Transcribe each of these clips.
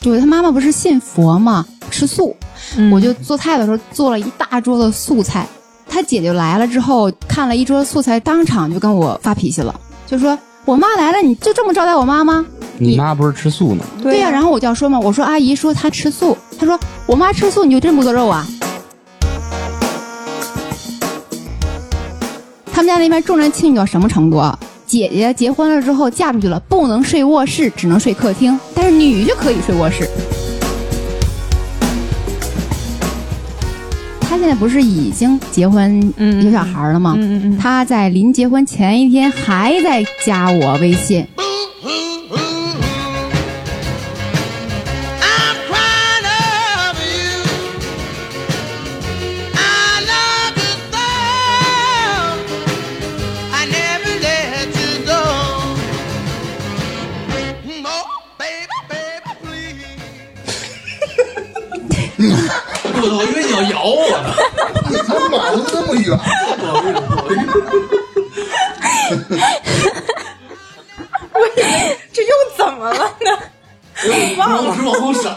对他妈妈不是信佛嘛，吃素，嗯我就做菜的时候做了一大桌子素菜。他姐姐来了之后，看了一桌素菜，当场就跟我发脾气了，就说：“我妈来了，你就这么招待我妈吗？”你妈不是吃素呢？对呀、呀、然后我就要说嘛，我说阿姨说她吃素，她说我妈吃素，你就真不做肉啊？他们家那边重男轻女到什么程度啊？姐姐结婚了之后嫁出去了，不能睡卧室，只能睡客厅，但是女就可以睡卧室。她现在不是已经结婚嗯有小孩了吗？嗯嗯嗯，他在临结婚前一天还在加我微信， I'm crying over you. I love you so. I never let you go. Oh, baby, baby, please. 我以为你要咬我呢。你怎么跑得这么远？这又怎么了呢？我是往后闪，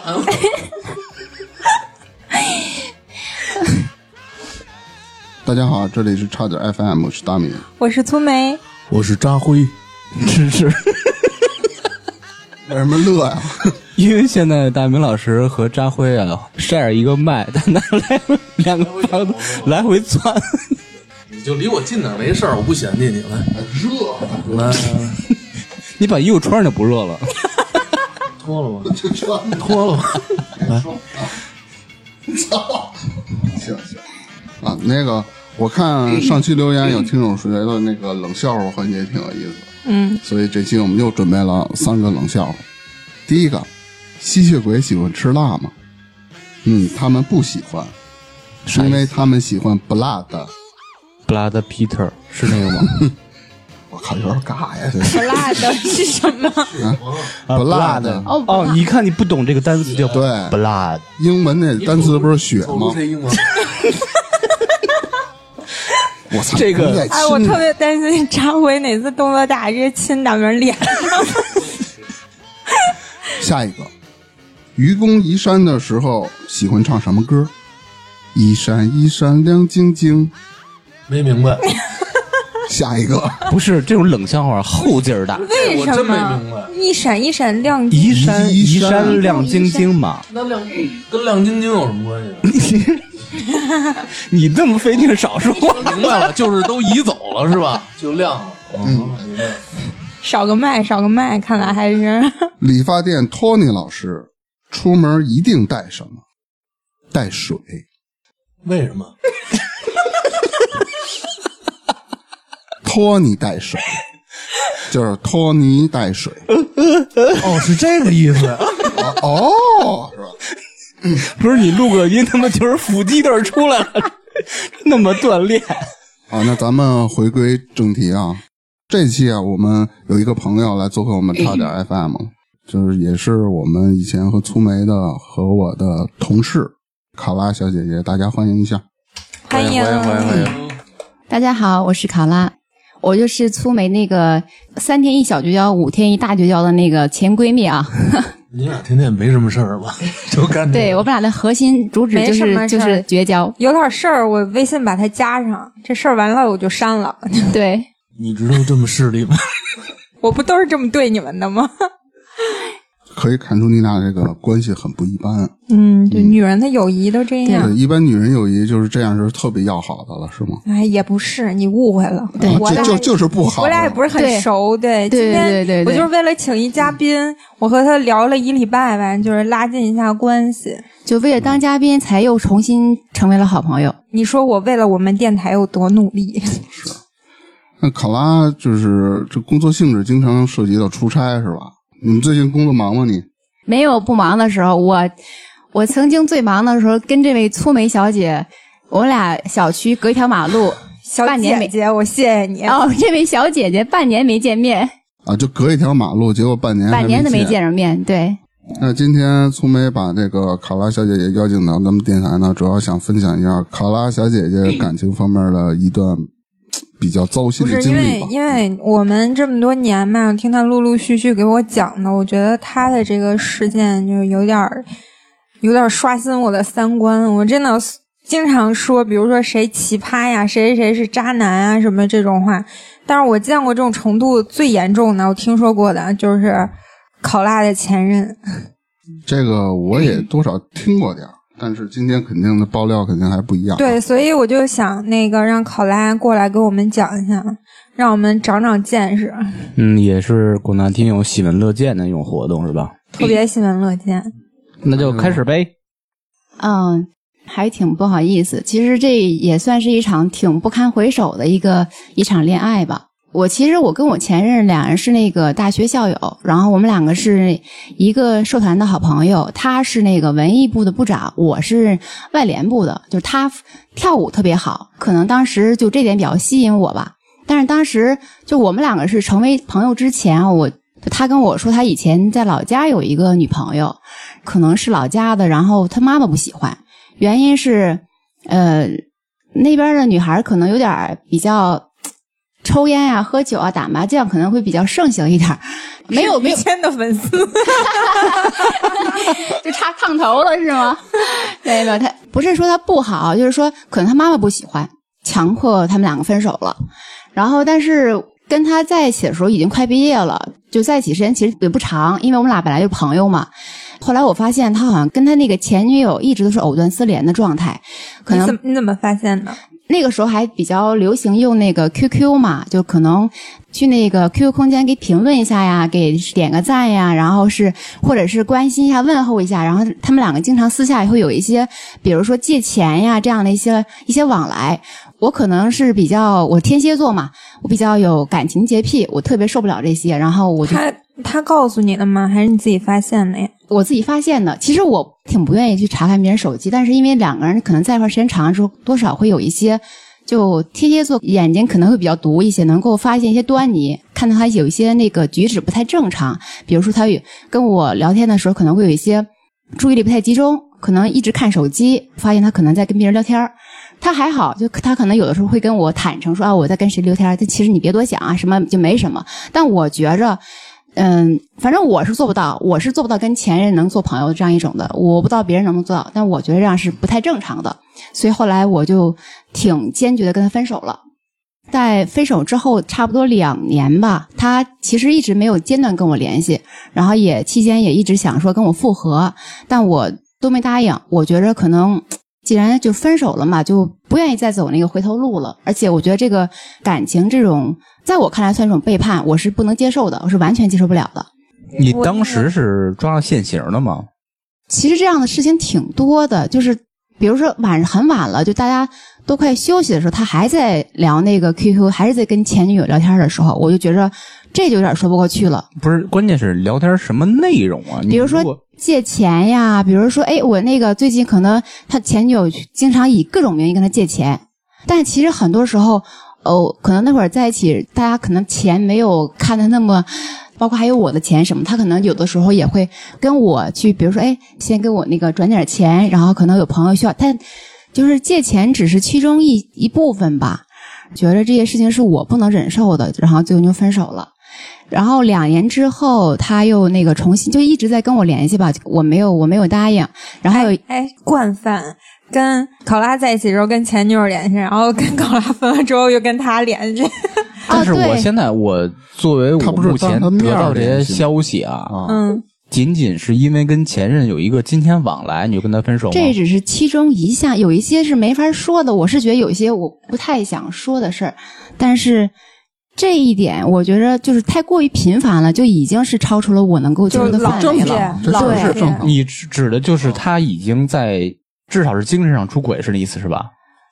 大家好，这里是差点 FM，我是大米。我是粗 梅， 我是扎辉， 是是，为什么乐 呀、因为现在大明老师和扎辉啊 share 一个麦，但他来回两个房子来回窜，你就离我近点，没事儿，我不嫌弃你。来，热啊，来，你把衣服穿上就不热了。脱了吧，这穿的脱了吧。哎 操！行行啊，那个我看上期留言有听众觉得那个冷笑话环节挺有意思，嗯，所以这期我们又准备了三个冷笑话。第一个，吸血鬼喜欢吃辣吗？嗯，他们不喜欢，是因为他们喜欢不辣的。 Blood Peter 是那个吗？我靠，有点尬呀，这是不辣的 是什么？不辣的。哦不 哦，你看你不懂这个单词叫对 Blood，英文那单词不是血走出吗？这英 文，我操，这个你也哎，我亲特别担心扎辉哪次动作大，直接亲大明脸。下一个，愚公移山的时候喜欢唱什么歌？一闪一闪亮晶晶。没明白，下一个， 不是这种冷笑话后劲儿大。为我什真没么明白。一闪一闪亮晶？移山移移山山亮晶晶嘛，那亮跟亮晶晶有什么关 系？啊你这么费劲少说话。明白了，就是都移走了是吧？就亮了。嗯，明白了。少个麦，少个麦，看来还是理发店托尼老师出门一定带什么？带水。为什么？托尼带水，就是托尼带水。哦，是这个意思。哦，是吧？不是你录个音，他妈就是腹肌都是出来了， 那么锻炼。好，啊那咱们回归正题啊。这期啊，我们有一个朋友来做客我们差点 FM，就是也是我们以前和粗梅的和我的同事卡拉小姐姐，大家欢迎一下。 欢迎嗯迎。大家好，我是考拉，我就是粗梅那个三天一小绝交，五天一大绝交的那个前闺蜜 啊。你俩天天没什么事儿吧？就干这对个。我们俩的核心主旨就没什是么事就儿是绝交。有点事儿，我微信把它加上，这事儿完了我就删了。对，你知道这么势利吗？我不都是这么对你们的吗？可以看出你俩这个关系很不一般。嗯，就女人的友谊都这样对，。一般女人友谊就是这样，是特别要好的了，是吗？啊哎，也不是，你误会了。对我就俩就就是不好。我俩也不是对很熟，对。对今天对对对对我就是为了请一嘉宾，我和他聊了一礼拜吧，就是拉近一下关系。就为了当嘉宾，才又重新成为了好朋友。你说我为了我们电台有多努力？ 那考拉就是这工作性质经常涉及到出差，是吧？你们最近工作忙吗？你没有不忙的时候，我我曾经最忙的时候，跟这位粗梅小姐，我们俩小区隔一条马路，小半年姐没姐，我谢谢你。哦，这位小姐姐半年没见面，啊，就隔一条马路，结果半年还半年都没见见着面。对，那今天粗梅把这个考拉小姐姐邀请到咱们电台呢，主要想分享一下考拉小姐姐感情方面的一段嘖比较糟心不的是经因历为吧。因为我们这么多年嘛，听他陆陆续续给我讲的，我觉得他的这个事件就是有点儿有点儿刷新我的三观。我真的经常说，比如说谁奇葩呀，谁谁谁是渣男啊，什么这种话。但是我见过这种程度最严重的，我听说过的就是考拉的前任。这个我也多少听过点儿，但是今天肯定的爆料肯定还不一样。对，，所以我就想那个让考拉过来给我们讲一下，让我们长长见识，嗯，也是广大听友喜闻乐见的一种活动是吧？特别喜闻乐见。那就开始呗。嗯，还挺不好意思。其实这也算是一场挺不堪回首的一个一场恋爱吧。我其实我跟我前任俩人是那个大学校友，然后我们两个是一个社团的好朋友，他是那个文艺部的部长，我是外联部的，就是他跳舞特别好，可能当时就这点比较吸引我吧。但是当时就我们两个是成为朋友之前啊，我就他跟我说他以前在老家有一个女朋友，可能是老家的，然后他妈妈不喜欢，原因是，呃，那边的女孩可能有点儿比较抽烟呀、喝酒啊、打麻将，可能会比较盛行一点儿，没有 没有于谦的粉丝， 就插烫头了是吗？没有没有，他不是说他不好，就是说可能他妈妈不喜欢，强迫他们两个分手了。然后，但是跟他在一起的时候已经快毕业了，就在一起时间其实也不长，因为我们俩本来就朋友嘛。后来我发现他好像跟他那个前女友一直都是藕断丝连的状态，可你能怎么你怎么发现的？那个时候还比较流行用那个 QQ 嘛，就可能去那个 QQ 空间给评论一下呀，给点个赞呀，然后是或者是关心一下、问候一下，然后他们两个经常私下也会有一些，比如说借钱呀这样的一些一些往来。我可能是比较我天蝎座嘛，我比较有感情洁癖，我特别受不了这些，然后我就他他告诉你的吗？还是你自己发现的呀？我自己发现的。其实我挺不愿意去查看别人手机，但是因为两个人可能在一块儿时间长了之后，多少会有一些，就天蝎座眼睛可能会比较毒一些，能够发现一些端倪，看到他有一些那个举止不太正常。比如说，他有跟我聊天的时候，可能会有一些注意力不太集中，可能一直看手机，发现他可能在跟别人聊天儿。他还好，就他可能有的时候会跟我坦诚说啊，我在跟谁聊天儿，但其实你别多想啊，什么就没什么。但我觉着，嗯，反正我是做不到，我是做不到跟前任能做朋友这样一种的，我不知道别人能不能做到，但我觉得这样是不太正常的，所以后来我就挺坚决的跟他分手了。在分手之后，差不多两年吧，他其实一直没有间断跟我联系，然后也期间也一直想说跟我复合，但我都没答应。我觉着可能既然就分手了嘛，就不愿意再走那个回头路了。而且我觉得这个感情这种，在我看来算一种背叛，我是不能接受的，我是完全接受不了的。你当时是抓到现行了吗？其实这样的事情挺多的，就是比如说晚上很晚了，就大家都快休息的时候，他还在聊那个 QQ，还是在跟前女友聊天的时候，我就觉着这就有点说不过去了。不是，关键是聊天什么内容啊？你比如说果借钱呀，比如说，哎，我那个最近可能他前女友经常以各种名义跟他借钱，但其实很多时候，哦，可能那会儿在一起，大家可能钱没有看的那么。包括还有我的钱什么，他可能有的时候也会跟我去，比如说，哎，先给我那个转点钱，然后可能有朋友需要，但就是借钱只是其中一一部分吧。觉得这些事情是我不能忍受的，然后最后就分手了。然后两年之后，他又那个重新就一直在跟我联系吧，我没有我没有答应。然后还有哎，惯犯跟考拉在一起的时候跟前女友联系，然后跟考拉分了之后又跟他联系。哦但是我对现在我作为我他不是目前当他面得到这些联系吗消息啊，啊，嗯，仅仅是因为跟前任有一个金钱往来，你就跟他分手吗？这只是其中一项，有一些是没法说的。我是觉得有一些我不太想说的事儿，但是这一点我觉着就是太过于频繁了，就已经是超出了我能够接就受的是老范围正了。确，这老确对实正正确。常。你指指的就是他已经在至少是精神上出轨，是那意思是吧？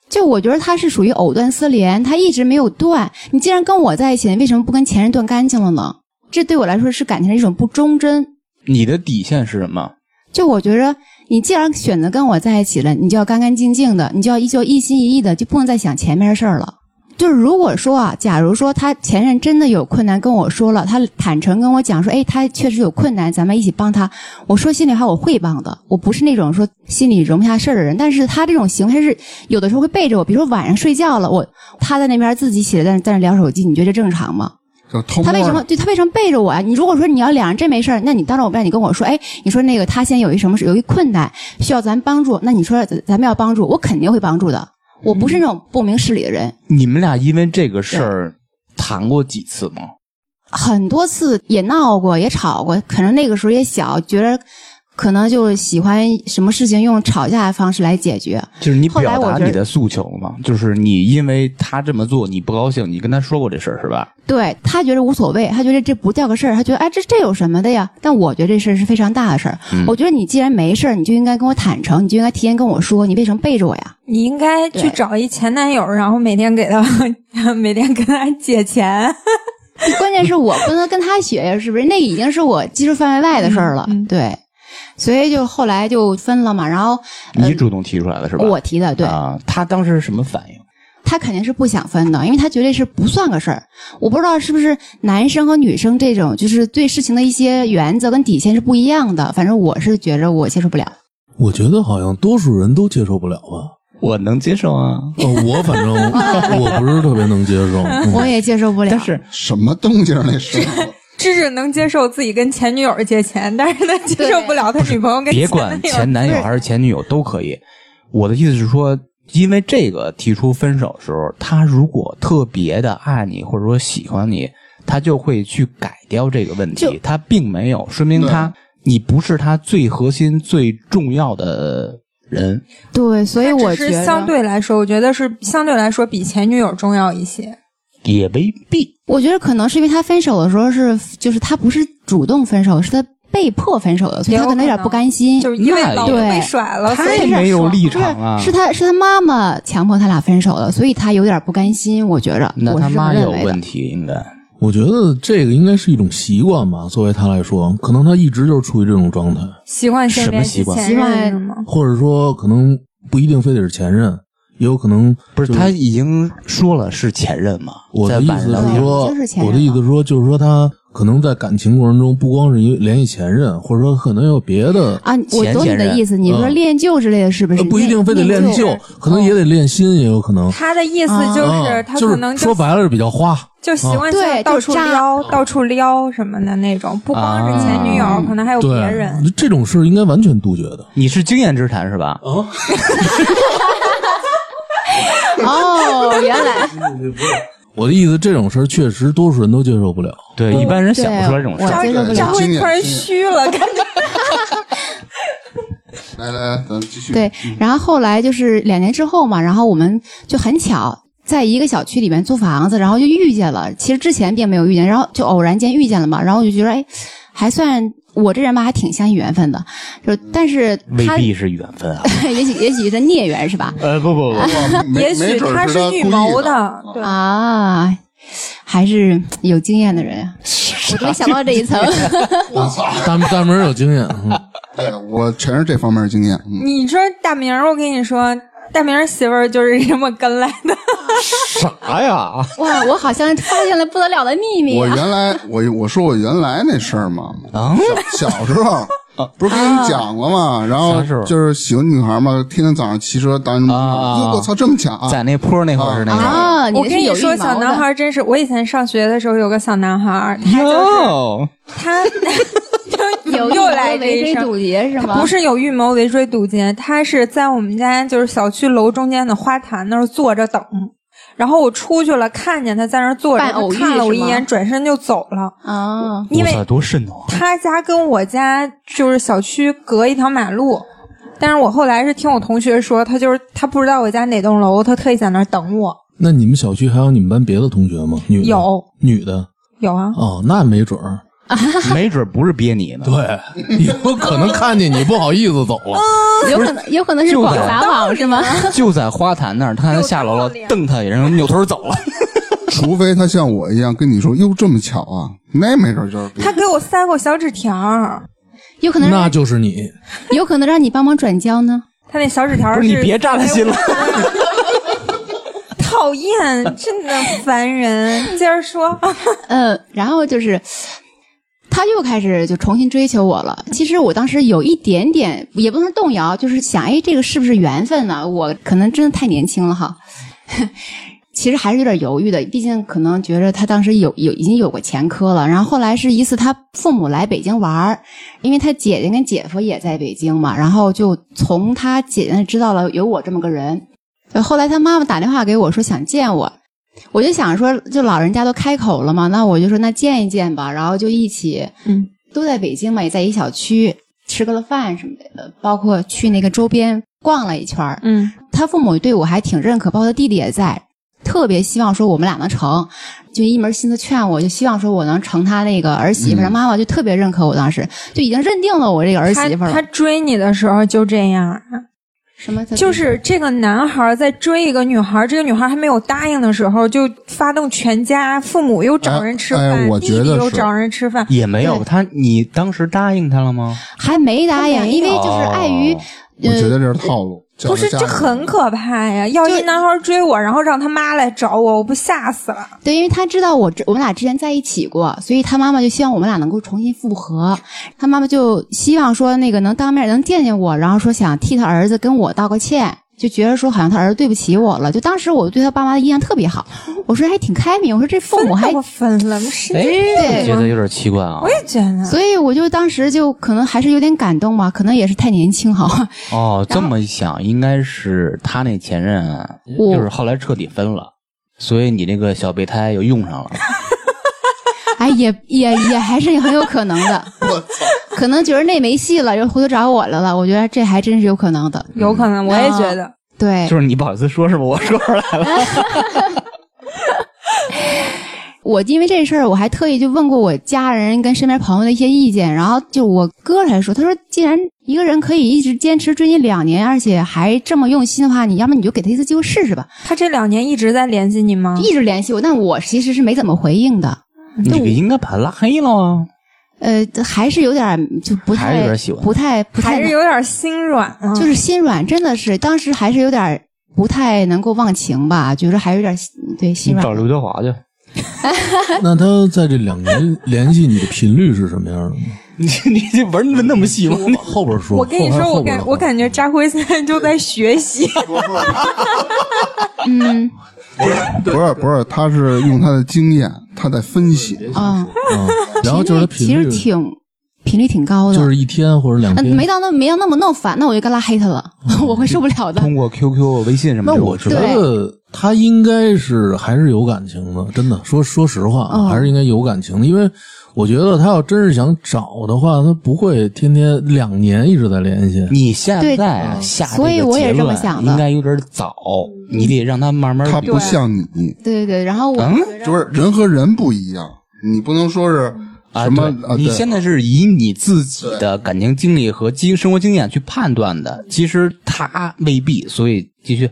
就我觉得他是属于藕断丝连，他一直没有断。你既然跟我在一起，你为什么不跟前任断干净了呢？这对我来说是感情的一种不忠贞。你的底线是什么？就我觉着，你既然选择跟我在一起了，你就要干干净净的，你就要依旧一心一意的，就不能再想前面的事儿了。就是如果说啊，假如说他前任真的有困难跟我说了，他坦诚跟我讲说，哎，他确实有困难，咱们一起帮他。我说心里话，我会帮的，我不是那种说心里容不下事儿的人。但是他这种行为他是有的时候会背着我，比如说晚上睡觉了，我他在那边自己起来在那在那聊手机，你觉得这正常吗？就是偷摸他为什么儿对他为什么背着我啊？你如果说你要两人真没事儿，那你当着我面你跟我说，哎，你说那个他现在有一什么事有一困难需要咱帮助，那你说咱咱们要帮助，我肯定会帮助的。我不是那种不明事理的人，你们俩因为这个事儿谈过几次吗？很多次也闹过，也吵过，可能那个时候也小，觉得可能就喜欢什么事情用吵架的方式来解决。就是你后来表我达觉得你的诉求吗？就是你因为他这么做你不高兴，你跟他说过这事儿是吧？对他觉得无所谓，他觉得这不叫个事儿，他觉得哎这这有什么的呀？但我觉得这事儿是非常大的事儿。我觉得你既然没事儿，你就应该跟我坦诚，你就应该提前跟我说，你为什么背着我呀？你应该去对找一前男友，然后每天给他， 每天跟他借钱。关键是我不能跟他学呀，是不是？那已经是我技术范围外的事儿了。嗯对，所以就后来就分了嘛。然后你主动提出来的是吧？呃我提的，对，啊，他当时是什么反应？他肯定是不想分的，因为他觉得是不算个事儿。我不知道是不是男生和女生这种，就是对事情的一些原则跟底线是不一样的。反正我是觉着我接受不了。我觉得好像多数人都接受不了吧。我能接受啊，呃，我反正我不是特别能接受。嗯我也接受不了。但是什么动静儿那是？芝芝能接受自己跟前女友借钱，但是他接受不了他女朋友跟别前管男友前男友还是前女友都可以。我的意思是说，因为这个提出分手的时候，他如果特别的爱你或者说喜欢你，他就会去改掉这个问题。他并没有说明他你不是他最核心最重要的人。对，所以我只觉得是相，对来说，我觉得是相对来说比前女友重要一些。也未必，我觉得可能是因为他分手的时候是，就是他不是主动分手，是他被迫分手的，所以也他有可能有点可能不甘心。就是因为那老也公被对甩了，所他也以没有立不是场啊。是他是他妈妈强迫他俩分手的，所以他有点不甘心。我觉着，那我他是这么妈认有为的。问题，应该我觉得这个应该是一种习惯吧，作为他来说，可能他一直就是处于这种状态，习惯性什么联习系惯前习任惯是吗？或者说可能不一定非得是前任，也有可能不是他已经说了是前任嘛？我在的意晚思上聊是天说，已经是前我任的意了思是说，就是说他可能在感情过程中，不光是因为联系前任，或者说可能有别的，啊，我前懂前你的任意思，你说嗯恋旧之类的，是不是？呃不一定非得恋旧，可能也得恋心，也有可能。他的意思就是啊他就可能是说白了是比较花，就习惯对性就到处渣撩、到处撩什么的那种，不光是前女友，啊可能还有别对人。，这种事应该完全杜绝的。你是经验之谈是吧？哦，原 来我的意思，这种事儿确实多数人都接受不了。对，一般人想不对出来这种事我儿。接受不对了张。辉经验突然经验虚了，感觉来来来，咱继续。 对，然后后来就是两年之后嘛，然后我们就很巧。在一个小区里面租房子，然后就遇见了。其实之前并没有遇见，然后就偶然间遇见了嘛。然后我就觉得，哎，还算我这人吧，还挺相信缘分的。就但是未他必是缘分啊！ 也许也许是孽缘是吧？呃，不不不，哎哇没 也许没准儿他是他预故意谋的。的，对。啊，还是有经验的人啊，我都没想到这一层。我操！大大明儿有经验，嗯啊对我全是这方面的经验。嗯你说大明儿，我跟你说，大明儿媳妇儿就是这么跟来的。啥哎呀？ 哇，我好像发现了不得了的秘密我啊！原来我我说我原来那事儿嘛，啊小小时 候不是跟你讲了嘛，然后啥时候就是喜欢女孩嘛，天天早上骑车当你啊啊哎我操，这么巧 啊！在那坡那会儿是那个啊，我你跟是你有预说，谋的小男孩儿真是，我以前上学的时候有个小男孩儿，他就是哟，他， 就有又来这围一追声。堵截是吗？不，是有预谋围追堵截，他是在我们家就是小区楼中间的花坛那儿坐着等，然后我出去了，看见他在那儿坐着，扮偶他遇看了我一是吗眼，转身就走了。啊，因为哇塞多瘆 得慌。他家跟我家就是小区隔一条马路，但是我后来是听我同学说，他就是他不知道我家哪栋楼，他特意在那儿等我。那你们小区还有你们班别的同学吗？女的有女的有啊，哦，那没准儿，没准不是憋你呢，对，有可能看见你不好意思走哦了。有可能有可能是就广在撒网是吗？就在花坛那儿，他下楼了，啊瞪他一眼，扭头走 了。除非他像我一样跟你说，哟，这么巧啊，那没准就是别他给我塞过小纸条儿， 有可能那让就是 你，有可能让你帮忙转交呢。他那小纸条不儿是你别扎他心了，套 讨厌，真的烦人。接着说，呃，然后就是他又开始就重新追求我了。其实我当时有一点点，也不能说动摇，就是想，哎，这个是不是缘分呢、我可能真的太年轻了哈。其实还是有点犹豫的，毕竟可能觉着他当时有有已经有过前科了。然后后来是一次他父母来北京玩儿，因为他姐姐跟姐夫也在北京嘛，然后就从他姐姐那知道了有我这么个人。呃后来他妈妈打电话给我说想见我，我就想说，就老人家都开口了嘛，那我就说那见一见吧，然后就一起，嗯，都在北京嘛，也在一小区吃个了饭什么的，包括去那个周边逛了一圈儿嗯他父母对我还挺认可，包括他弟弟也在，特别希望说我们俩能成，就一门心思劝我，就希望说我能成他那个儿媳妇儿。他妈妈就特别认可我，当时就已经认定了我这个儿啊他媳妇儿他了。追你的时候就这样，什么？就是这个男孩在追一个女孩，这个女孩还没有答应的时候，就发动全家，父母又找人吃饭，哎哎我觉弟得弟又是找人吃饭，也没有他，你当时答应他了吗？还没答他应，没因为就是碍于哦我觉呃得这是套路。不是叫这他家很可怕呀！要就一男孩追我，然后让他妈来找我，我不吓死了？对，因为他知道我这我们俩之前在一起过，所以他妈妈就希望我们俩能够重新复合。他妈妈就希望说那个能当面能见见我，然后说想替他儿子跟我道个歉，就觉得说好像他儿子对不起我了。就当时我对他爸妈的印象特别好，我说还挺开明，我说这父母还我分了，神经哎病我觉得吗？有点奇怪啊我。也觉得，所以我就当时就可能还是有点感动吧，可能也是太年轻哈。哦，这么一想，应该是他那前任啊，我就是后来彻底分了，所以你那个小备胎又用上了。哎，也也也还是很有可能的，我操！可能觉得那没戏了，又回头找我来了。我觉得这还真是有可能的。有可能，我也觉得。对，就是你不好意思说，是吗？我说出来了。哎我因为这事儿，我还特意就问过我家人跟身边朋友的一些意见，然后就我哥才说，他说既然一个人可以一直坚持追你两年，而且还这么用心的话，你要么你就给他一次机会试试吧，他这两年一直在联系你吗就？一直联系我。但我其实是没怎么回应的， 你这个应该把他拉黑了啊！呃，还是有点就不太还是有点喜欢不太不太还是有点心软啊？就是心软，真的是当时还是有点不太能够忘情吧，觉得还有点对心软。德华去。那他在这两年联系你的频率是什么样的呢？你 你这纹的那么细吗？后边说，我跟你后边说，我后边感后我感觉扎辉现在就在学 习，嗯不是不是，他是用他的经验，他在分析。嗯，嗯，然后就是他其频实率，挺频率挺高的，就是一天或者两嗯，天，没到那没到那么弄烦，那我就该拉黑他了， 我会受不了的。嗯通过 QQ、微信什么那这种？我觉得他应该是还是有感情的，真的。说说实话啊，嗯还是应该有感情的，因为我觉得他要真是想找的话，他不会天天两年一直在联系。你现对在啊下所以个我也结这么论想的应该有点早，你得让他慢慢。他不像你，对对对，然后我、啊就是人和人不一样，你不能说是啊什么对啊？你对现在是以你自己的感情经历和经生活经验去判断的，其实他未必。所以继续，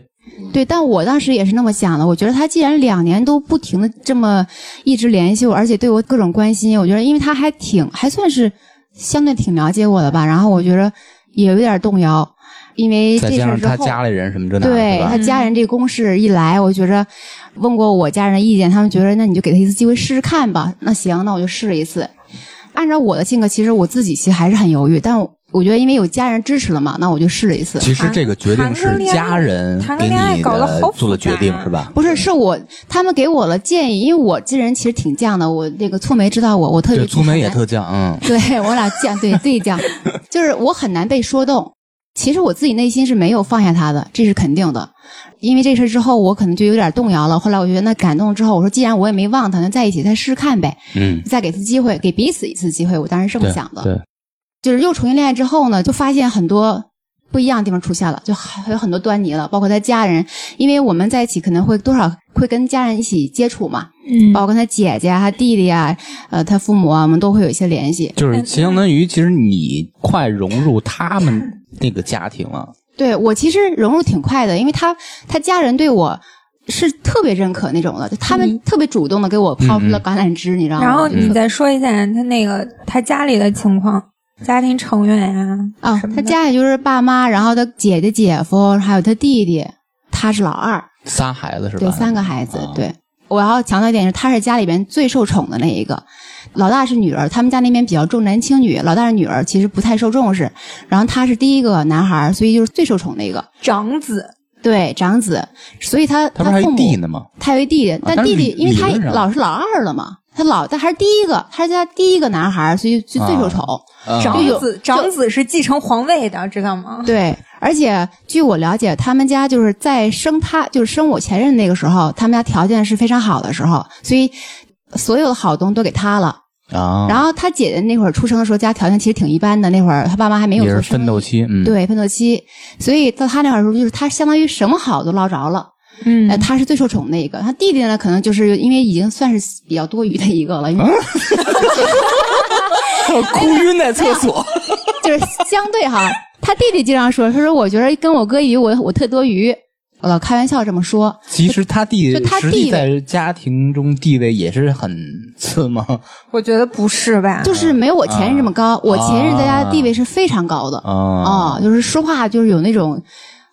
对，但我当时也是那么想的。我觉得他既然两年都不停的这么一直联系我，而且对我各种关心，我觉得因为他还挺还算是相对挺了解我的吧，然后我觉得也有点动摇，因为哎这事再加儿上之他后。家里人什么这那的，对是吧他？家人这公式一来，我觉着问过我家人的意见，他们觉得那你就给他一次机会试试看吧。那行，那我就试了一次。按照我的性格，其实我自己其实还是很犹豫，但我我觉得因为有家人支持了嘛，那我就试了一次。其实这个决定谈是个恋爱家人谈个给恋爱你搞得好的复做的决定杂啊是吧？不是，是我他们给我了建议，因为我这人其实挺犟的，我那个粗梅知道我，我特别对，粗梅也很难特犟，嗯， 对我俩犟，对对 犟，就是我很难被说动。其实我自己内心是没有放下他的，这是肯定的。因为这事儿之后，我可能就有点动摇了。后来我觉得那感动之后，我说既然我也没忘他，那在一起再试试看呗，嗯，再给次机会，给彼此一次机会。我当时是这么对想的。对，就是又重新恋爱之后呢，就发现很多不一样的地方出现了，就还有很多端倪了，包括他家人，因为我们在一起可能会多少会跟家人一起接触嘛，嗯哦包括他姐姐啊、他弟弟啊、呃、他父母啊，我们都会有一些联系。就是相当嗯于其实你快融入他们那个家庭了。对我其实融入挺快的，因为他他家人对我。是特别认可那种的，就他们特别主动的给我抛嗯出了橄榄枝，你知道吗？嗯嗯然后你就是再说一下他那个他家里的情况，家庭成员呀、啊啊，他家里就是爸妈，然后他姐姐、姐夫，还有他弟弟，他是老二，仨孩子是吧？对，三个孩子啊。对，我要强调一点是，她是家里边最受宠的那一个，老大是女儿，他们家那边比较重男轻女，老大是女儿，其实不太受重视。然后他是第一个男孩，所以就是最受宠的一个，长子，对，长子。所以他他不是还父有母弟呢吗？他有一弟弟，但啊但是弟弟理因为他理论上老是老二了嘛，他老但还是第一个，他是家第一个男孩，所以就最受宠。啊嗯长有子，长子是继承皇位的，知道吗？对，而且据我了解，他们家就是在生他，就是生我前任那个时候，他们家条件是非常好的时候，所以所有的好东西都给他了。啊，然后他姐姐那会儿出生的时候，家条件其实挺一般的，那会儿他爸妈还没有也是做生奋意斗期， 嗯，，对奋斗期，所以到他那会儿的时候，就是他相当于什么好都捞着了。嗯呃，他是最受宠的那一个。他弟弟呢，可能就是因为已经算是比较多余的一个了，因为、啊哭晕在厕所， 就是相对哈。他弟弟经常说，他说我觉得跟我哥一比，我我特多余，我老开玩笑这么说。其实他弟就他实弟际弟在家庭中地位也是很次吗？我觉得不是吧？就是没有我前任这么高，我前任在家的地位是非常高的啊啊、就是说话就是有那种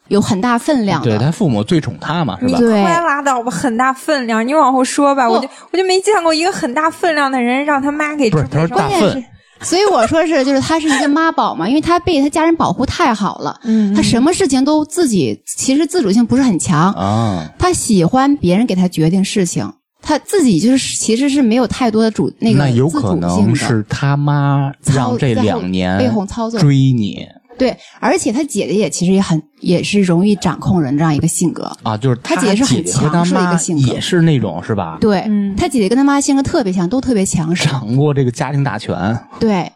有很大分量对的。他父母最宠他嘛，是你吧？对快拉倒吧，很大分量，你往后说吧，我就我就没见过一个很大分量的人让他妈给不是，支他配说上大关键粪是，所以我说是，就是他是一个妈宝嘛，因为他被他家人保护太好了，嗯他什么事情都自己其实自主性不是很强，啊，他喜欢别人给他决定事情，他自己就是其实是没有太多的主那个那有自主可性的能是他妈操让这在后两年被哄操纵追你对，而且他姐姐也其实也很也是容易掌控人这样一个性格，啊，就是他姐姐是很姐和他强势的一妈个性格也是那种是吧？对，嗯他姐姐跟他妈性格特别像，都特别强势，掌握这个家庭大权对。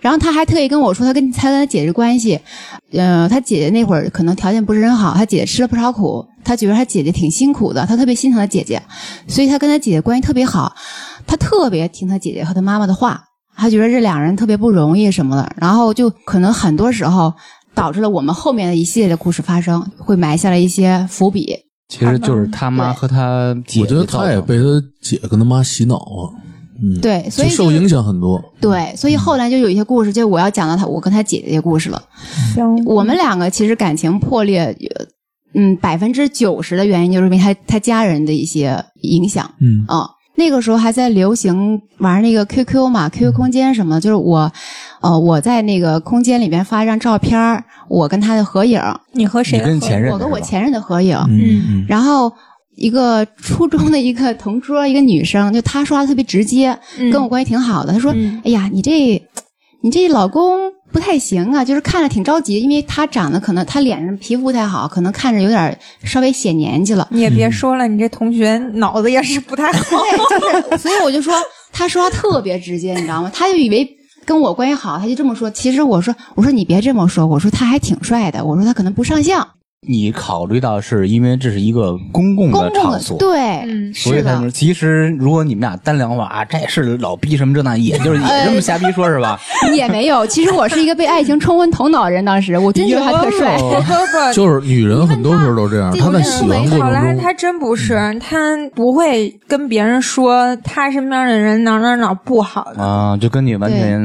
然后他还特意跟我说，他跟他跟他姐姐关系，呃，他姐姐那会儿可能条件不是很好，他姐姐吃了不少苦，他觉得他姐姐挺辛苦的，他特别心疼他姐姐，所以他跟他姐姐关系特别好，他特别听他姐姐和他妈妈的话，他觉得这两人特别不容易什么的，然后就可能很多时候导致了我们后面的一系列的故事发生，会埋下了一些伏笔。其实就是他妈和他姐我觉姐得造他也成的。被他姐跟他妈洗脑了，嗯，对，所就以受就影响很多。对，所以后来就有一些故事，就我要讲到他，我跟他姐姐的故事了。行我们两个其实感情破裂，呃嗯，百分之九十的原因就是因为他他家人的一些影响嗯，啊、那个时候还在流行玩那个 QQ 嘛，QQ 空间什么的，就是我，呃，我在那个空间里边发一张照片儿，我跟他的合影，你和谁你的合跟影？前任我的跟我是吧前任的合影，嗯然后一个初中的一个同桌，一个女生，就她说话特别直接，嗯跟我关系挺好的。她说：“嗯哎呀，你这你这老公不太行啊，就是看着挺着急，因为他长得可能他脸上皮肤不太好，可能看着有点稍微显年纪了。” 你也别说了，你这同学脑子也是 不太好。所以我就说，他说话特别直接，你知道吗？他就以为跟我关系好，他就这么说。其实我说，我说你别这么说，我说他还挺帅的，我说他可能不上相，你考虑到是因为这是一个公共公的众场的所，对，嗯所以是他的们。其实如果你们俩单聊的话啊，这是老逼什么这那，也 就是也这么瞎逼说是吧？也没有，其实我是一个被爱情冲昏头脑的人，当时我真觉得啊他特 帅。不不，就是女人很多时候都这样，你她看在他喜欢考过程拉中，他真不是，他不会跟别人说他身边的人哪儿哪儿哪儿不好的。啊，就跟你完全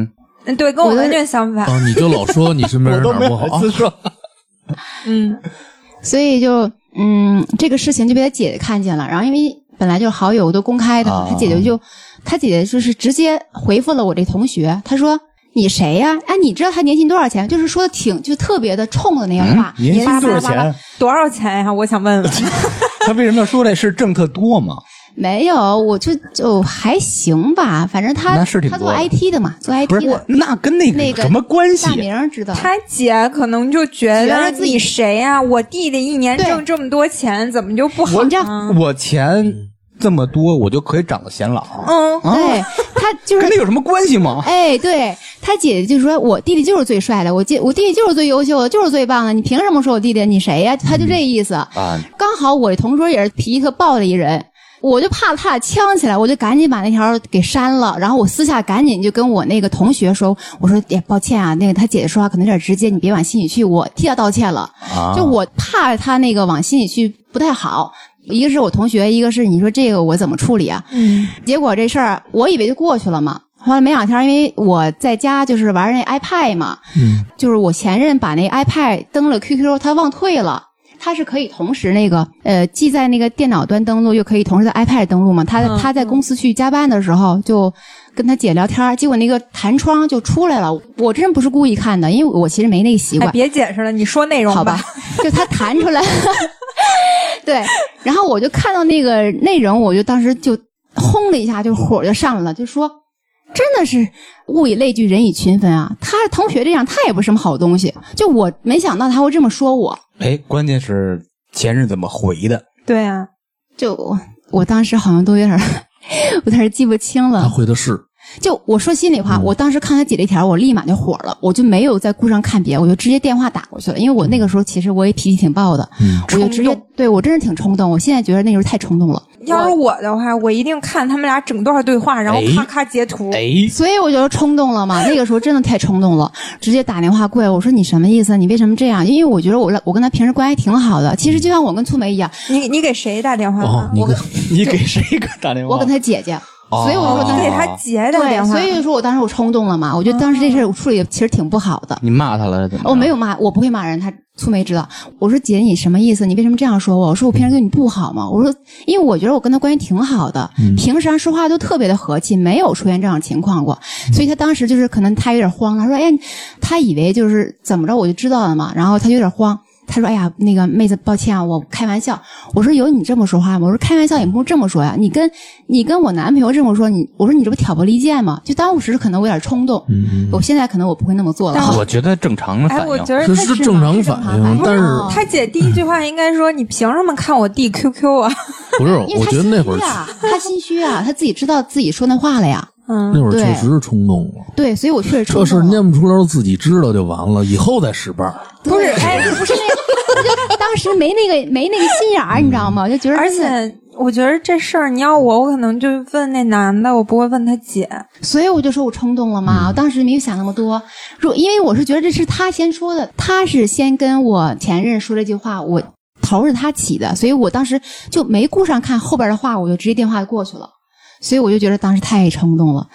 嗯对，跟我我的完全相反。啊，你就老说你身边人哪儿不好，啊哦说，嗯，所以就嗯，这个事情就被他姐姐看见了。然后因为本来就是好友都公开的嘛，啊他姐姐就他姐姐就是直接回复了我这同学，他说。你谁呀、哎，你知道他年薪多少钱？就是说的挺就特别的冲的那样话，嗯年薪多少巴拉巴拉巴拉钱？多少钱呀？啊我想问问。他为什么要说这是挣特多嘛？没有，我就就还行吧，反正他那是挺他多做的 IT 的嘛，做 IT 不是的，，那跟那个那有个什么关系大？明儿知道。他姐可能就觉觉得得自己你谁呀、我弟弟一年对挣这么多钱，怎么就不好我呢？我钱这么多，我就可以长得显老，嗯，对，啊他就是跟那有什么关系吗？哎，对他姐姐就说：“我弟弟就是最帅的，我弟我弟弟就是最优秀的，就是最棒的。你凭什么说我弟弟？你谁呀、他就这意思。啊，刚好我这同桌也是脾气特暴的一人，我就怕他俩呛起来，我就赶紧把那条给删了。然后我私下赶紧就跟我那个同学说：“我说，哎，抱歉啊，那个他姐姐说话可能有点直接，你别往心里去，我替他道歉了。啊就我怕他那个往心里去不太好。”一个是我同学，一个是你说这个我怎么处理啊？嗯，结果这事儿我以为就过去了嘛。后来没两天，因为我在家就是玩那 iPad 嘛，嗯就是我前任把那 iPad 登了 QQ，他忘退了。它是可以同时那个呃，既在那个电脑端登录，又可以同时在 iPad 登录嘛。他嗯他在公司去加班的时候，就跟他姐聊天儿，结果那个弹窗就出来了。我真不是故意看的，因为我其实没那个习哎，惯。别解释了，你说内容好吧， 就它弹出来， 对，然后我就看到那个内容，我就当时就轰的一下，就火就上来了，就说真的是物以类聚，人以群分啊！他同学这样，他也不是什么好东西。就我没想到他会这么说我，哎，关键是钱是怎么回的？对啊，就我我当时好像都有点儿， 我有点儿记不清他了。回的是，就我说心里话，我当时看他姐这条，我立马就火了，我就没有在顾上看别的，我就直接电话打过去了。因为我那个时候其实我也脾气挺暴的，我就直接对我真是挺冲动。我现在觉得那时候太冲动了，要是我的话，我一定看他们俩整段对话，然后哎咔咔截图。哎，所以我就冲动了嘛。那个时候真的太冲动了，直接打电话过来，我说你什么意思？你为什么这样？因为我觉得我我跟他平时关系挺好的，其实就像我跟粗梅一样，你你给谁打电话哦了？，你跟你给谁个打电话？我跟他姐姐，所以我就说当你时 给他姐打电对，话所。嗯以说我当时我冲动了嘛，我觉得当时这事儿我处理得其实挺不好的。你骂他了？怎么着我哦没有骂，我不会骂人。他粗梅知道，我说姐，你什么意思？你为什么这样说我？我说我平时对你不好吗？我说，因为我觉得我跟他关系挺好的，平时啊说话都特别的和气，没有出现这样的情况过。所以他当时就是可能他有点慌了，他说哎，他以为就是怎么着我就知道了嘛，然后他就有点慌。他说：“哎呀，那个妹子，抱歉啊，我开玩笑。”我说：“有你这么说话吗？”我说：“开玩笑也不能这么说呀，你跟你跟我男朋友这么说，你我说你这不挑拨离间吗？就当时可能我有点冲动，我现在可能我不会那么做了。但我觉得正常的哎，反我应。觉得这他是姐正常反应，但是哦他姐第一句话应该说：“你凭什么看我弟 QQ 啊不是？因为我他觉得心那会儿虚啊，他心虚啊，他自己知道自己说那话了呀。？”嗯，那会儿对确实是冲动了。对，所以我确实这冲事儿动了啊念不出来，自己知道就完了，以后再使绊儿。不是，哎，不是那个，就当时没那个没那个心眼儿，你知道吗？就觉得而真的，且我觉得这事儿你要我，我可能就问那男的，我不会问他姐。所以我就说我冲动了嗯嘛，我当时没有想那么多。如因为我是觉得这是他先说的，他是先跟我前任说这句话，我头是他起的，所以我当时就没顾上看后边的话，我就直接电话过去了。所以我就觉得当时太冲动了，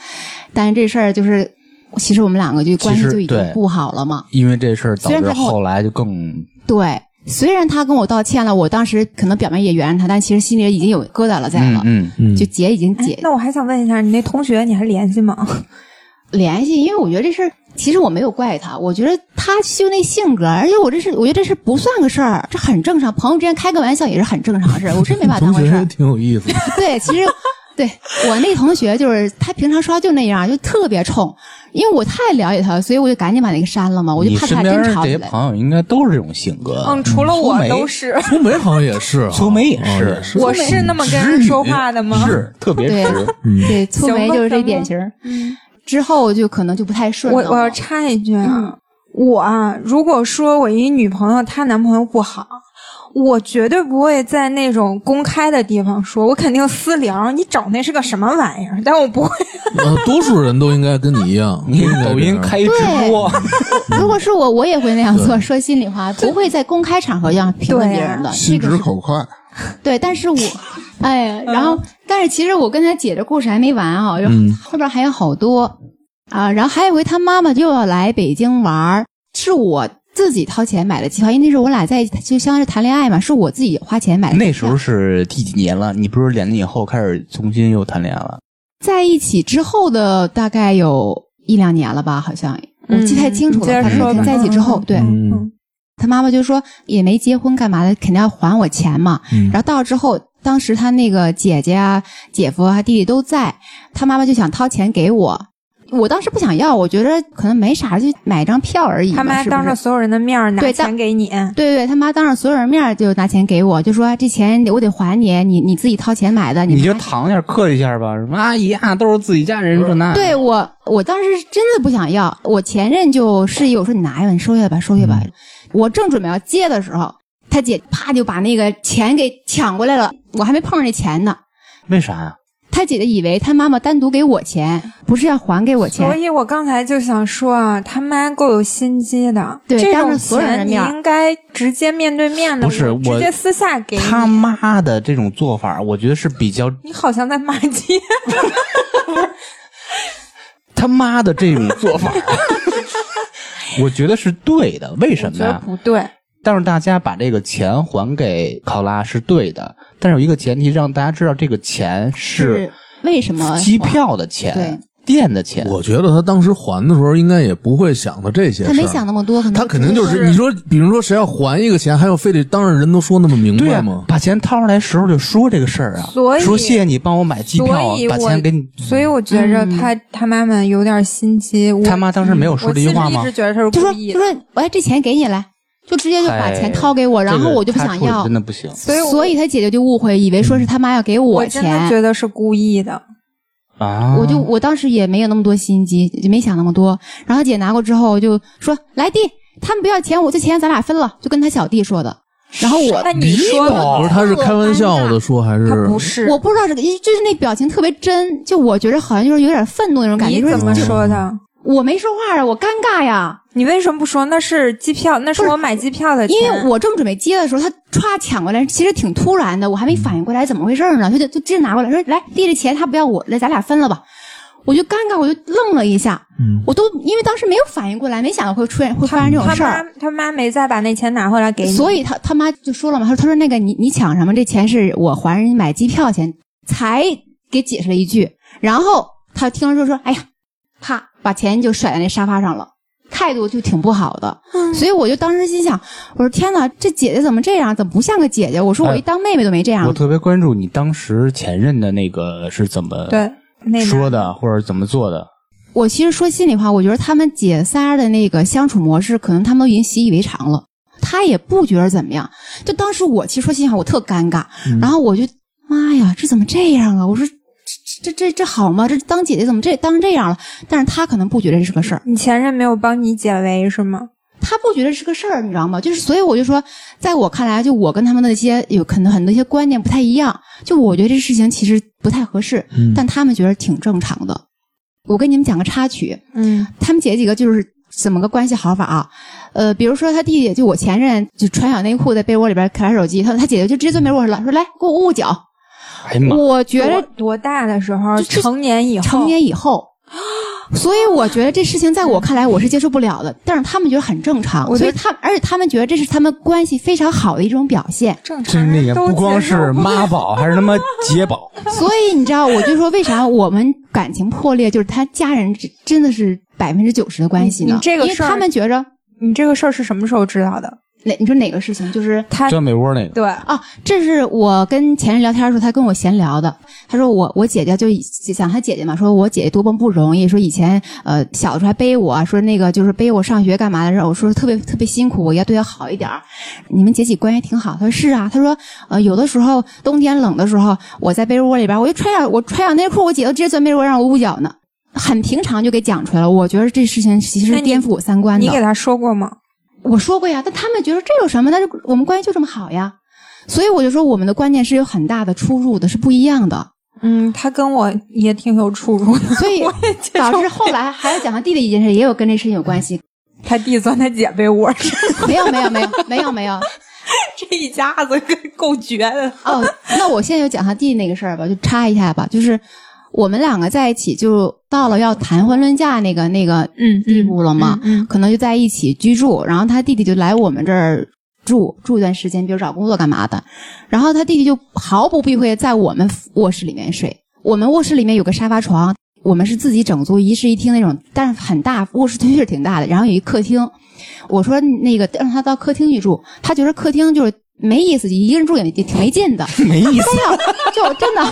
但是这事儿就是，其实我们两个就关其系实就已对经不好了嘛。因为这事儿导虽然致他跟我后来就更对，虽然他跟我道歉了，我当时可能表面也原谅他，但其实心里已经有疙瘩了在了。嗯嗯就结已经哎结、那我还想问一下，你那同学你还联系吗？联系，因为我觉得这事儿其实我没有怪他，我觉得他就那性格，而且我这是我觉得这事不算个事儿，这很正常，朋友之间开个玩笑也是很正常的事儿，我真没把他当 同回学事 也儿。挺有意思的，对，其实对我那同学就是他平常说话就那样，就特别冲，因为我太了解他了，所以我就赶紧把那个删了嘛，我就你怕身他边真吵起这些来。朋友应该都是这种性格。嗯，除了苏我梅都是。苏梅好像也是啊， 苏梅也哦是是我是那么跟人说话的吗？是特别对直，对，粗行眉吧就是这咱们典型儿。之后就可能就不太顺 我了。我要插一句啊，我啊，如果说我一女朋友她男朋友不好，我绝对不会在那种公开的地方说，我肯定私聊。你找那是个什么玩意儿？但我不会，呃，多数人都应该跟你一 样，你都应该抖这音样开直播，嗯如果是我，我也会那样做。说心里话，不会在公开场合这样评论别人啊的。这心个直是口快，对，但 是我，哎呀，然嗯后，但是其实我跟他姐的故事还没完啊，然后后边还有好多啊。然后还有一回，他妈妈又要来北京玩儿，是我自己掏钱买的机票，因为那时候我俩在一起，就相当于是谈恋爱嘛，是我自己花钱买的机票。 那时候是第几年了？你不是两年以后开始重新又谈恋爱了？在一起之后的大概有一两年了吧，好像我记不太清楚嗯你接着了。反说吧正在一起之后，对，嗯，他妈妈就说也没结婚干嘛的，肯定要还我钱嘛。然后到之后，当时他那个姐姐啊、姐夫啊、弟弟都在，他妈妈就想掏钱给我。我当时不想要，我觉得可能没啥，就买张票而已嘛。他妈是不是当着所有人的面儿拿对当钱给你，对对，他妈当着所有人面儿就拿钱给我，就说这钱我得还你，你你自己掏钱买的，你啊你就拿搪一下客气一下吧，什么阿姨啊，都是自己家人，这那。对我，我当时真的不想要。我前任就示意我说：“你拿下吧，你收下吧，收下吧。我正准备要接的时候，他姐啪就把那个钱给抢过来了，我还没碰上那钱呢。为啥呀？他姐姐以为他妈妈单独给我钱，不是要还给我所钱。以我刚才就想说啊，他妈够有心机的。对这当种着所有人的钱你面儿应该直接面对面的，不是直我接私下给你。他妈的这种做法，我觉得是比较你好像在 骂街，他妈 的这种做法，我觉得是对的。为什我么觉得呀？不对。但是大家把这个钱还给考拉是对的，但是有一个前提，让大家知道这个钱是为什么机票的对钱、店的钱。我觉得他当时还的时候，应该也不会想到这些事他儿。没想那么多，可能他肯定就是是你说，比如说谁要还一个钱，还要非得当着人都说那么明对白啊吗，？把钱掏出来时候就说这个事儿啊，所以说谢谢你帮我买机票啊所以，我把钱给你。所以我觉着他、嗯他妈妈有点心机。我他妈当时没有说我这其句实话一吗直？觉得他是就故说意就的，说哎，这钱给你来，就直接就把钱掏给我，然后我就不想这个他处要理真。的不行。所以我所以他姐姐就误会，以为说是他妈要给我真的钱。觉得是故意的。啊！我就我当时也没有那么多心机，就没想那么多。然后姐拿过之后就说：“来弟，他们不要钱，我这钱咱俩分了。”就跟他小弟说的。然后我那你说的不是，他是开玩笑的说还他是？不是我不知道这个，就是那表情特别真，就我觉得好像就是有点愤怒那种感觉。你就是怎么说的？我没说话啊，我尴尬呀，你为什么不说？那是机票，那是我买机票的钱。啊因为我正准备接的时候，他歘抢过来，其实挺突然的，我还没反应过来怎么回事呢，他就就直接拿过来说：“来，弟这钱他不要我，来咱俩分了吧。”我就尴尬，我就愣了一下，我都因为当时没有反应过来，没想到会出现会发生这种他事儿。妈他妈没再把那钱拿回来给你，所以他他妈就说了嘛，他说他说那个你你抢什么？这钱是我还人买机票钱，才给解释了一句。然后他听了之后说，哎呀，啪，把钱就甩在那沙发上了，嗯态度就挺不好的。所以我就当时心想，我说天哪，这姐姐怎么这样？怎么不像个姐姐？我说我一当妹妹都没这样。我特别关注你当时前任的那个是怎么对那说的的，或者怎么做的。我其实说心里话，我觉得他们姐仨的那个相处模式，可能他们都已经习以为常了，他也不觉得怎么样。就当时我其实说心里话，我特尴尬，然后我就妈呀，这怎么这样啊？我说这这这这好吗？这当姐姐怎么这当成这样了？但是他可能不觉得这是个事儿，你前任没有帮你解围是吗？他不觉得是个事儿，你知道吗？就是所以我就说，在我看来，就我跟他们的一些有可能很多一些观念不太一样，就我觉得这事情其实不太合适，但他们觉得挺正常的。我跟你们讲个插曲，嗯，他们姐几个就是怎么个关系好法啊？呃，比如说他弟弟，就我前任，就穿小内裤在被窝里边看玩手机，他他姐姐就直接钻被窝上了，说来给我捂捂脚。哎呀妈！我觉多得多大的时候？就是成年以后，成年以后，所以我觉得这事情在我看来我是接受不了的，但是他们觉得很正常，我觉所得以他而且他们觉得这是他们关系非常好的一种表现。正这常人那个都不接光受是不了妈宝，还是他妈姐宝。所以你知道，我就说为啥我们感情破裂，就是他家人真真的是百分之九十的关系你呢你，这个因为事儿他们觉着你这个事儿是什么时候知道的？哪你说哪个事情就是他钻被窝那个，对，啊，这是我跟前任聊天的时候，他跟我闲聊的。他说我我姐姐就以讲他姐姐嘛，说我姐姐多么不容易，说以前呃小的时候还背我，说那个就是背我上学干嘛的，然后我说特别特别辛苦，我要对她好一点儿。你们姐姐关系挺好。他说是啊，他说呃有的时候冬天冷的时候，我在被窝里边，我就穿上我穿上内裤，我姐都直接钻被窝让我捂脚呢，很平常就给讲出来了。我觉得这事情其实那是你颠覆我三观的。你给他说过吗？我说过呀，但他们觉得这有什么？但是我们关系就这么好呀，所以我就说我们的观念是有很大的出入的，是不一样的。嗯，他跟我也挺有出入的。所 以导致后来还要讲他弟弟一件事，也有跟这事情有关系。他弟钻他姐被窝，没有没有没有没有没有。这一家子够绝的。哦，那我现在就讲他弟弟那个事儿吧，就插一下吧，就是我们两个在一起，就到了要谈婚论嫁那个那个嗯，地步了嘛，嗯可能就在一起居住。然后他弟弟就来我们这儿住住一段时间，比如找工作干嘛的。然后他弟弟就毫不避讳地在我们卧室里面睡。我们卧室里面有个沙发床，我们是自己整租一室一厅那种，但是很大，卧室确实挺大的。然后有一客厅，我说那个让他到客厅去住，他觉得客厅就是。没意思，一个人住也也挺没劲的， 没意思。非要就真的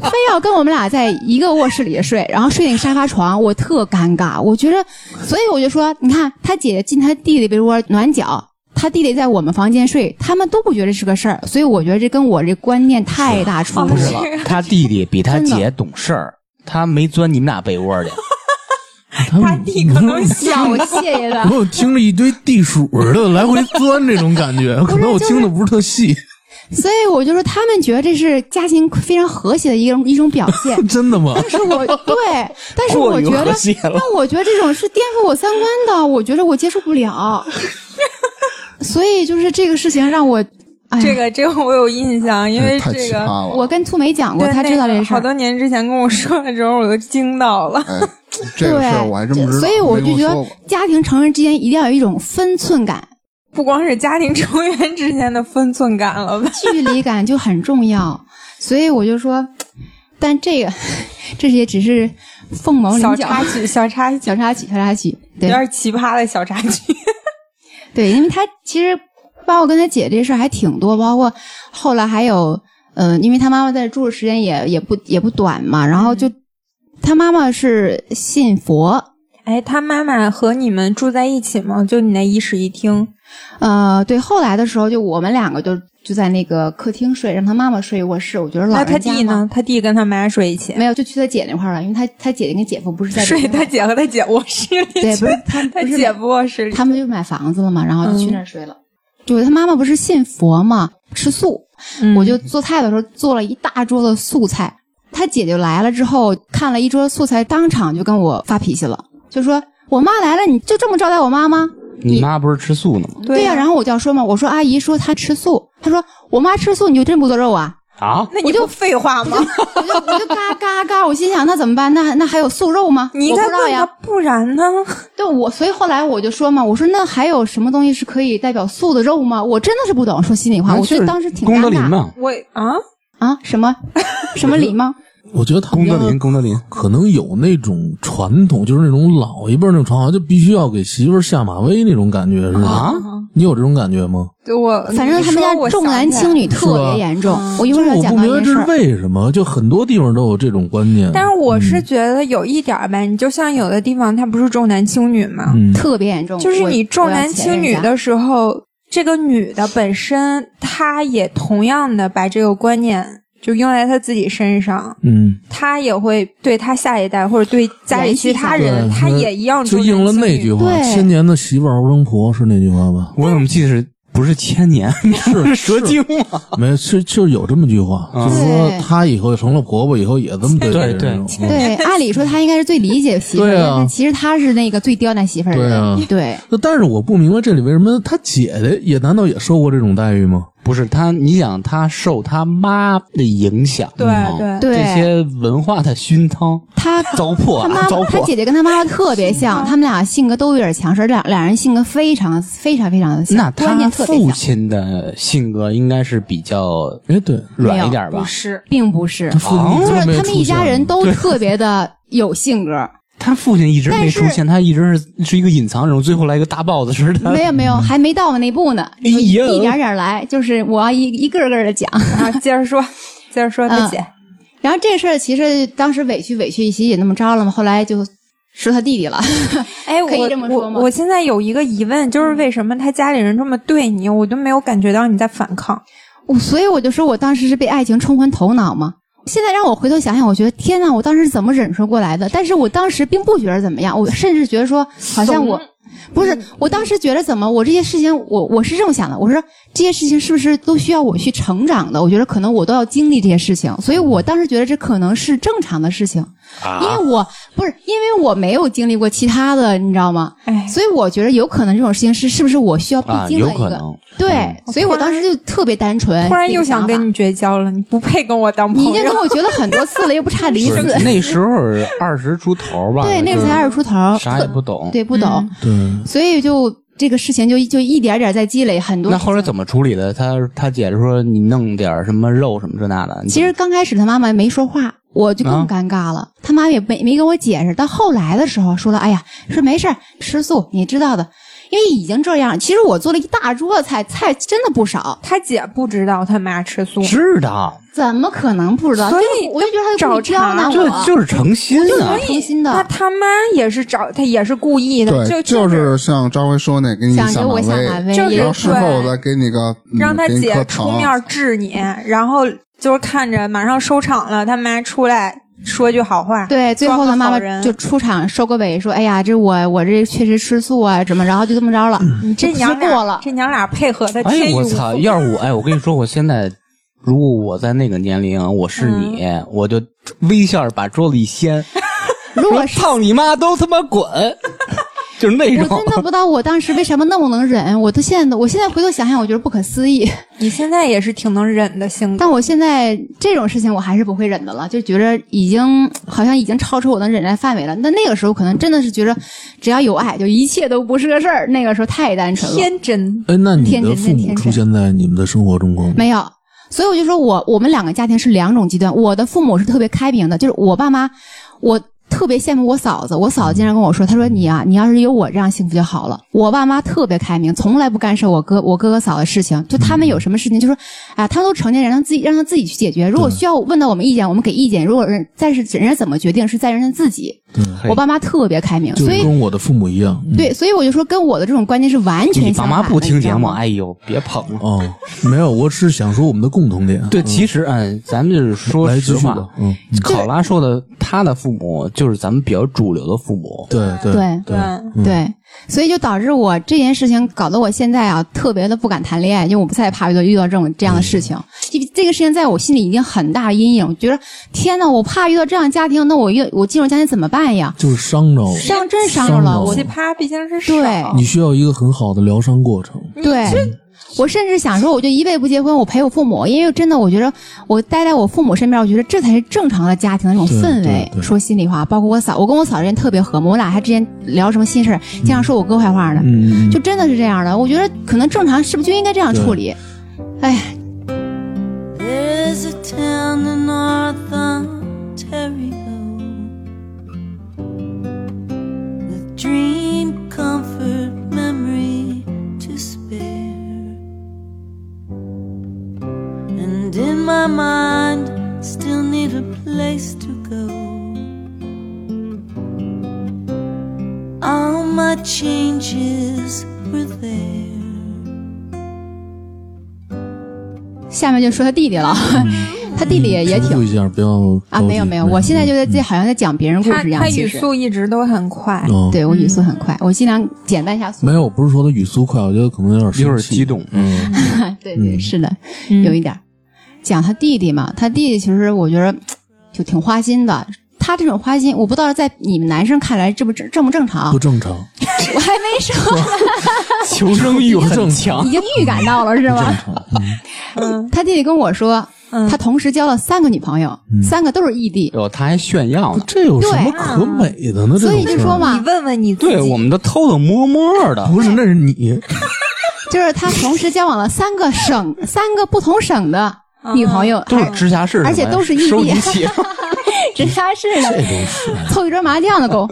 非要跟我们俩在一个卧室里睡，然后睡那个沙发床，我特尴尬。我觉得所以我就说，你看他姐姐进他弟弟被窝暖脚，他弟弟在我们房间睡，他们都不觉得是个事儿。所以我觉得这跟我这观念太大出入不是了。哦 了，他弟弟比他真姐懂事儿，他没钻你们俩被窝去。他弟可能嗯想我谢谢他。我听着一堆地鼠似的来回钻这种感觉，可能我听的不是特细，所以我就说，他们觉得这是家庭非常和谐的一种一种表现。 真的吗？但是我对，但是 我觉过于得和谐了，但我觉得这种是颠覆我三观的，我觉得我接受不了。所以就是这个事情让我，哎呀， 这个这个我有印象，因为哎太这奇葩个了。我跟兔梅讲过，对她那知道个这事好儿。多年之前跟我说的时候，我都惊到了。哎，这个事儿我还真不知道，所以我就没觉跟得说过家庭成人之间一定要有一种分寸感，不光是家庭成员之间的分寸感了吧？距离感就很重要，所以我就说，但这个 这些只是凤毛麟小角，插曲，小插曲，小插曲，小插曲，有哦对点奇葩的小插曲。对，因为他其实包括跟他姐这事儿还挺多，包括后来还有呃，因为他妈妈在这住的时间也也不也不短嘛，然后嗯就、他妈妈是信佛，哎，他妈妈和你们住在一起吗？就你那一室一厅，呃，对，后来的时候就我们两个就就在那个客厅睡，让他妈妈睡卧室，我觉得老那他人家弟嘛呢？他弟跟他妈睡一起，没有，就去他姐那块儿了，因为他他姐姐跟姐夫不是在睡北京吗他姐和他姐卧室里去，对，不是他 他不是姐嗯夫卧室里。他们就买房子了嘛，然后就去那儿睡了。就他妈妈不是信佛嘛，吃素，嗯我就做菜的时候做了一大桌子素菜。他姐姐来了之后，看了一桌素菜，当场就跟我发脾气了，就说：“我妈来了，你就这么招待我妈吗？”你妈不是吃素呢吗？对呀、呀，然后我就要说嘛，我说阿姨说她吃素，她说我妈吃素，你就真不做肉啊？啊，那你不废话吗？我就我就嘎嘎嘎，我心想那怎么办？那那还有素肉吗？你应我该不知道问他，呀。不然呢？对，我所以后来我就说嘛，我说那还有什么东西是可以代表素的肉吗？我真的是不懂，说心里话，啊我觉得当时挺功尴德林尬嘛，我啊，啊，什 么什么林吗？ 我觉得他功们德家林，功德林，可能有那种传统，就是那种老一辈儿那种传统，就必须要给媳妇儿下马威那种感觉似的啊你有这种感觉吗？对呃我反正他们家重男轻女。女特别严重，我一会儿就是要我讲不到明一件白啊这事是儿。为什么，就很多地方都有这种观念。但是我是觉得有一点儿吧，你就像有的地方它不是重男轻女嘛，嗯，特别严重，就是我你重男轻我女，要的时候，这个女的本身她也同样的把这个观念就用在她自己身上，嗯，她也会对她下一代或者对家里延续其他下人，对她也一样就重男应了轻那女句话嗯对：“千年的媳妇儿熬成婆”，是那句 话吧？我怎么记得是不是千年 是蛇精啊？没，是就是有这么句话，就是说嗯对她以后成了婆婆以后也这嗯么对对别人讲 对，按理说他应该是最理解媳妇儿的，对啊但其实他是那个最刁难媳妇儿的对人啊， 对。那但是我不明白这里为什么她姐姐也难道也受过这种待遇吗？不是他，你想他受他妈的影响，对嗯对对这些文化的熏汤他糟粕他啊，妈糟他粕。姐姐跟他妈妈特别像，他们俩性格都有点强势，两两人性格非常非常非常的像，那观念他特别父像，亲的性格应该是比较哎，对，软一点不吧？是，并不是她，父亲就一直是没他出们一家现人吗都特别的有性 格，他父亲一直没出现，他一直是是一个隐藏人物，最后来一个大 boss 似的。没有没有，嗯还没到那步呢，哎呀一点点来，就是我要一一个个的讲。 啊，接着说，接着说，嗯她姐，然后这事儿其实当时委屈委屈，其实也那么着了嘛，后来就说他弟弟了，哎，可以这么我说我吗我现在有一个疑问，就是为什么她家里人这么对你，我都没有感觉到你在反抗？我哦所以我就说我当时是被爱情冲昏头脑嘛。现在让我回头想想，我觉得天呐，我当时是怎么忍受过来的？但是我当时并不觉得怎么样，我甚至觉得说，好像我不是，我当时觉得怎么，我这些事情，我我是这么想的，我说这些事情是不是都需要我去成长的？我觉得可能我都要经历这些事情，所以我当时觉得这可能是正常的事情，因为我不是因为我没有经历过其他的，你知道吗？哎，所以我觉得有可能这种事情是是不是我需要必啊，经的有一可个、能。嗯对，所以我当时就特别单纯，哦突然这个又想法 跟你绝交了，你不配跟我当朋你已友。经跟我觉得很多次了，又不差这一 不次。是那时候二十出头吧？对，那时候才二十出头，啥也不懂。对，不懂，对，嗯所以就这个事情就就一点点在积累很多。那后来怎么处理的？他他姐姐说你弄点什么肉什么这那的。你其实刚开始他妈妈没说话，我就更啊尴尬了。他妈也没没跟我解释，到后来的时候说了：“哎呀，说没事儿，吃素，你知道的。”因为已经这样，其实我做了一大桌子菜，菜真的不少，他姐不知道他妈吃素，知道，怎么可能不知道？所以就是我就觉得他找故意刁难茬这我，就是诚心啊！诚心的那他妈也是找他也是故意的，对，就是像张辉说那，给嗯你想下给马我下马威，威，就是也然后有事后我再给你个，嗯让他给你颗姐出糖面治你，然后就是看着马上收场了，他妈出来说句好话，对，最后装个他妈好妈人就出场收个尾，说：“哎呀，这我我这确实吃素啊，怎么？”然后就这么着了，你这就娘过俩了这娘俩配合的哎天衣呦我无操！缝。要是我哎，我跟你说，我现在如果我在那个年龄，我是你，嗯我就 微笑着把桌子一掀，如果是操你妈，都他妈滚！ 就是那我种。真的不知道我当时为什么那么能忍，我都现在都，我现在回头想想，我觉得不可思议。你现在也是挺能忍的性格，但我现在这种事情我还是不会忍的了，就觉得已经好像已经超出我能忍耐范围了。那那个时候可能真的是觉得，只要有爱，就一切都不是个事儿。那个时候太单纯了，天真。哎，那你天真的的父母天真出现在你们的生活中吗？没有。所以我就说我我们两个家庭是两种极端。我的父母是特别开明的，就是我爸妈，我特别羡慕我嫂子。我嫂子经常跟我说，她说你啊，你要是有我这样幸福就好了。我爸妈特别开明，从来不干涉我哥我哥哥嫂的事情。就他们嗯有什么事情，就说啊，他们都成年人，让自己让他自己去解决。如果需要问到我们意见，我们给意见。如果人但是人家怎么决定是在人家自己。我爸妈特别开明，就所以跟我的父母一样。嗯对，所以我就说跟我的这种观念是完全你相爸反妈的。不听你知节道目，吗哎呦，别捧了。哦，没有，我是想说我们的共同点。对，其实嗯，咱们就是说来继实续话吧，嗯，考拉说的，他的父母就是咱们比较主流的父母，对对对对，对，所以就导致我这件事情搞得我现在啊特别的不敢谈恋爱，因为我不再怕遇到遇到这种这样的事情。这、这个事情在我心里已经很大的阴影，我觉得天呐，我怕遇到这样的家庭，那我遇我进入家庭怎么办呀？就是伤着我。伤真伤着伤了，着我了奇葩毕竟是少，对你需要一个很好的疗伤过程。对。我甚至想说，我就一辈不结婚，我陪我父母，因为真的，我觉得我待在我父母身边，我觉得这才是正常的家庭的那种对氛对围。对说心里话，包括我嫂，我跟我嫂之间特别和睦，我俩还之前聊什么心事儿，经常说我哥坏话呢。嗯，就真的是这样的。我觉得可能正常是不是就应该这样处理？哎， There's a town in North Ontario with dream, comfort, memory to spare. And in my mind, still need a place to go. All my changes were there. 下面就说他弟弟了，嗯 他弟弟也也平复挺一下，不要啊，没有没有，我现在嗯就在这好像在讲别人故他事一样他。其语实，速一直都很快，嗯，对我语速很快，我尽量减慢一下速没度。有，我不是说他语速快，我觉得可能有点生气有点激动嗯， 对对，是的，有一点儿。讲他弟弟嘛，他弟弟其实我觉得就挺花心的。他这种花心，我不知道在你们男生看来这不正正不正常不？正常， 我还没说，求生欲很强已。经预感到了是吗？嗯他弟弟跟我说，他同时交了三个女朋友，嗯三个都是异地。哟，他还炫耀呢。这有什么可美的呢？这啊所以种事就儿说嘛你，问问你自己，对，我们都偷偷摸摸的，不是，那是你，就是他同时交往了三个省、三个不同省的女朋友，都是直辖市什么呀，而且都是异地收集 起来。直辖市的，凑一桌麻将的够。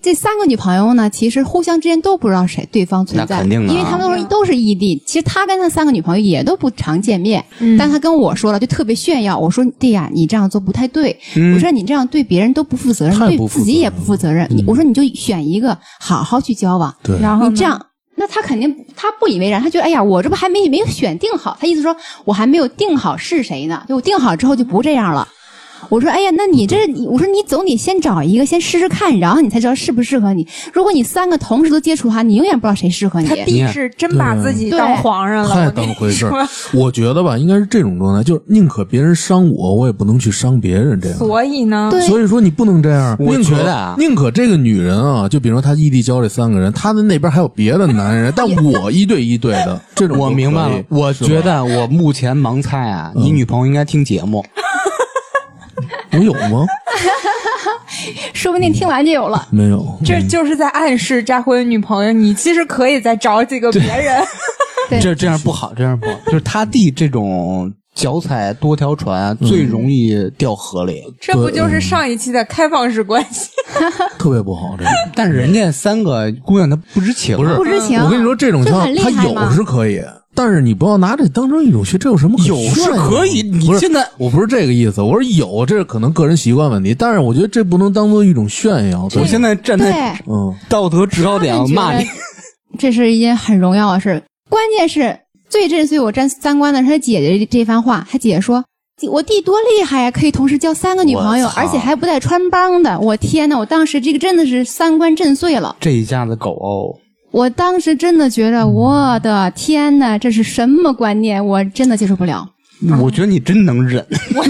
这三个女朋友呢，其实互相之间都不知道谁对方存那在，肯定的啊因为他们都是都是异地。其实他跟他三个女朋友也都不常见面，嗯但他跟我说了，就特别炫耀。我说：“弟呀，你这样做不太对。我说：“你这样对别人都不负责任，太对不负责自己也不负责任。你我说：“你就选一个好好去交往。”对，然后你这样，那他肯定他不以为然，他觉得哎呀，我这不还没没有选定好，他意思说我还没有定好是谁呢，就我定好之后就不这样了。我说，哎呀，那你这，你我说你总得先找一个，先试试看，然后你才知道适不适合你。如果你三个同时都接触的话，你永远不知道谁适合你。他弟是真把自己当皇上了，太我跟当你回事说儿。我觉得吧，应该是这种状态，就是宁可别人伤我，我也不能去伤别人，这样。所以呢，对所以说你不能这样，我宁可觉得啊宁可这个女人啊，就比如说她异地交这三个人，她的那边还有别的男人，但我一对一对的，这种我明白了，我觉得得我目前盲猜啊，你女朋友应该听节目，我有吗？说不定听完就有了。没有，这就是在暗示扎辉女朋友，你其实可以再找几个别人。对这这样不好，这样不好。就是他弟这种脚踩多条船，最容易掉河里。 这不就是上一期的开放式关系？特别不好，这个但是人家三个姑娘她嗯不知情，不是不知情我跟你说，这种这情况很厉害她有吗是可以，但是你不要拿这当成一种学，这有什么可有炫是耀的可以你不是现在我不是这个意思，我说有，这是可能个人习惯问题，但是我觉得这不能当做一种炫耀。对我现在站对，在嗯，道德制高点，我骂 你。这是一件很荣耀的事。关键是最震碎我占三观的是他姐姐这番话，他姐说。我弟多厉害呀、可以同时交三个女朋友我，操而且还不带穿帮的。我天呐，我当时这个真的是三观震碎了。这一家子狗哦，我当时真的觉得，我的天呐，这是什么观念？我真的接受不了。我觉得你真能忍，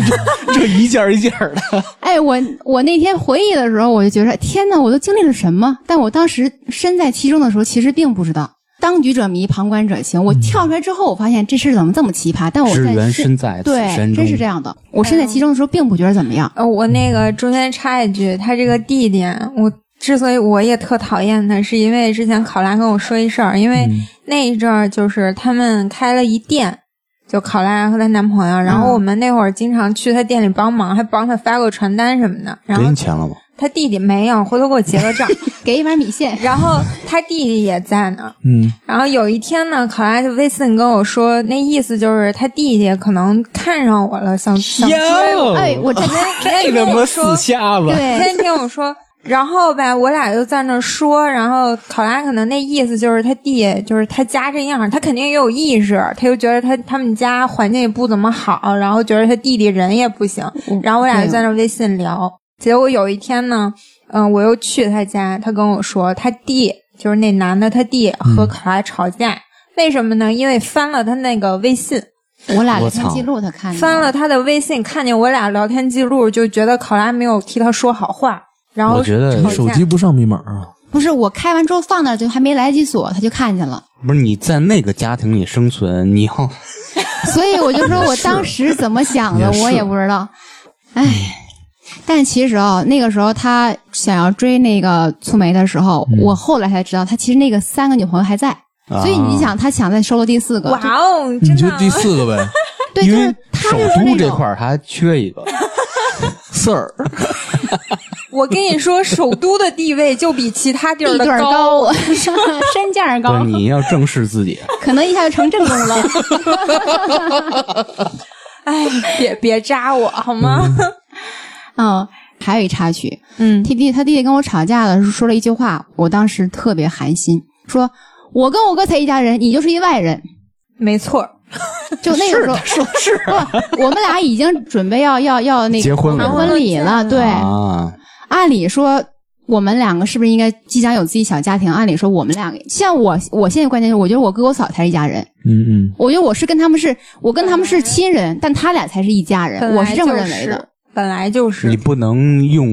这一件一件 的。哎，我我那天回忆的时候，我就觉得天哪，我都经历了什么？但我当时身在其中的时候，其实并不知道。当局者迷，旁观者清。我跳出来之后，我发现这事儿怎么这么奇葩？但我只在缘身身在此对山，中真是这样的。我身在其中的时候，并不觉得怎么样。呃，我那个中间插一句，他这个地点，我之所以我也特讨厌他，是因为之前考拉跟我说一事儿，因为那一阵儿就是他们开了一店，就考拉和她男朋友，然后我们那会儿经常去她店里帮忙，还帮她发过传单什么的。然给后你钱了吗？她弟弟没有，回头给我结个账。给一碗米线，然后她弟弟也在那儿，嗯，然后有一天呢，考拉就微信跟我说，那意思就是他弟弟可能看上我了，想想追我。哦哎，我真的那这他妈死瞎子！那 对天听我说，然后吧，我俩就在那说，然后考拉可能那意思就是他弟，就是他家这样，他肯定也有意识，他又觉得他他们家环境也不怎么好，然后觉得他弟弟人也不行，然后我俩就在那微信聊。结果有一天呢，嗯、我又去他家，他跟我说他弟就是那男的，他弟和考拉吵架。为什么呢？因为翻了他那个微信，我俩聊我天操记录他看的翻了他的微信，看见我俩聊天记录，就觉得考拉没有替他说好话，然后我觉得吵你架手机不上密码啊？不是我开完之后放那儿，就还没来得及锁，他就看见了。不是你在那个家庭里生存，你要 所以我就说我当时怎么想的，也是我也不知道。唉，但其实啊，那个时候他想要追那个粗梅的时候，嗯我后来才知道，他其实那个三个女朋友还在。啊所以你想，他想再收了第四个，哇就哦，你真就的啊第四个呗，对，因就为是他首就是都那这种块儿还 缺一个，四儿，我跟你说，首都的地位就比其他地儿地的段儿高。高，身价儿高不，是你要正视自己。 可能一下就成正宫 了。哎，别别扎我好吗？嗯，还有一插曲， 嗯，弟弟他弟弟跟我吵架的时候说了一句话，我当时特别寒心，说我跟我哥才一家人，你就是一外人。没错儿，就那个时候说是不， 我们俩已经准备要要要那个结婚了谈婚礼了，对，啊，按理说。我们两个是不是应该即将有自己小家庭？按理说，我们两个像我，我现在关键是，我觉得我哥我嫂才是一家人。嗯嗯，我觉得我是跟他们是，我跟他们是亲人，但他俩才是一家人。本我来是这就么认为的。，本来就是你。不能用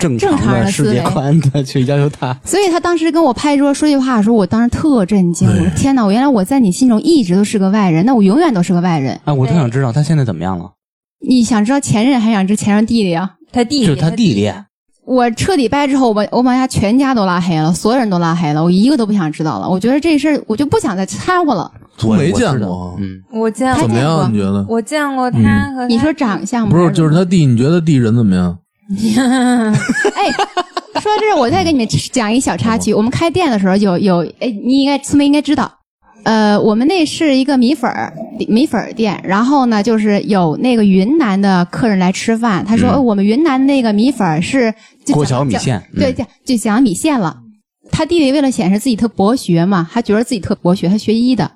正正常常的的思世界维观的去要求他。所以他当时跟我拍桌说这句话的时候，我当时特震惊。我说天哪，我原来我在你心中一直都是个外人，那我永远都是个外人。哎，我特想知道他现在怎么样了？你想知道前任还想知前任弟弟啊？他弟弟，就是他弟啊弟，我彻底掰之后，我把我把他全家都拉黑了，所有人都拉黑了，我一个都不想知道了。我觉得这事儿我就不想再掺和了。都没我见知道过，嗯，我见他过，怎么见过样？你觉得？我见过他和他你说长相吗不是，就是他弟，你觉得弟人怎么样？哎，说到这儿，我再给你们讲一小插 曲。我们开店的时候有有，哎，你应该苏梅应该知道。呃，我们那是一个米粉儿米粉儿店，然后呢，就是有那个云南的客人来吃饭，他说、嗯哦我们云南那个米粉儿是就过讲桥米讲线，对，嗯就就讲米线了。他弟弟为了显示自己特博学嘛，他觉得自己特博学，他学医的。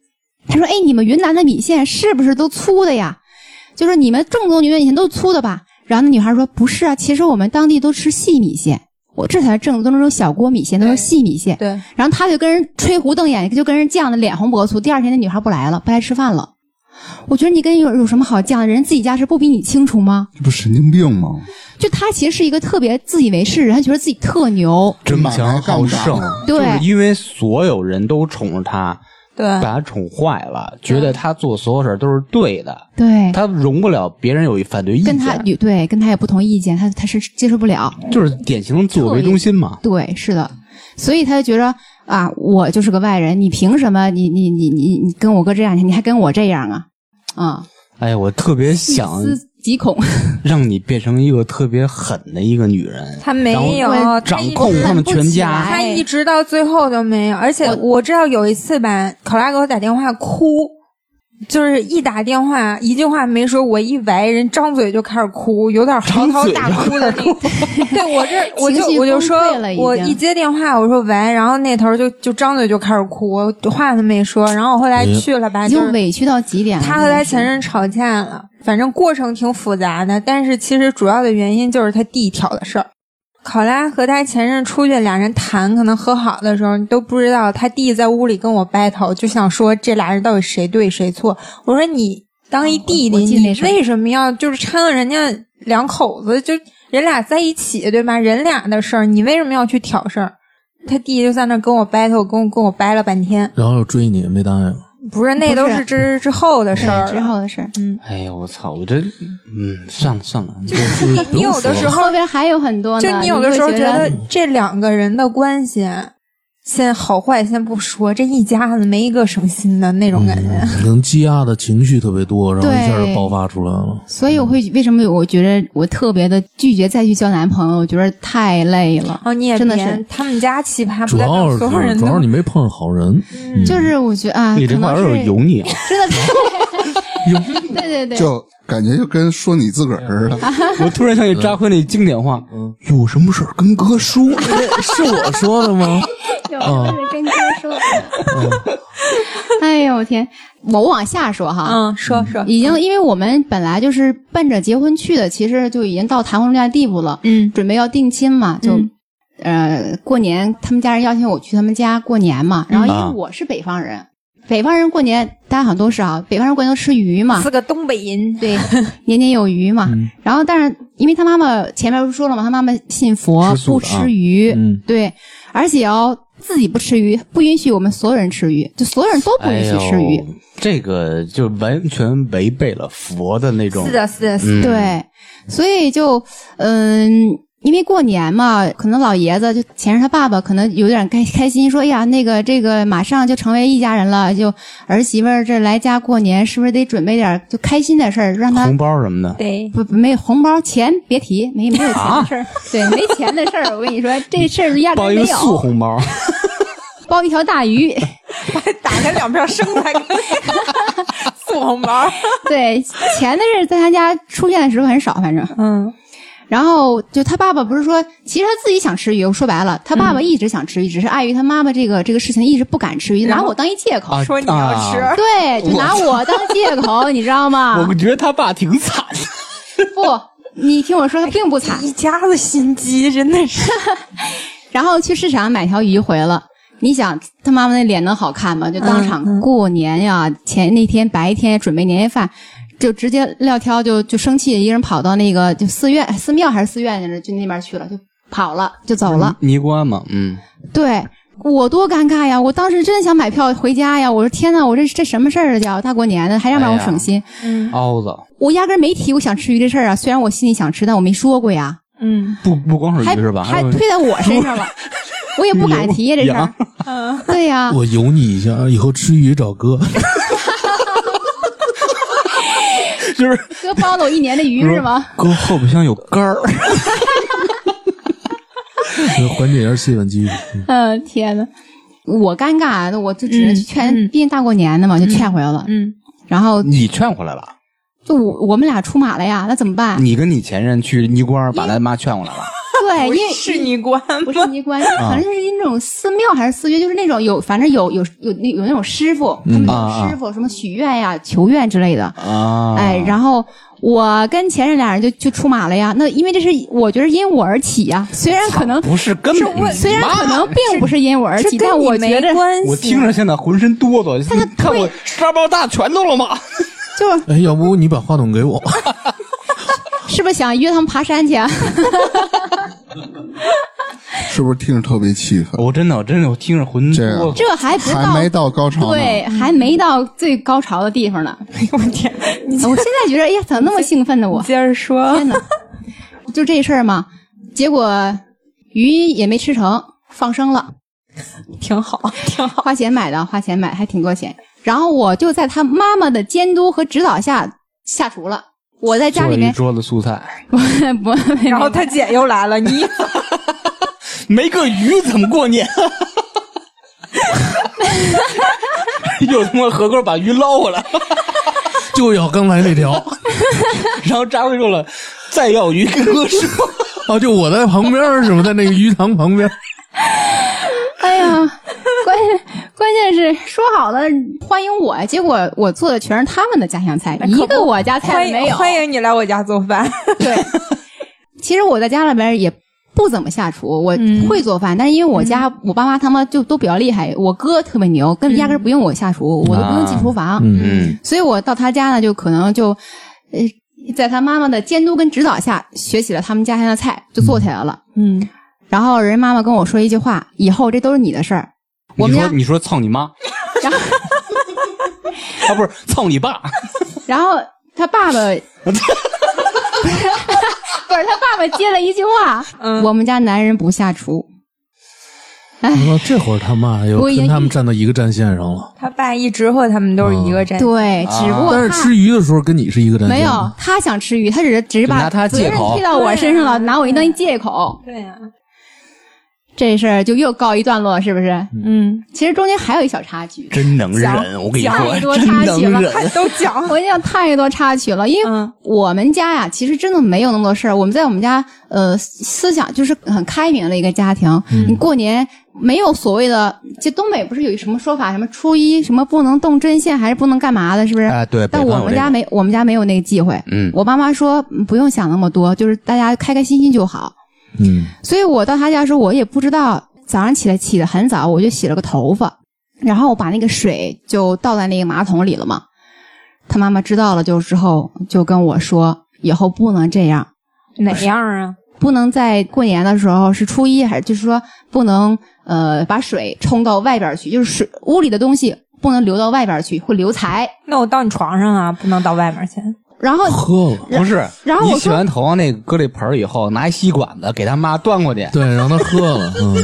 他说：“哎，你们云南的米线是不是都粗的呀？就是你们正宗云南米线都是粗的吧？”然后那女孩说：“不是啊，其实我们当地都吃细米线，我这才是正宗那种小锅米线，都是细米线。”对，然后他就跟人吹胡瞪眼，就跟人犟的脸红脖子粗。第二天那女孩不来了，不来吃饭了。我觉得你跟人有有什么好犟的？人自己家事不比你清楚吗？这不神经病吗？就他其实是一个特别自以为是的人，他觉得自己特牛。争买强卖好杠杆胜，对就是因为所有人都宠着他，对，把他宠坏了，觉得他做所有事儿都是对的，嗯对，他容不了别人有一反对意跟他见，有对跟他有不同意见，他他是接受不了。就是典型的自我为中心嘛。对，是的，所以他就觉得啊，我就是个外人，你凭什么你你你你你跟我哥这样，你还跟我这样啊？啊，哎呀，我特别想细思极恐，让你变成一个特别狠的一个女人，他没有然后他一掌控他们全哎家。他一直到最后都没有，而且我知道有一次吧，考拉给我打电话哭，就是一打电话一句话没说，我一喂人张嘴就开始哭，有点嚎啕大哭的那种。对我 这我就情绪我就说崩溃了已，经我一接电话我说喂，然后那头就就张嘴就开始哭，我话都没说。然后我后来去了吧， 已啊就经是委屈到极点了。他和他真的是前任吵架了，反正过程挺复杂的，但是其实主要的原因就是他弟挑的事儿。考拉和他前任出去，俩人谈，可能和好的时候，你都不知道他弟在屋里跟我 battle，就想说这俩人到底谁对谁错。我说你当一弟弟，哦我记得你那事儿为什么要就是掺和人家两口子？就人俩在一起，对吧？人俩的事儿，你为什么要去挑事儿？他弟弟就在那跟我 battle，跟我跟我掰了半天，然后又追你，没答应。不是，那不都是是之之后的事儿了。之后的事儿。哎呀，我操！我这，嗯，算了算 了，啊你有的时候后边还有很多呢，就你有的会时候觉得得这两个人的关系，啊先好坏先不说，这一家子没一个省心的那种感觉。嗯可能积压的情绪特别多，然后一下就对爆发出来了。所以我会为什么我觉得我特别的拒绝再去交男朋友，我觉得太累了。哦，你也真的别是，他们家奇葩，不主代要表是所有人主都嗯要是你没碰上好人，嗯就是我觉得啊，你可这话能有点是油腻啊。真的对对对啊对，就感觉就跟说你自个儿似的。我突然想起嗯扎辉那经典话：“有什么事儿跟哥说。 是我说的吗？有就是跟哥说。啊 哎呦我天，我往下说哈，嗯，说说，已经因为我们本来就是奔着结婚去的，其实就已经到谈婚论嫁地步了，嗯准备要定亲嘛，就嗯呃过年他们家人邀请我去他们家过年嘛，然后因啊为我是北方人，北方人过年大家好像都是啊，北方人过年都吃鱼嘛，四个东北人， 对，年年有余嘛。嗯然后，但是因为他妈妈前面不是说了嘛，他妈妈信佛吃，素不的啊吃鱼，嗯对，而且要自己不吃鱼，不允许我们所有人吃鱼，就所有人都”不哎允许呦吃鱼。，这个就完全违背了佛的那种。是的，是的，是的。嗯，对，所以就嗯。因为过年嘛，可能老爷子就前世他爸爸可能有点开开心，说：“哎呀，那个这个马上就成为一家人了，就儿媳妇儿这来家过年，是不是得准备点儿就开心的事儿，让他红包什么的，对，不不没红包钱别提，没没有钱的事儿，对，没钱的事儿，我跟你 说这事儿压根啊包儿一没个素有，红 包。包一条大 鱼， 打开两票生 来个送红包。对，钱的事儿在他家出现的时候很少，反正。嗯，然后就他爸爸不是说，其实他自己想吃鱼，说白了，他爸爸一直想吃嗯鱼，只是碍于他妈妈这个这个事情一直不敢吃鱼，拿我当一借口， 啊说你要吃，啊对，就拿我当借 口，你知道吗？我觉得他爸挺惨的。 不，你听我说，他并不惨， 一家子心机真的是。然后去市场买条鱼回了。你想他妈妈那脸能好看吗？就当嗯场嗯过年呀，前那天白天准备年夜饭，就直接撂挑就就生气，一个人跑到那个就寺院寺庙还是寺院去了，就那边去了，就跑了就走了。尼姑嘛，嗯，对我多尴尬呀！我当时真的想买票回家呀！我说天呐，我这这什么事儿啊？叫大过年的还让不让我哎呀省心？嗯凹子我压根儿没提我想吃鱼这事儿啊！虽然我心里想吃，但我没说过呀，嗯不不光是还鱼是吧？哎还有推在我身上 了，我也不敢提呀这事儿嗯羊。对呀、我油你一下，以后吃鱼找哥。 就是哥包了我一年的鱼是吗？搁后备箱有杆儿， 缓解一下气氛基础。嗯嗯，天呐，我尴尬，那我就只能去劝，毕竟大过年的嘛，就劝回来了。嗯，然后你劝回来了。就我我们俩出马了呀，那怎么办？你跟你前任去尼姑庵把他妈劝回来了，对，因为是你关不是尼姑庵，啊反正就是那种寺庙还是寺院，就是那种有，反正有有有那有那种师傅，他们有师傅什么许愿呀、求愿之类的。嗯啊 哎，然后我跟前任俩人就就出马了呀。那因为这是我觉得因我而起呀，虽然可能不是根本，虽然可能并不是因我而这起，跟但你我觉没得关系。我听着现在浑身哆嗦，你看我沙包大拳头了吗？就是哎，要不你把话筒给我？ 是不是想约他们爬山 去啊？是不是听着特别气愤？ 我真的，我真的，我听着浑身哆嗦。这还不还没到高潮呢，对，还没到最高潮的地方 呢。哎我天，你我现在觉得，哎呀，怎么那么兴奋呢？我接着说，天呐，就这事儿嘛，结果鱼也没吃成，放生了，挺好，挺好。花钱买的，花钱买还挺多钱。然后我就在他妈妈的监督和指导下下厨了。我在家里面桌子素菜，不 不，没然后他姐又来了， 你没个鱼怎么过年？ 又他妈合哥把鱼捞回来，就要刚才那条然后扎辉说了，再要鱼跟哥说。啊！就我在旁边儿是吗？在那个鱼塘旁 边。哎呀，关 键关键是说好了欢迎我，结果我做的全是他们的家乡菜，一个我家菜哎欢都没迎有。 欢迎你来我家做饭。嗯对，其实我在家里边也不怎么下厨，我会做饭，但是因为我家我爸妈他们就都比较厉害，我哥特别牛，根本压根儿不用我下厨，我都不用进厨房，嗯，所以我到他家呢，就可能就，呃，在他妈妈的监督跟指导下，学起了他们家乡的菜，就做起来了。嗯，然后人妈妈跟我说一句话：“以后这都是你的事儿。”我你们说家，你说操你妈啊，然后不是操你爸，然后他爸爸，不是不是他爸爸接了一句话：“我们家男人不下厨。”你说啊这会儿他妈又我已经跟他们站到一个战线上了，他爸一直和他们都是一个站。对，只不过啊但是他吃鱼的时候跟你是一个战线。没有，他想吃鱼，他只是只是就拿把他责借任口推到我身上了，拿我一当借口。对啊呀、这事儿就又告一段落，是不是？嗯，其实中间还有一小插曲，真能讲忍，我跟你讲太说，多真插曲了能忍。都讲我跟你讲太多插曲了，因为嗯我们家呀，其实真的没有那么多事儿。我们在我们家，呃，思想就是很开明的一个家庭。嗯你过年没有所谓的，就东北不是有什么说法，什么初一什么不能动针线，还是不能干嘛的，是不是？哎对北但方我有们这家个没，我们家没有那个忌讳。嗯我妈妈说嗯不用想那么多，就是大家开开心心就好。嗯，所以我到他家的时候，我也不知道早上起来起得很早，我就洗了个头发，然后我把那个水就倒在那个马桶里了嘛。他妈妈知道了就之后就跟我说，以后不能这样，哪样啊？不能在过年的时候是初一还是就是说不能呃把水冲到外边去，就是水屋里的东西不能流到外边去，会留财。那我到你床上啊，不能到外面去。然后喝了，不是，然后你我洗说完头那个搁这盆儿以后，拿一吸管子给他妈端过去。对，让他喝了，嗯，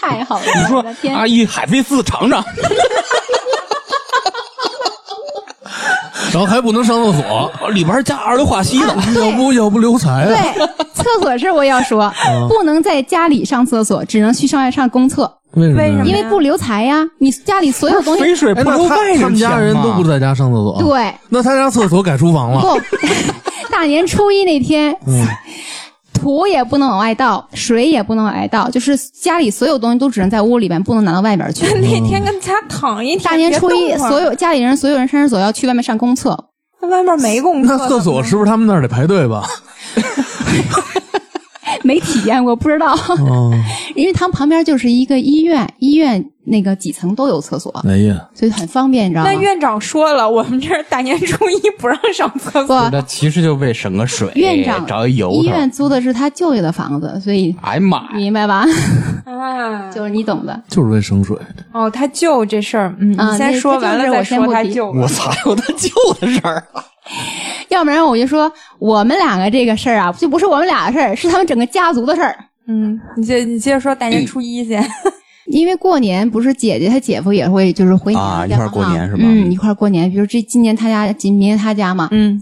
太好了，你我说的天，阿姨海飞丝尝尝，然后还不能上厕所，里边加二硫化硒了。要不要不留财 啊？对，厕所是我要说，不能在家里上厕所，只能去上外上公厕。为什么为什呀？么因为不留财呀，你家里所有东西肥水哎不那流他外人他们家田人嘛都不在家上厕所，，啊对那他家厕所改厨房了，不， 大年初一那天，土也不能往外倒，水也不能往外倒，就是家里所有东西都只能在屋里边，不能拿到外边 去。 那天跟家躺一天，大年初一，别动会儿所有家里人所有人上厕所要去外面上公厕，那外面没功课那，厕所是不是他们那儿得排 队吧？没体验过不知道，哦， 因为他们旁边就是一个医院，医院那个几层都有厕所，哎呀，所以很方便，你知道吗那？院长说了，我们这儿大年初一不让上厕 所。不，那其实就为省个水，院长哎找一由医头。院租的是他舅舅的房子，所以哎呀妈呀！明白 吧？啊，就是你懂的。就是为省水，哦，他舅这事儿，嗯，啊你先那说这完这事儿了再我先说不他提舅。我操，有他舅的事儿，要不然我就说我们两个这个事儿啊，就不是我们俩的事儿，是他们整个家族的事儿。嗯，你接你接着说大嗯年初一去。因为过年不是姐姐她姐夫也会就是回娘家嘛啊一块儿过年是吧嗯，一块儿过年。比如这今年他家，今明年他家嘛，嗯，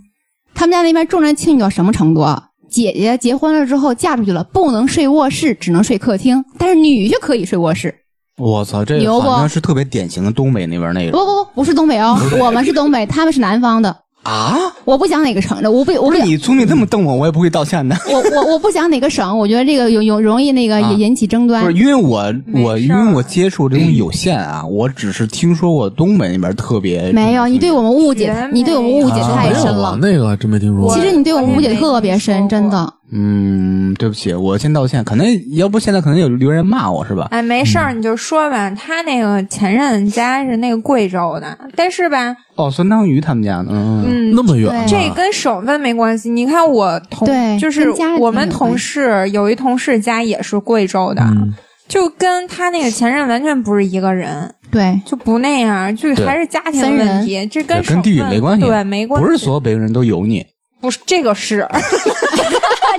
他们家那边重男轻女到什么程度啊？姐姐结婚了之后嫁出去了，不能睡卧室，只能睡客厅，但是女婿可以睡卧室。我操，这牛不好像是特别典型的东北那边那不种不不，不是东 北哦，我们是东北，他们是南方的。啊。我不讲哪个城的，我不我不不是你聪明这么瞪我，我也不会道歉的。我我我不讲哪个省，我觉得这个有有容易那个啊也引起争端。不是因为我我没因事儿为我接触这东西有限啊，我只是听说过东北那边特别没有，你对我们误解绝，美你对我们误解啊太深没有了啊。那个还真没听说过。其实你对我们误解特别深，我也没真的。嗯，对不起，我先道歉。可能要不现在可能有留人骂我是吧？哎，没嗯事儿，你就说吧。他那个前任家是那个贵州的，但是吧，哦，酸汤鱼他们家呢？嗯，嗯，那么远啊，这跟省份没关系。你看我同对就是跟家我们庭有同关系事有一同事家也是贵州的，嗯就跟他那个前任完全不是一个人，对，就不那样，就对还是家庭分人问题，这跟对跟省地域份没关系，对，没关系，不是所有北京人都油腻。不是这个是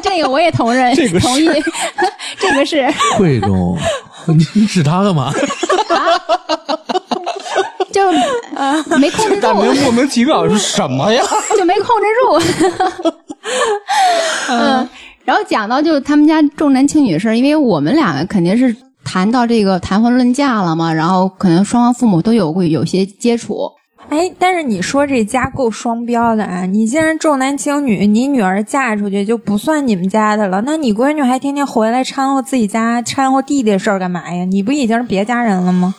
这个我也同认，这个是同意， 这个 是，贵州，你你指他干嘛？就没控制大住明，莫名其妙是什么呀？就没控制住。 嗯，然后讲到就他们家重男轻女的事儿，因为我们俩肯定是谈到这个谈婚论嫁了嘛，然后可能双方父母都有过有些接触。哎，但是你说这家够双标的啊！你既然重男轻女，你女儿嫁出去就不算你们家的了，那你闺女还天天回来掺和自己家、掺和弟弟的事儿干嘛呀？你不已经是别家人了吗？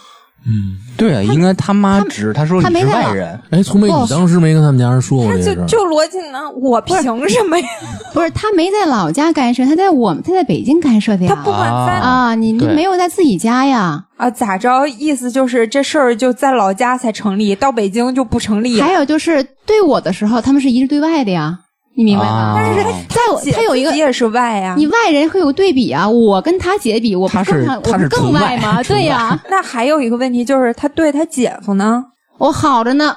对啊，应该他妈指他说他你没是在外哪人，哎，聪妹，哦你当时没跟他们家人说过他这就事儿？就罗晋呢，我凭什么呀？不是他没在老家干涉，他在我们他在北京干涉的他呀不。管在啊啊，你你对没有在自己家呀？啊咋着，意思就是这事儿就在老家才成立，到北京就不成立了还。有就是对我的时候，他们是一致对外的呀，你明白吗？啊但是他 在我姐他啊有一个自己也是外啊呀、你外人会有对比啊，我跟他姐比，我不他是更上我他不是更纯外外吗？对呀、那还有一个问题就是，他对他姐夫呢？我好着呢，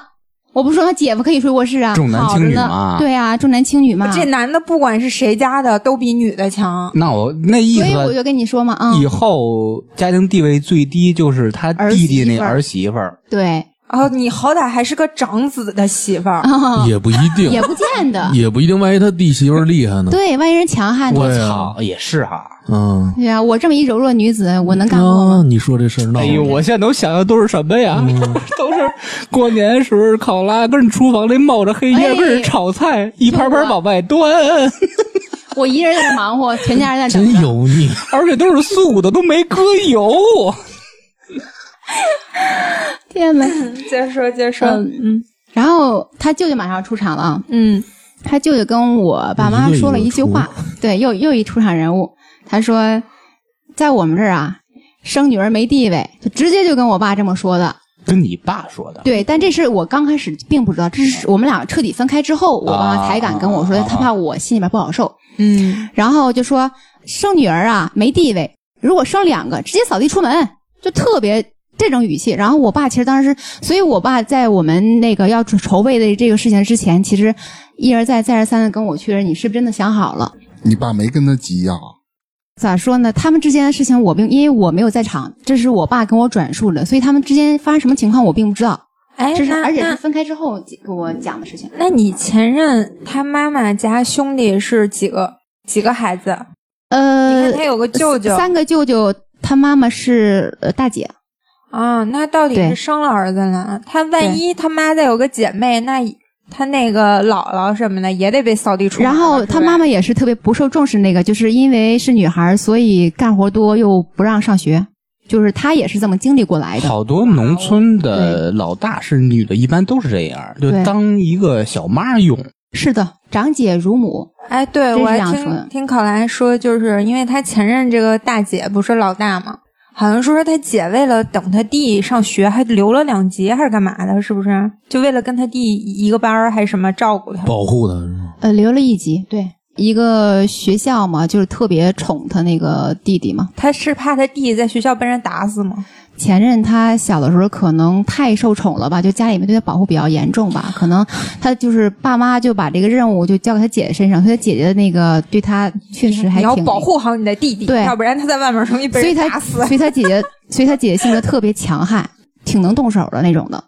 我不说他姐夫可以睡卧室啊，重男好着轻女呢嘛对啊，重男轻女嘛，这男的不管是谁家的，都比女的强。那我那意所以我思就跟你说嘛，啊、以后家庭地位最低就是他弟弟那儿儿媳妇儿，对，哦，你好歹还是个长子的媳 妇儿，嗯也不一定，也不见得，也不一定，万一他弟媳妇儿厉害呢？对，万一人强悍对呢？啊，好也是哈。嗯对啊，我这么一柔弱女子，我能干过哦啊吗？，你说这事儿闹的，哎呦，我现在能想象都是什么呀？嗯都是过年时候考拉跟厨房里冒着黑哎啊烟跟人炒菜，一盘盘往外端，我一人在这忙活，全家人在等真着。油腻。而且都是素的，都没搁油。天呐！接着说，接着说，嗯，然后他舅舅马上要出场了啊，嗯，他舅舅跟我爸妈说了一句话，对，又又一出场人物，他说，在我们这儿啊，生女儿没地位，就直接就跟我爸这么说的。跟你爸说的，对，但这是我刚开始并不知道，这是我们俩彻底分开之后，我爸妈才敢跟我说，啊啊啊他怕我心里边不好受，嗯，然后就说生女儿啊没地位，如果生两个，直接扫地出门，就特别。这种语气，然后我爸其实当时，所以我爸在我们那个要筹筹备的这个事情之前，其实一而再再而三的跟我确认，你是不是真的想好了？你爸没跟他急呀、咋说呢？他们之间的事情我并因为我没有在场，这是我爸跟我转述的，所以他们之间发生什么情况我并不知道。哎，这是那而且是那分开之后给我讲的事情。那你前任他妈妈家兄弟是几个几个孩子？你呃看，他有个舅舅三个舅舅，他妈妈是呃大姐，啊，那到底对是生了儿子了？他万一他妈再有个姐妹，那他那个姥姥什么的也得被扫地出门然了。后是他吧妈妈也是特别不受重视那个，就是因为是女孩儿，所以干活多又不让上学，就是她也是这么经历过来的。好多农村的老大是女的，一般都是这样，就对当一个小妈用。是的，长姐如母，哎，对真是我还这样说的听听考兰说，就是因为他前任这个大姐不是老大嘛，好像说是他姐为了等他弟上学，还留了两节还是干嘛的，是不是？就为了跟他弟一个班儿还是什么照顾他？保护他是吗？呃，留了一级，对，一个学校嘛，就是特别宠她那个弟弟嘛。他是怕他弟在学校被人打死吗？前任他小的时候可能太受宠了吧，就家里面对他保护比较严重吧，可能他就是爸妈就把这个任务就交给他姐姐身上，所以他姐姐的那个对他确实还你挺要保护好你的弟弟，对要不然他在外面容易被所以人他打死。所以他姐姐，所以他姐姐性格特别强悍，挺能动手的那种的。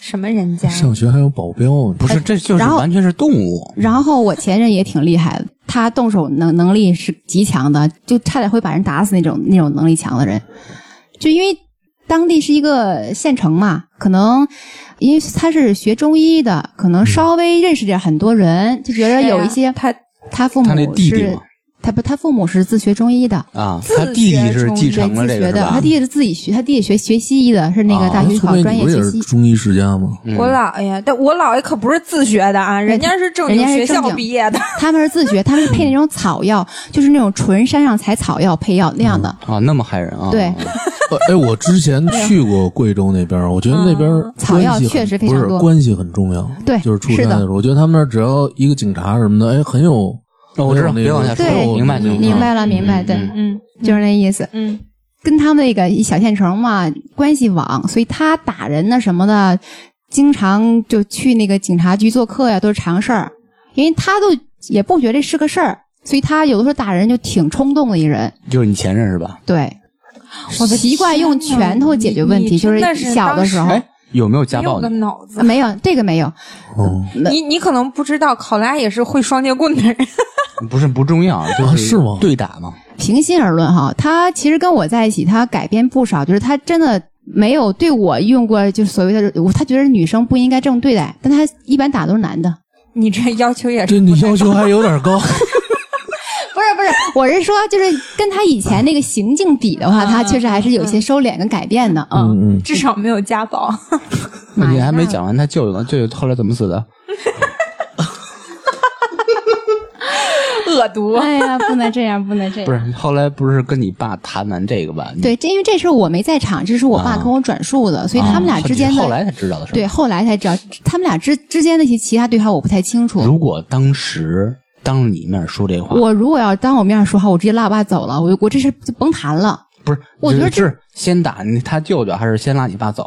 什么人家？上学还有保镖呢，啊不是，这就是呃然后完全是动物。然后我前任也挺厉害的，他动手能能力是极强的，就差点会把人打死那种那种能力强的人。就因为当地是一个县城嘛，可能因为他是学中医的，可嗯能稍微认识点很多人，就觉得谁有哎呀一些啊他他父母他那弟弟是嘛他不他父母是自学中医的，啊，自他弟弟是继对承了自这个学是的，他吧？弟弟是自己学，他弟弟学学西医的，是那个啊大学聪考妹，专你业不学也是西医。中医世家吗？嗯我姥爷，但我姥爷可不是自学的啊，人家是正经人家是学校正经毕业的。他们是自学，他们是配那种草药，就是那种纯山上采草药配药那样的。啊，那么害人啊！对，呃哎，我之前去过贵州那边儿，我觉得那边儿啊嗯草药关系很确实非常不多是关系很重要。对就是出是差的的时候，我觉得他们那儿只要一个警察什么的，哎，很有哦我知道很有那别个往下说对有明白那个明明白了，明白，对，嗯就是那意思。嗯，跟他们那个小县城嘛关系网，所以他打人呢什么的，经常就去那个警察局做客呀，都是常事儿。因为他都也不觉得这是个事儿，所以他有的时候打人就挺冲动的一人。就是你前任是吧？对，我习惯用拳头解决问你题，就是真的是小的时候当时哎，有没有家你有暴个你？脑子。啊没有这个没有，哦你你可能不知道，考拉也是会双截棍的人。 不是不重要，就啊是吗对打嘛，平心而论哈，他其实跟我在一起，他改变不少，就是他真的没有对我用过，就是所谓的，我他觉得女生不应该这么对待，但他一般打都是男的，你这要求也是这不你 太要求还有点高，不是不是，我是说，就是跟他以前那个行径比的话，他确实还是有些收敛跟改变的。嗯，嗯嗯，至少没有 家暴。你还没讲完他舅舅呢，舅舅后来怎么死的？恶毒哎呀，不能这样，不能这样。不是，后来不是跟你爸谈完这个吧？你对，这因为这事儿我没在场，这是我爸跟我转述的，所以他们俩之间啊的、后来才知道的事。对，后来才知道，他们俩之之间的其其他对话我不太清楚。如果当时当着你面说这话，我如果要当我面说话，我直接拉我爸走了，我就我这事儿就甭谈了，不是，我觉得是先打你他舅舅，还是先拉你爸走？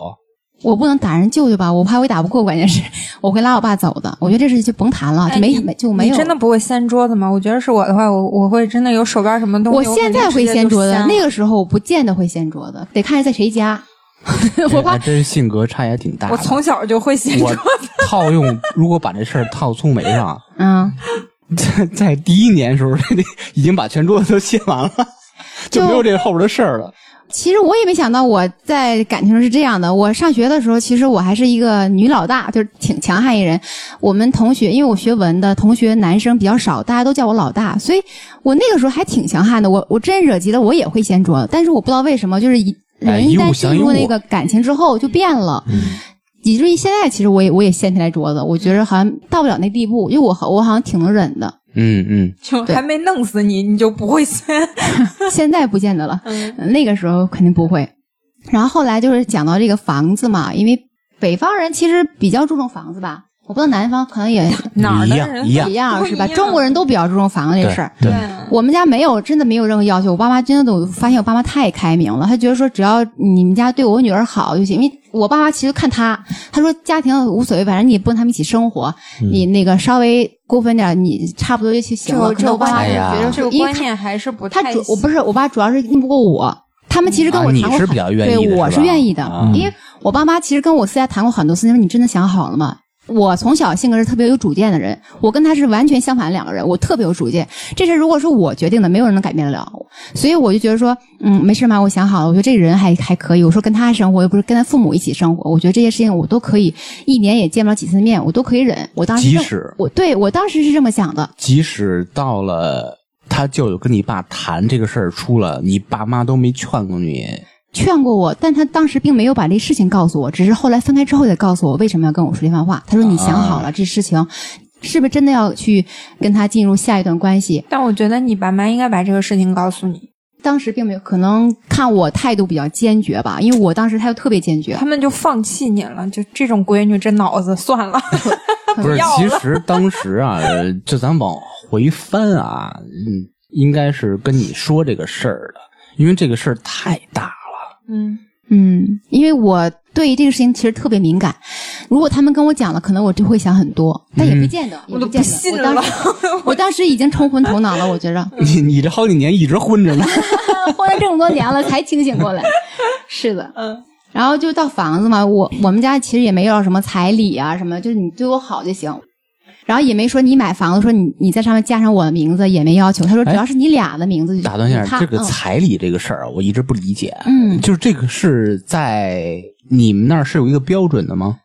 我不能打人舅舅吧，我怕我打不过，关 键是我会拉我爸走的。我觉得这事就甭谈了，就哎没你没就没你有。真的不会掀桌子吗？我觉得是我的话，我我会真的有手边什么东西。我我现在会掀掀桌子，那个个时候我不见得会掀桌子，得看是在谁家。 我这怕还哎真性格差也挺大的。我从小就会掀桌我子。套用，如果把这事儿套粗眉上， 嗯，在在第一年时候，这已经把全桌子都掀完了， 就就没有这后边的事儿了。其实我也没想到我在感情上是这样的。我上学的时候，其实我还是一个女老大，就是挺强悍一人。我们同学，因为我学文的，同学男生比较少，大家都叫我老大，所以我那个时候还挺强悍的。我我真惹急了，我也会掀桌子，但是我不知道为什么，就是一哎人一一旦物进降一入物那个感情之后就变了。以至于现在，其实我也我也掀起来桌子，我觉得好像到不了那地步，因为我好我好像挺能忍的，嗯嗯，就对还没弄死你，你就不 会掀。现在不见得了。嗯那个时候肯定不会。然后后来就是讲到这个房子嘛，因为北方人其实比较注重房子吧，我不知道南方可能也哪儿一的样人一样一不样一是吧？样中国人都比较注重房子这事儿。对啊对，我们家没有，真的没有任何要求。我爸妈真的，我发现我爸妈太开明了，他觉得说只要你们家对我女儿好就行。因为我爸妈其实看他，他说家庭无所谓，反正你也不跟他们一起生活，嗯你那个稍微过分点，你差不多就行了。这可能我爸妈哎就呀觉得这说个因为观他念还是不他太主我不是我爸，主要是拗不过我。他们其实跟我啊谈你过很、是比较愿意的对，我是是吧愿意的，啊因为我爸妈其实跟我私下谈过很多次，说你真的想好了吗？我从小性格是特别有主见的人，我跟他是完全相反的两个人，我特别有主见。这事儿如果是我决定的，没有人能改变得了我。所以我就觉得说，嗯，没事嘛，我想好了，我觉得这个人还还可以。我说跟他生活，又不是跟他父母一起生活，我觉得这些事情我都可以，一年也见不了几次面，我都可以忍。我当时即这么使我对我当时是这么想的，即使到了他舅舅跟你爸谈这个事儿出了，你爸妈都没劝过你。劝过我，但他当时并没有把这事情告诉我，只是后来分开之后才告诉我为什么要跟我说这番话。他说：“你想好啊了、这事情，是不是真的要去跟他进入下一段关系但我觉得你爸妈应该把这个事情告诉你，？”当时并没有，可能看我态度比较坚决吧，因为我当时态度特别坚决他。们就放弃你了。就这种闺女，这脑子算了。 不是，要了其实当时啊，呃就咱往回翻啊，嗯，应该是跟你说这个事儿的，因为这个事儿太大了。嗯，嗯，因为我对于这个事情其实特别敏感，如果他们跟我讲了，可能我就会想很多，但也不见得，嗯我也都不不见得。信我当了 时。我当时已经冲昏头脑了，我觉着你你这好几年一直混着呢，嗯 混了这么多年了才清醒过来。是的，嗯。然后就到房子嘛，我我们家其实也没要什么彩礼啊什么，就是你对我好就行。然后也没说你买房子说你你在上面加上我的名字也没要求，他说只要是你俩的名字就行。 哎打断一下，他这个嗯彩礼这个事儿啊，我一直不理解。嗯就是这个是在你们那儿是有一个标准的吗？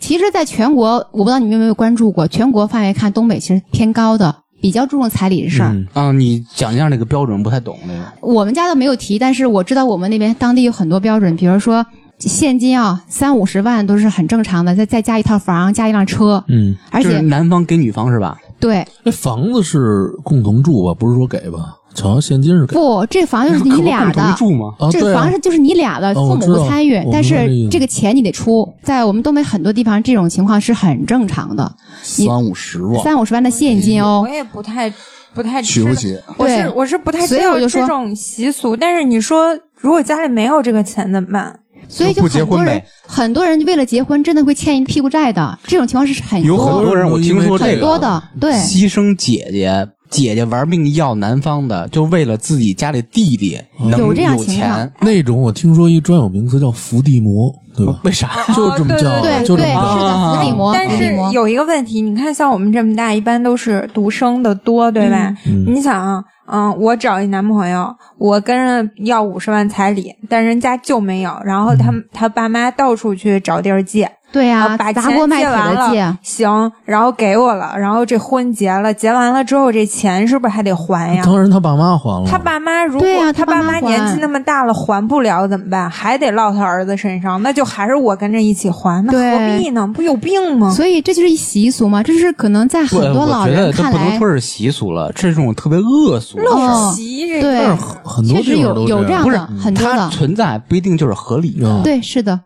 其实，在全国，我不知道你们有没有关注过，全国范围看东北其实偏高的，比较注重彩礼这事儿。嗯啊，你讲一下那个标准，不太懂那个。我们家倒没有提，但是我知道我们那边当地有很多标准，比如说现金啊，三五十万都是很正常的，再再加一套房，加一辆车，嗯，而就是且男方给女方是吧？对那房子是共同住吧？不是说给吧？好像现金是给不，这房就是可你不俩共同的。住吗？啊，这对房啊是，就是你俩的，哦父我母知不道参与，我但明白这意是思这个钱你得出。在我们东北很多地方，这种情况是很正常的，你三五十万，三五十万的现金哦我。也不太不太娶知道不起。我对是我是不太所知以我道就说这种习俗，但是你说如果家里没有这个钱怎么办？所以就就不结很多婚呗人，很多人为了结婚，真的会欠一屁股债的。这种情况是很有很多多人我听说这哎很个啊多的，对，牺牲姐姐，姐姐玩命要男方的，就为了自己家里弟弟能有这样情钱况。那种我听说一专有名词叫伏地魔，对吧？为啥？就这么叫，哦啊对就这对，么是叫。的，伏地魔，但伏地是魔。有一个问题，你看像我们这么大，一般都是独生的多，对吧？嗯你想啊，嗯，我找一男朋友，我跟人嗯要五十万彩礼，但人家就没有，然后他们、他爸妈到处去找地儿借，对呀、啊把砸钱锅卖借铁完的借了，，行，然后给我了，然后这婚结了，结完了之后这钱是不是还得还呀？当然他爸妈还了，他爸妈如果对呀他他爸爸妈妈年纪还那么大了还不了怎么办？还得落他儿子身上，那就还是我跟着一起还，那何对必呢？不有病吗？所以这就是一习俗嘛，这是可能在不 很多老我人觉得看这不能来说，是习俗了，这是种特别恶俗的事儿。哦，急这对，很多确实地方都有有这这样样的很多它的，存在不一定就是合理的。嗯对，是的。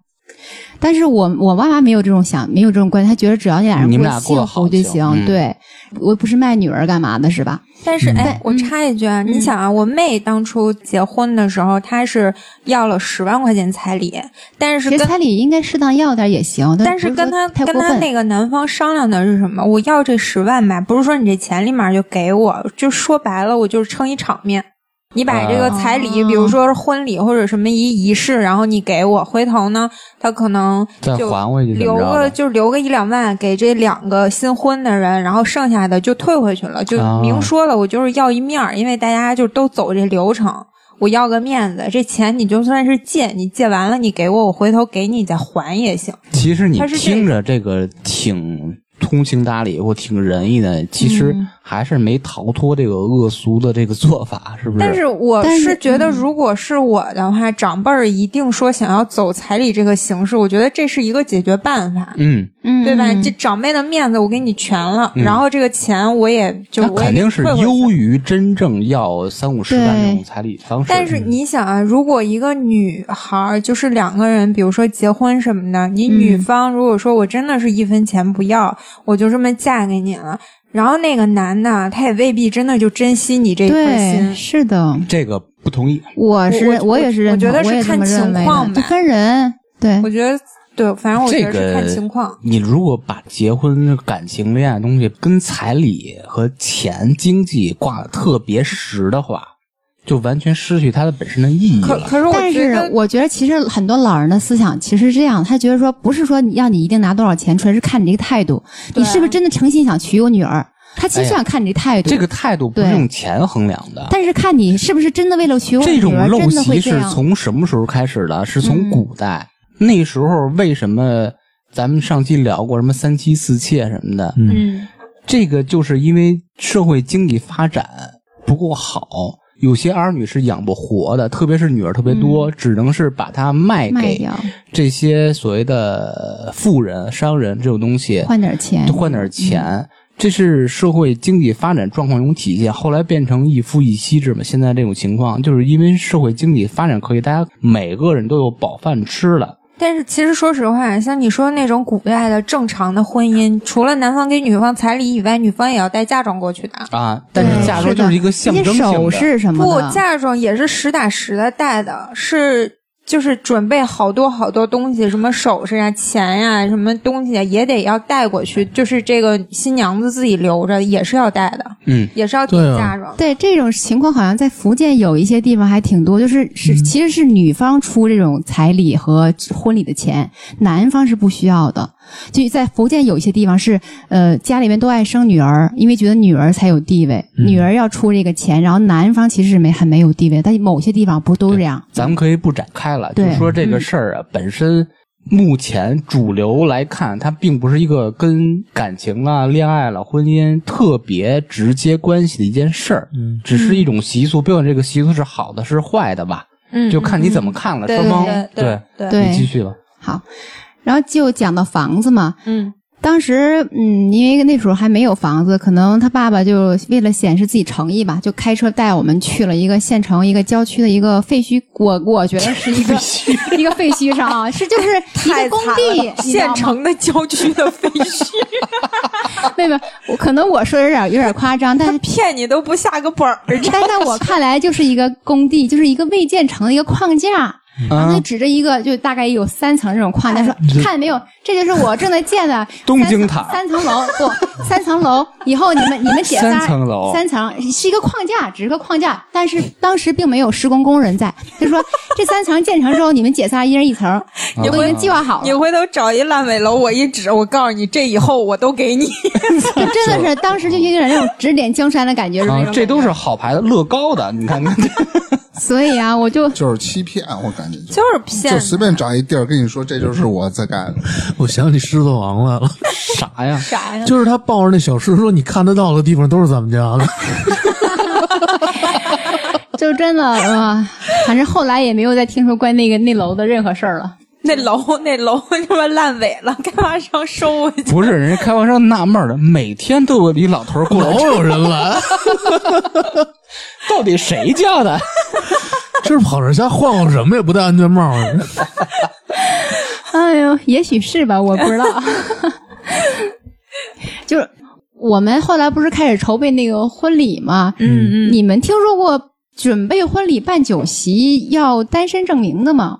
但是我我妈妈没有这种想，没有这种观念，她觉得只要你俩人嗯你们过俩过得幸好福就就行。行嗯对，我不是卖女儿干嘛的，是吧？但是，哎，嗯我插一句啊，你想啊，我妹当初结婚的时候，她是要了十万块钱彩礼，但是其实跟彩礼应该适当要点也行，但是嗯不跟说她太跟过她分。那个男方商量的是什么？我要这十万吧，不是说你这钱立马就给我，就说白了，我就是撑一场面。你把这个彩礼，啊比如说是婚礼或者什么一仪式，然后你给我，回头呢，他可能再就还回去怎留么着个的？就留个一两万给这两个新婚的人，然后剩下的就退回去了，就啊明说了，我就是要一面儿，因为大家就都走这流程，我要个面子，这钱你就算是借，你借完了你给我，我回头给你再还也行。其实你它是这听着这个挺通情达理或挺仁义的，其实嗯还是没逃脱这个恶俗的这个做法，是不但是我但是是嗯觉得，如果是我的话，长辈儿一定说想要走彩礼这个形式，我觉得这是一个解决办法。嗯，嗯，对吧？这长辈的面子我给你全了，然后这个钱我也就那我也肯定是退回去优于真正要三五十万对这种彩礼方式。嗯但是你想啊，如果一个女孩儿就是两个人，比如说结婚什么的，你女嗯方如果说我真的是一分钱不要，我就这么嫁给你了，然后那个男的他也未必真的就珍惜你这一份对，心。是的，这个不同意，我是我也是我认觉同，得是我也这看么情认为况的，就吧分人。对我，觉得对，反正我觉得这是个看情况。你如果把结婚、感情、恋爱东西跟彩礼和钱、经济挂的特别实的话，就完全失去它的本身的意义可了。可是我但觉得是我觉得其实很多老人的思想其实是这样，他觉得说不是说你要你一定拿多少钱出来，是看你这个态度，对啊你是不是真的诚心想娶我女儿？他其哎实呀想看你这态度，这个态度不是对用钱衡量的。但是看你是不是真的为了娶我这女种儿，陋真的习会这是样。嗯从什么时候开始的？是从古代。那时候为什么咱们上期聊过什么三妻四妾什么的？嗯，这个就是因为社会经济发展不够好，有些儿女是养不活的，特别是女儿特别多，只能是把它卖嗯卖给掉这些所谓的富人、商人这种东西，换点钱就，换点钱。这是社会经济发展状况一种体现，后来变成一夫一妻制嘛。现在这种情况，就是因为社会经济发展可以，大家每个人都有饱饭吃了。但是其实说实话，啊像你说的那种古代的正常的婚姻，除了男方给女方彩礼以外，女方也要带嫁妆过去的。啊，但是对嫁妆就是一个象征的性一些的，首饰什么不的，，嫁妆也是实打实的带的，是就是准备好多好多东西，什么首饰啊、钱呀、什么东西啊，也得要带过去。就是这个新娘子自己留着，也是要带的，嗯，也是要顶对啊嫁妆。对这种情况，好像在福建有一些地方还挺多，就是是、嗯其实是女方出这种彩礼和婚礼的钱，男方是不需要的。就在福建有一些地方是，呃，家里面都爱生女儿，因为觉得女儿才有地位，嗯女儿要出这个钱，然后男方其实是没很没有地位，但某些地方不都这样？咱们可以不展开了，嗯就对是说这个事儿啊，本身目前主流来看，它并不是一个跟感情啊、恋爱了、婚姻特别直接关系的一件事儿，嗯只是一种习俗。不管这个习俗是好的是坏的吧，嗯，就看你怎么么看了。对双方对对对对你继续吧。好，然后就讲到房子嘛，嗯当时，嗯，因为那时候还没有房子，可能他爸爸就为了显示自己诚意吧，就开车带我们去了一个县城、一个郊区的一个废墟。我我觉得是一个一个废墟上啊，是就是一个工地，你知道县吗城的郊区的废墟，妹妹，我可能我说的有点有点夸张，但是骗你都不下个本儿。但在我看来就是一个工地，就是一个未建成的一个框架。嗯然后他就指着一个，就大概有三层这种框架，说：“看见没有，这就是我正在建的 东京塔三层三层楼不，三层楼。以后你们你们姐仨三层楼三层是一个框架，只是个框架。但是当时并没有施工工人在，就说这三层建成之后，你们姐仨一人一啊层，我都已经计划好了。你回头找一烂尾楼，我一指，我告诉你，这以后我都给你。 就真的是当时就有点那种指点江山的感觉，是那啊种，这都是好牌的乐高的，你看看， 所以啊，我就就是欺骗，我感觉就就是就骗随便找一地儿跟你说这就是我在干的，我想起《狮子王》来 了，啥呀？啥呀？就是他抱着那小狮说：“你看得到的地方都是咱们家的。 就真的啊、呃反正后来也没有再听说关于那个那楼的任何事儿了。那楼那楼他妈烂尾了，开发商收回去。不是，人家开发商纳闷了，每天都有一老头儿”过来老，有人 来，到底谁叫的？这跑这瞎晃晃什么也不戴安全帽啊，哎呦，也许是吧，我不知道。 就是我们后来不是开始筹备那个婚礼吗？嗯嗯，你们听说过准备婚礼办酒席要单身证明的吗？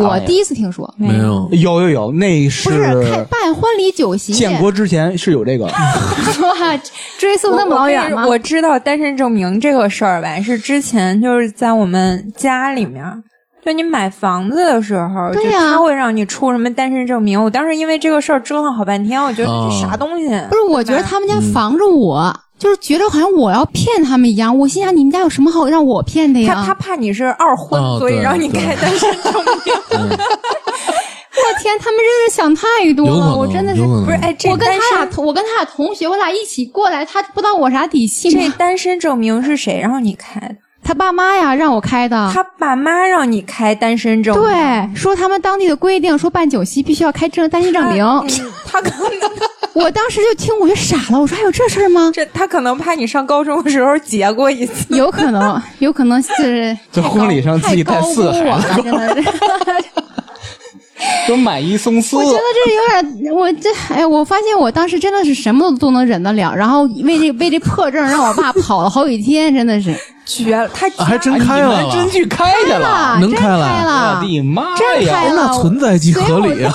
我第一次听说，没有。有有有，那不是开办婚礼酒席，建国之前是有这个，哇，追溯那么老远吗？我我知道单身证明这个事儿吧，是之前就是在我们家里面，就你买房子的时候，对就呀他会让你出什么单身证明。我当时因为这个事儿折腾好半天，我觉得哦这啥东西？不是，我觉得他们家防着我，就是觉得好像我要骗他们一样。我心想，你们家有什么好让我骗的呀？他他怕你是二婚，哦所以对让你对开单身证明。我天，他们真是想太多有可了，能我真的是有可能不是，哎，这我跟单他俩身同，我跟他俩同学，我俩一起过来，他不知道我啥底气这吗？单身证明是谁让你开的？他爸妈呀，让我开的。他爸妈让你开单身证明。啊对，说他们当地的规定，说办酒席必须要开证单身证明。嗯他可能 我当时就听，我就傻了，我说还有这事儿吗？这他可能怕你上高中的时候结过 一次。有可能，有可能就是在婚礼上自己带太高估四我个孩了子，，真的是。都买一送四我。觉得这有点，我这哎，我发现我当时真的是什么都都能忍得了，然后为这为这破证让我 爸跑了好几天，真的是绝了，他啊还真开了哎你们真去开去了，啊，能真开了开我了，的妈真呀！开了哎那，存在即合理啊！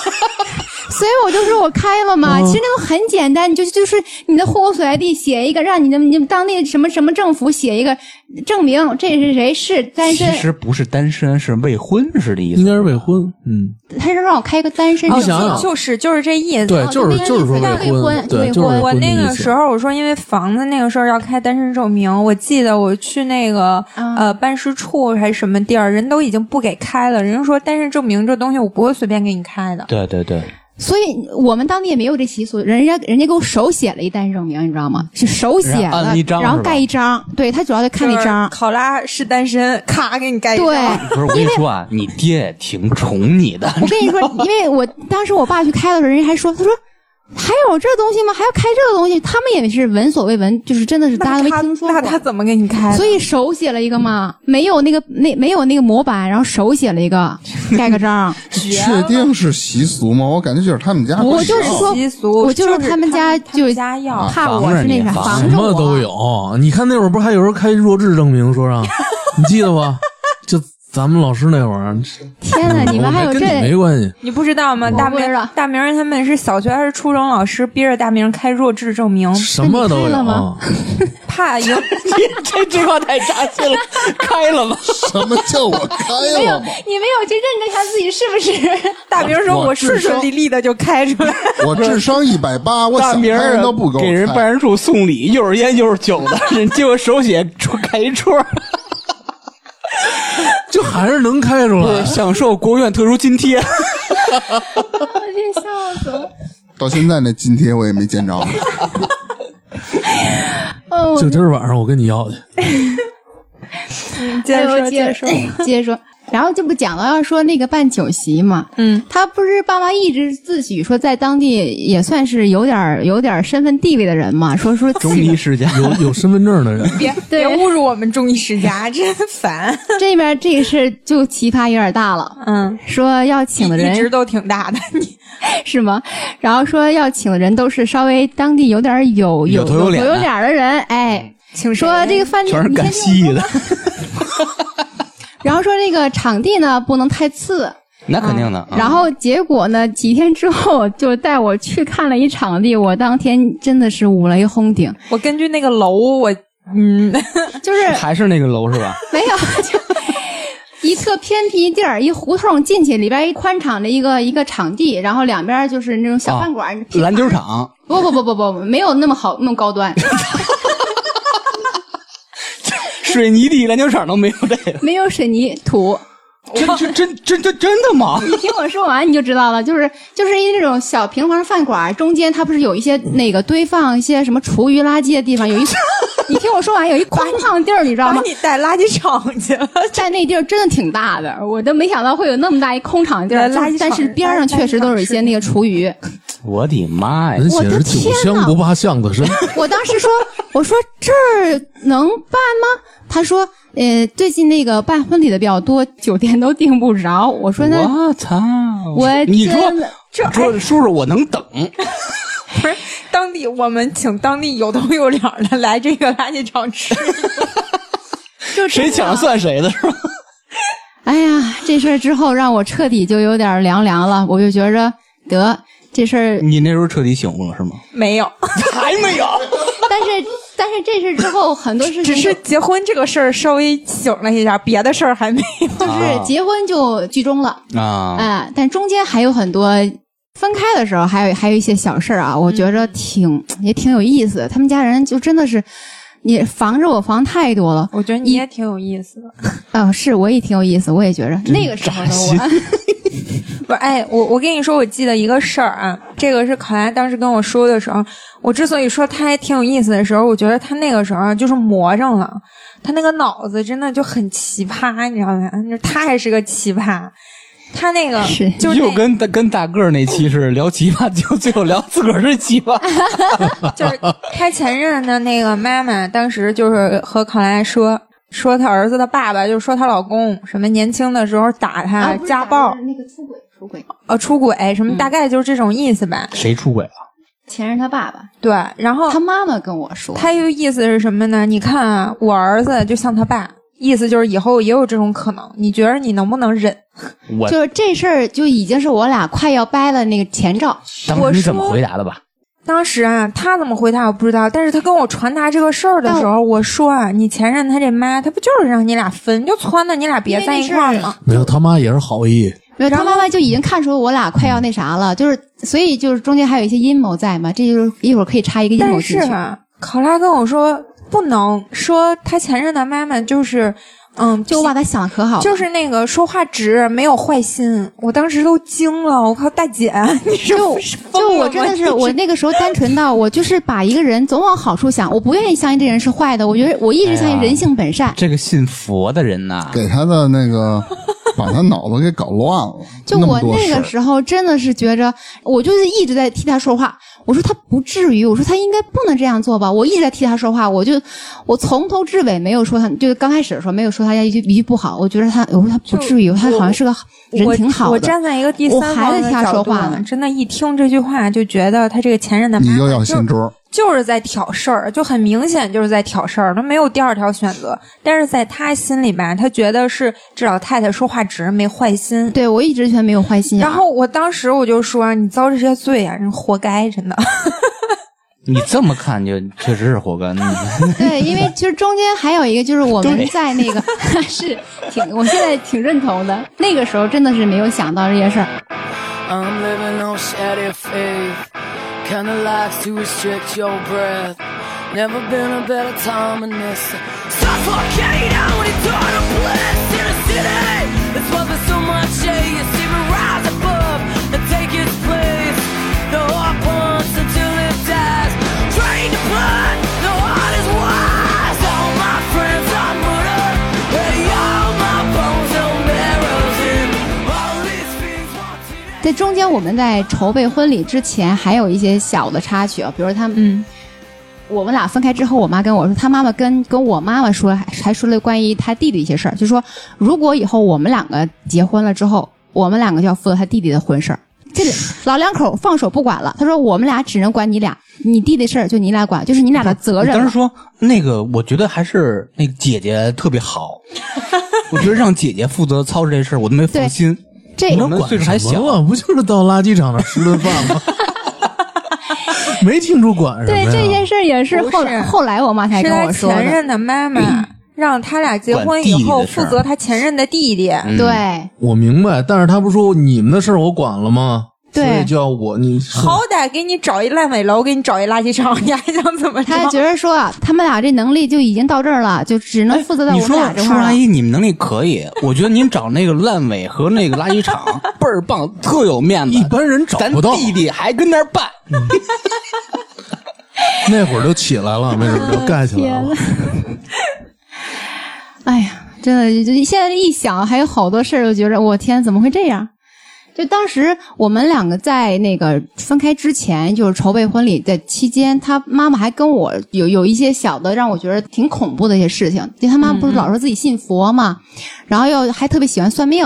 所以我就说我开了嗯嘛。其实那个很简单，你就就是你的户口所在地写一个，让你的你们当地什么什么政府写一个证明，这是谁是单其身，实不是单身，是未婚，啊是这意思。应该是未婚，嗯，他是让我开个单哦身证。你想想就是就是这意思。对，就是那个意思就是说那未婚，婚对，未就是婚未我婚的那意个思时候我说，因为房子那个事儿要开单身证明，我记得我去那个、啊呃办事处还是什么地儿，人都已经不给开了。人家说单身证明这东西我不会随便给你开的。对对对，所以我们当地也没有这习俗，人家人家给我手写了一单证明，你知道吗？是手写然后的按一，张然是后吧盖一张，对他主要就看那张，考拉是单身，咔给你盖一张。对。 不是我跟你说啊，你爹也挺宠你的，我跟 你说，因为我当时我爸去开的时候，人家还说，他说还有这东西吗？还要开这个东西？他们也是闻所未闻，就是真的是那大家都没他听说那过。他怎么给你开的？所以手写了一个嘛，没有那个那没有那个模板，然后手写了一 个，盖个章。确定是习俗吗？我感觉就是他们家我惯就是了说习俗，我就就是他们家他们就啊家要怕我是那啥，什防着我。啊么都。有。你看那会儿不还有人开弱智证明 说让，你记得吧？就咱们老师那会儿，嗯天哪， 你们还有我跟你没这？关系。你不知道吗？大不知明道大明他们是小学还是初中老师逼着大明开弱智证明，什么都那你开有啊了吗，怕影 这这话太扎心了，开了吧？什么叫我开没有，了吗？你没有去认真看自己是不是？大明说我顺顺利利的就开 出来， 我智商一百八，我大想开明儿啊人都不给我给人开办事处送礼，又是烟又是酒的，人结果手写出开一戳，就还是能开出来。享受国务院特殊津贴。我真笑死了。到现在那津贴我也没见着，哦，就今儿晚上我跟你要去，接着说，接着说，说，哎接着说。然后这不讲到要说那个办酒席嘛，嗯，他不是爸妈一直自诩说在当地也算是有点儿有点儿身份地位的人嘛，说说中医世 家有有身份证的人，别别对侮辱我们中医世家，真 烦。这边这个事儿就奇葩有点大了，嗯，说要请的一直人都挺大的，你是吗？然后说要请的人都是稍微当地有点儿有有有头有脸的嗯有脸儿的人，哎，请说这个饭店全是你干先听我蜥蜴的，然后说这个场地呢不能太次，那肯定的。啊然后结果呢，几天之后就带我去看了一场地，我当天真的是捂了一烘顶，我根据那个楼，我嗯， 就是还是那个楼是吧？没有就。一特偏僻地儿，一胡同进去，里边一宽敞的一个一个场地，然后两边就是那种小饭馆，噼篮球场，不 不不不不，没有那么好那么高端，水泥地篮球场都没有这个，没有水泥土。真真真真真真的吗？你听我说完你就知道了，就是就是一那种小平房饭馆，中间它不是有一些那个堆放一些什么厨余垃圾的地方，有一， 你听我说完，有一宽敞地儿，你知道把吗？你带垃圾场去了。在那地儿真的挺大的，我都没想到会有那么大一空场地儿，对垃圾场但是边上确实都是一些那个厨余。我的妈呀！人写着“酒香不怕巷子 深我当时说，我说这儿能办吗？他说，呃，最近那个办婚礼的比较多，酒店都订不着。我说那我操！我你说真的这说哎叔叔，我能等？不是当地，我们请当地有头有脸儿的来这个垃圾场吃。就 谁真的抢算谁的是吧？哎呀，这事儿之后让我彻底就有点凉凉了，我就觉着得这事嗯儿，你那时候彻底醒悟了是吗？没 有，还没有，但是但是这事儿之后很多事只情是就结婚这个事儿稍微醒了一下，别的事儿还没有。就是结婚就剧终了，啊哎、但中间还有很多分开的时候还有还有一些小事儿啊，我觉着挺也挺有意思的，他们家人就真的是。你防着我防太多了，我觉得你也挺有意思的。啊、是我也挺有意思，我也觉着那个时候的我，不是，哎，我我跟你说，我记得一个事儿啊，这个是考拉当时跟我说的时候，我之所以说他还挺有意思的时候，我觉得他那个时候啊就是魔怔了，他那个脑子真的就很奇葩，你知道吗？就是他也是个奇葩，他那个是就是又那跟大跟大个儿那期是聊奇葩，就最后聊自个儿是奇 葩。就是他前任的那个妈妈，当时就是和考拉说。说她儿子的爸爸，就是说她老公什么年轻的时候打她、啊不是嗯家暴，那个出轨出轨，呃出轨什么，大概就是这种意思吧。谁出轨了？前任他爸爸，对，然后他妈妈跟我说，他又意思是什么呢？你看啊，我儿子就像他爸，意思就是以后也有这种可能。你觉得你能不能忍？我就是这事儿就已经是我俩快要掰了那个前兆，当时你怎么回答的吧？当时啊，他怎么回答我不知道，但是他跟我传达这个事儿的时候，我说啊，你前任他这妈，他不就是让你俩分，就撺掇你俩别在一块儿吗？”？没有，他妈也是好意，没有，然他后妈妈就已经看出我俩快要那啥了，就是所以就是中间还有一些阴谋在嘛，这就是一会儿可以插一个阴谋但进是去。啊，考拉跟我说不能说他前任的妈妈就是，嗯，就我把他想的可好了，就是那个说话直，没有坏心。我当时都惊了，我靠，大姐，你是就不是疯就我了真吗的你是我那个时候单纯到我就是把一个人总往好处想，我不愿意相信这人是坏的，我觉得我一直相信人性本善。这个信佛的人呐，给他的那 个，把他脑子给搞乱了。就那我么多那事个儿时候真的是觉着，我就是一直在替他说话。我说他不至于，我说他应该不能这样做吧。我一直在替他说话，我就我从头至尾没有说他，就是刚开始的时候没有说他一句一句不好。我觉得他，我说他不至于，他好像是个人挺好的。我。我站在一个第我三还方在的替他角说度话啊呢真的，一听这句话就觉得他这个前任的你妈又妈要就掀桌儿，就是在挑事儿，就很明显就是在挑事儿，他没有第二条选择。但是在他心里吧，他觉得是这老太太说话直，没坏心。对我一直全没有坏心眼儿。然后我当时我就说：“你遭这些罪啊，人活该，真的。你这么看就确实是活该。你对，因为其实中间还有一个就是我们在那个 是挺，我现在挺认同的。那个时候真的是没有想到这些事儿。 I'm living on shattered faith. Kinda likes to restrict your breath. Never been a better time than this. Suffocate out in total bliss in a city. That's worth so much hate. You see me rise above and take its place. The heart pumps until it dies. Drain the blood. The heart is wise. All my friends are murdered. Hey, all my bones are marrows in. All these things want to 在中间我们在筹备婚礼之前，还有一些小的插曲啊，比如他们，嗯，我们俩分开之后，我妈跟我说，她妈妈跟跟我妈妈说，还还说了关于她弟弟一些事儿，就说如果以后我们两个结婚了之后，我们两个就要负责他弟弟的婚事儿。这里老两口放手不管了，他说我们俩只能管你俩，你弟弟事儿就你俩管，就是你俩的责任当了时。说那个，我觉得还是那个姐姐特别好， 我觉得让姐姐负责操持这事儿，我都没放心。这我们岁数还什么小，了？不就是到垃圾场那吃顿饭 吗？没听出管什么对呀？这件事儿也是不后是后来我妈才是跟他我说前的，嗯任的妈妈、让他俩结管婚弟以弟的后事负儿嗯责他前任的弟弟。对。我明白，但是他不是说你们的事儿我管了吗？所以对，就要我你好歹给你找一烂尾楼，给你找一垃圾场，你还想怎么着？他觉得说啊他们俩这能力就已经到这儿了，就只能负责到你我们说俩这叔叔块儿阿了。姨，你们能力可以，我觉得您找那个烂尾和那个垃 圾场倍儿棒，特有面子。一般人找咱不到，弟弟还跟那儿办， 那会儿就起来了，没准儿就盖起来了。哎呀，真的，就现在一想，还有好多事儿，就觉着我天，怎么会这样？就当时我们两个在那个分开之前，就是筹备婚礼的期间，他妈妈还跟我有有一些小的让我觉得挺恐怖的一些事情。就他妈不是老说自己信佛嘛，然后又还特别喜欢算命，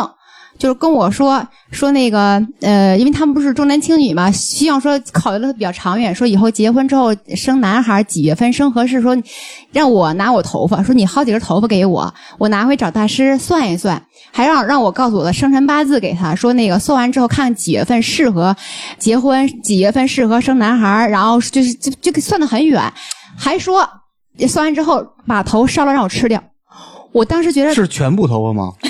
就是跟我说说那个呃，因为他们不是重男轻女嘛，希望说考虑的比较长远，说以后结婚之后生男孩几月份生合适，说让我拿我头发，说你薅几根头发给我，我拿回找大师算一算，还让让我告诉我的生辰八字给他，说那个算完之后看看几月份适合结婚，几月份适合生男孩儿，然后就是就就就算得很远，还说算完之后把头烧了让我吃掉。我当时觉 得是全部头发吗？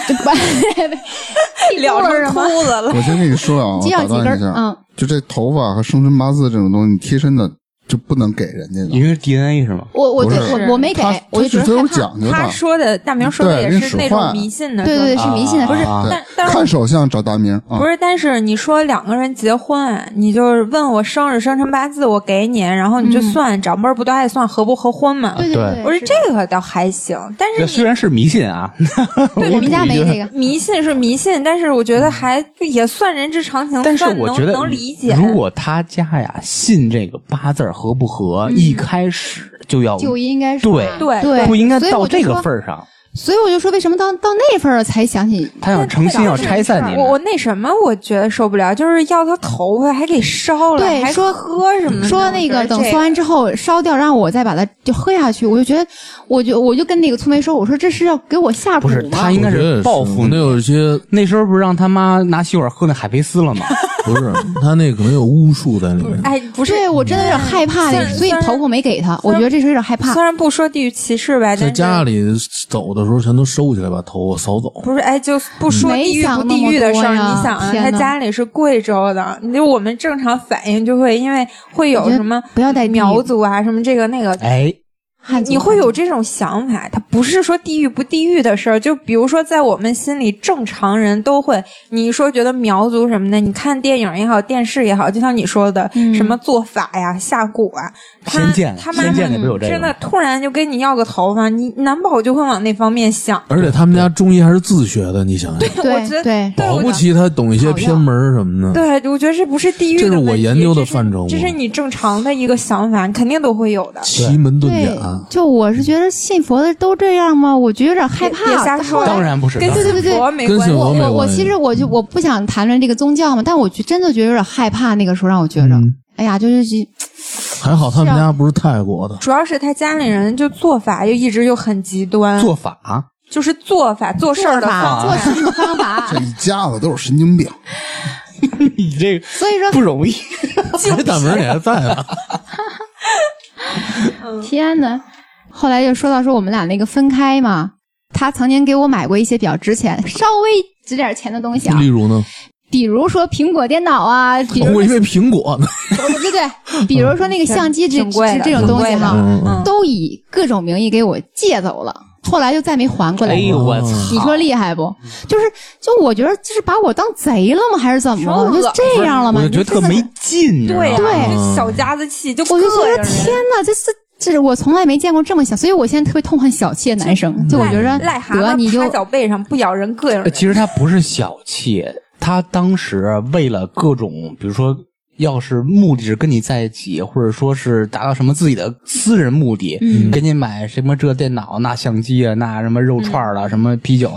聊成秃子了。我先跟你说啊，我 就要打几根断儿一下，嗯，就这头发和生辰八字这种东西，贴身的就不能给人家的。因为是 DNA 是吗？我我不对是我我没给他，我就觉是得最有 害怕讲究他的，说的大明说的也是那种迷信的，对对对，是迷信的，啊不是但但是看手相找大名啊不。是？但是你说两个人结婚，你就是问我生日、生辰八字，我给你，然后你就算长辈儿不都爱算合不合婚啊嘛？对对，我说这个倒还行，但是这虽然是迷信啊， 对我们家没这个。迷信是迷信，但是我觉得还也算人之常情，但是算我能觉得能理解。如果他家呀信这个八字儿合不合，一开始就要嗯就应该是对对对，不应该所以到我就这个说份儿上，所以我就说，为什么到到那份儿了才想起？他想诚心要拆散你们我。我那什么，我觉得受不了，就是要他头发还给烧了，对还说喝什么的？说那我个觉得等嗯这算完之后烧掉，让我再把它就喝下去，我就觉得，我就我就跟那个粗梅说，我说这是要给我下蛊不是他吗？应该是报复你。那有一些那时候不是让他妈拿吸管喝那海飞丝了吗？ 不是他那可能有巫术在里面。哎，不是，对我真的有点害怕虽的，然所以虽然头发没给他，我觉得这时候有点害怕虽。然不说地域歧视吧，但在是家里走的时候全都收起来，把头发扫走。不是哎，就不说地域不地域的事儿，没想那么多呀你想啊，天他哪家里是贵州的，你就我们正常反应就会因为会有我觉得什么不要带地域苗族啊，什么这个那个，哎，汉族你会有这种想法，它不是说地域不地域的事儿。就比如说，在我们心里，正常人都会，你说觉得苗族什么的，你看电影也好，电视也好，就像你说的、嗯什么做法呀、下蛊 啊，他仙剑他，妈仙剑妈里不有这个真的吗？突然就跟你要个头发，你难保就会往那方面想。而且他们家中医还是自学的，你想想，我对觉得对，对保我不齐他懂一些偏门儿什么的。对，我觉得这不是地域的这是我问题研究的这是范畴这吗是你正常的一个想法，你肯定都会有的。奇门遁对啊甲，，就我是觉得信佛的都这样吗？我觉得有点害别别瞎怕。说，当然不是跟当然不是信佛没跟关信系。佛我没我我关系其实我就我不想谈论这个宗教嘛，但我就真的觉得有点害怕。那个时候让我觉着，嗯哎呀，就是还好他们家不是泰国的。主要是他家里人就做法又一直就很极端，做 法就是做法 做事儿的法方做法。啊事情方法这。一家子都是神经病，你这个 所以说， 不容易。哎，大门你还在啊？天呐，后来就说到说我们俩那个分开嘛，他曾经给我买过一些比较值钱、稍微值点钱的东西啊例，如呢？比如说苹果电脑啊，比哦如我以为苹果呢。对对，比如说那个相机这挺贵这的，这种东西哈、嗯嗯，都以各种名义给我借走了，后来就再没还过来哎过。呦我操！你说厉害不？就是就我觉得就是把我当贼了吗？还是怎么了？说恶就这样了吗？我就觉得特没劲，你知道 对吗？啊对就小家子气，就我就个觉人得天哪，这是这是我从来没见过这么小，所以我现在特别痛恨小气的男生。就我觉着嗯癞蛤得你蟆就趴脚背上不咬人，膈应呃人。其实他不是小气，他当时为了各种，比如说，要是目的是跟你在一起，或者说是达到什么自己的私人目的，嗯给你买什么这电脑、那相机啊、那什么肉串儿了、什么 啤酒，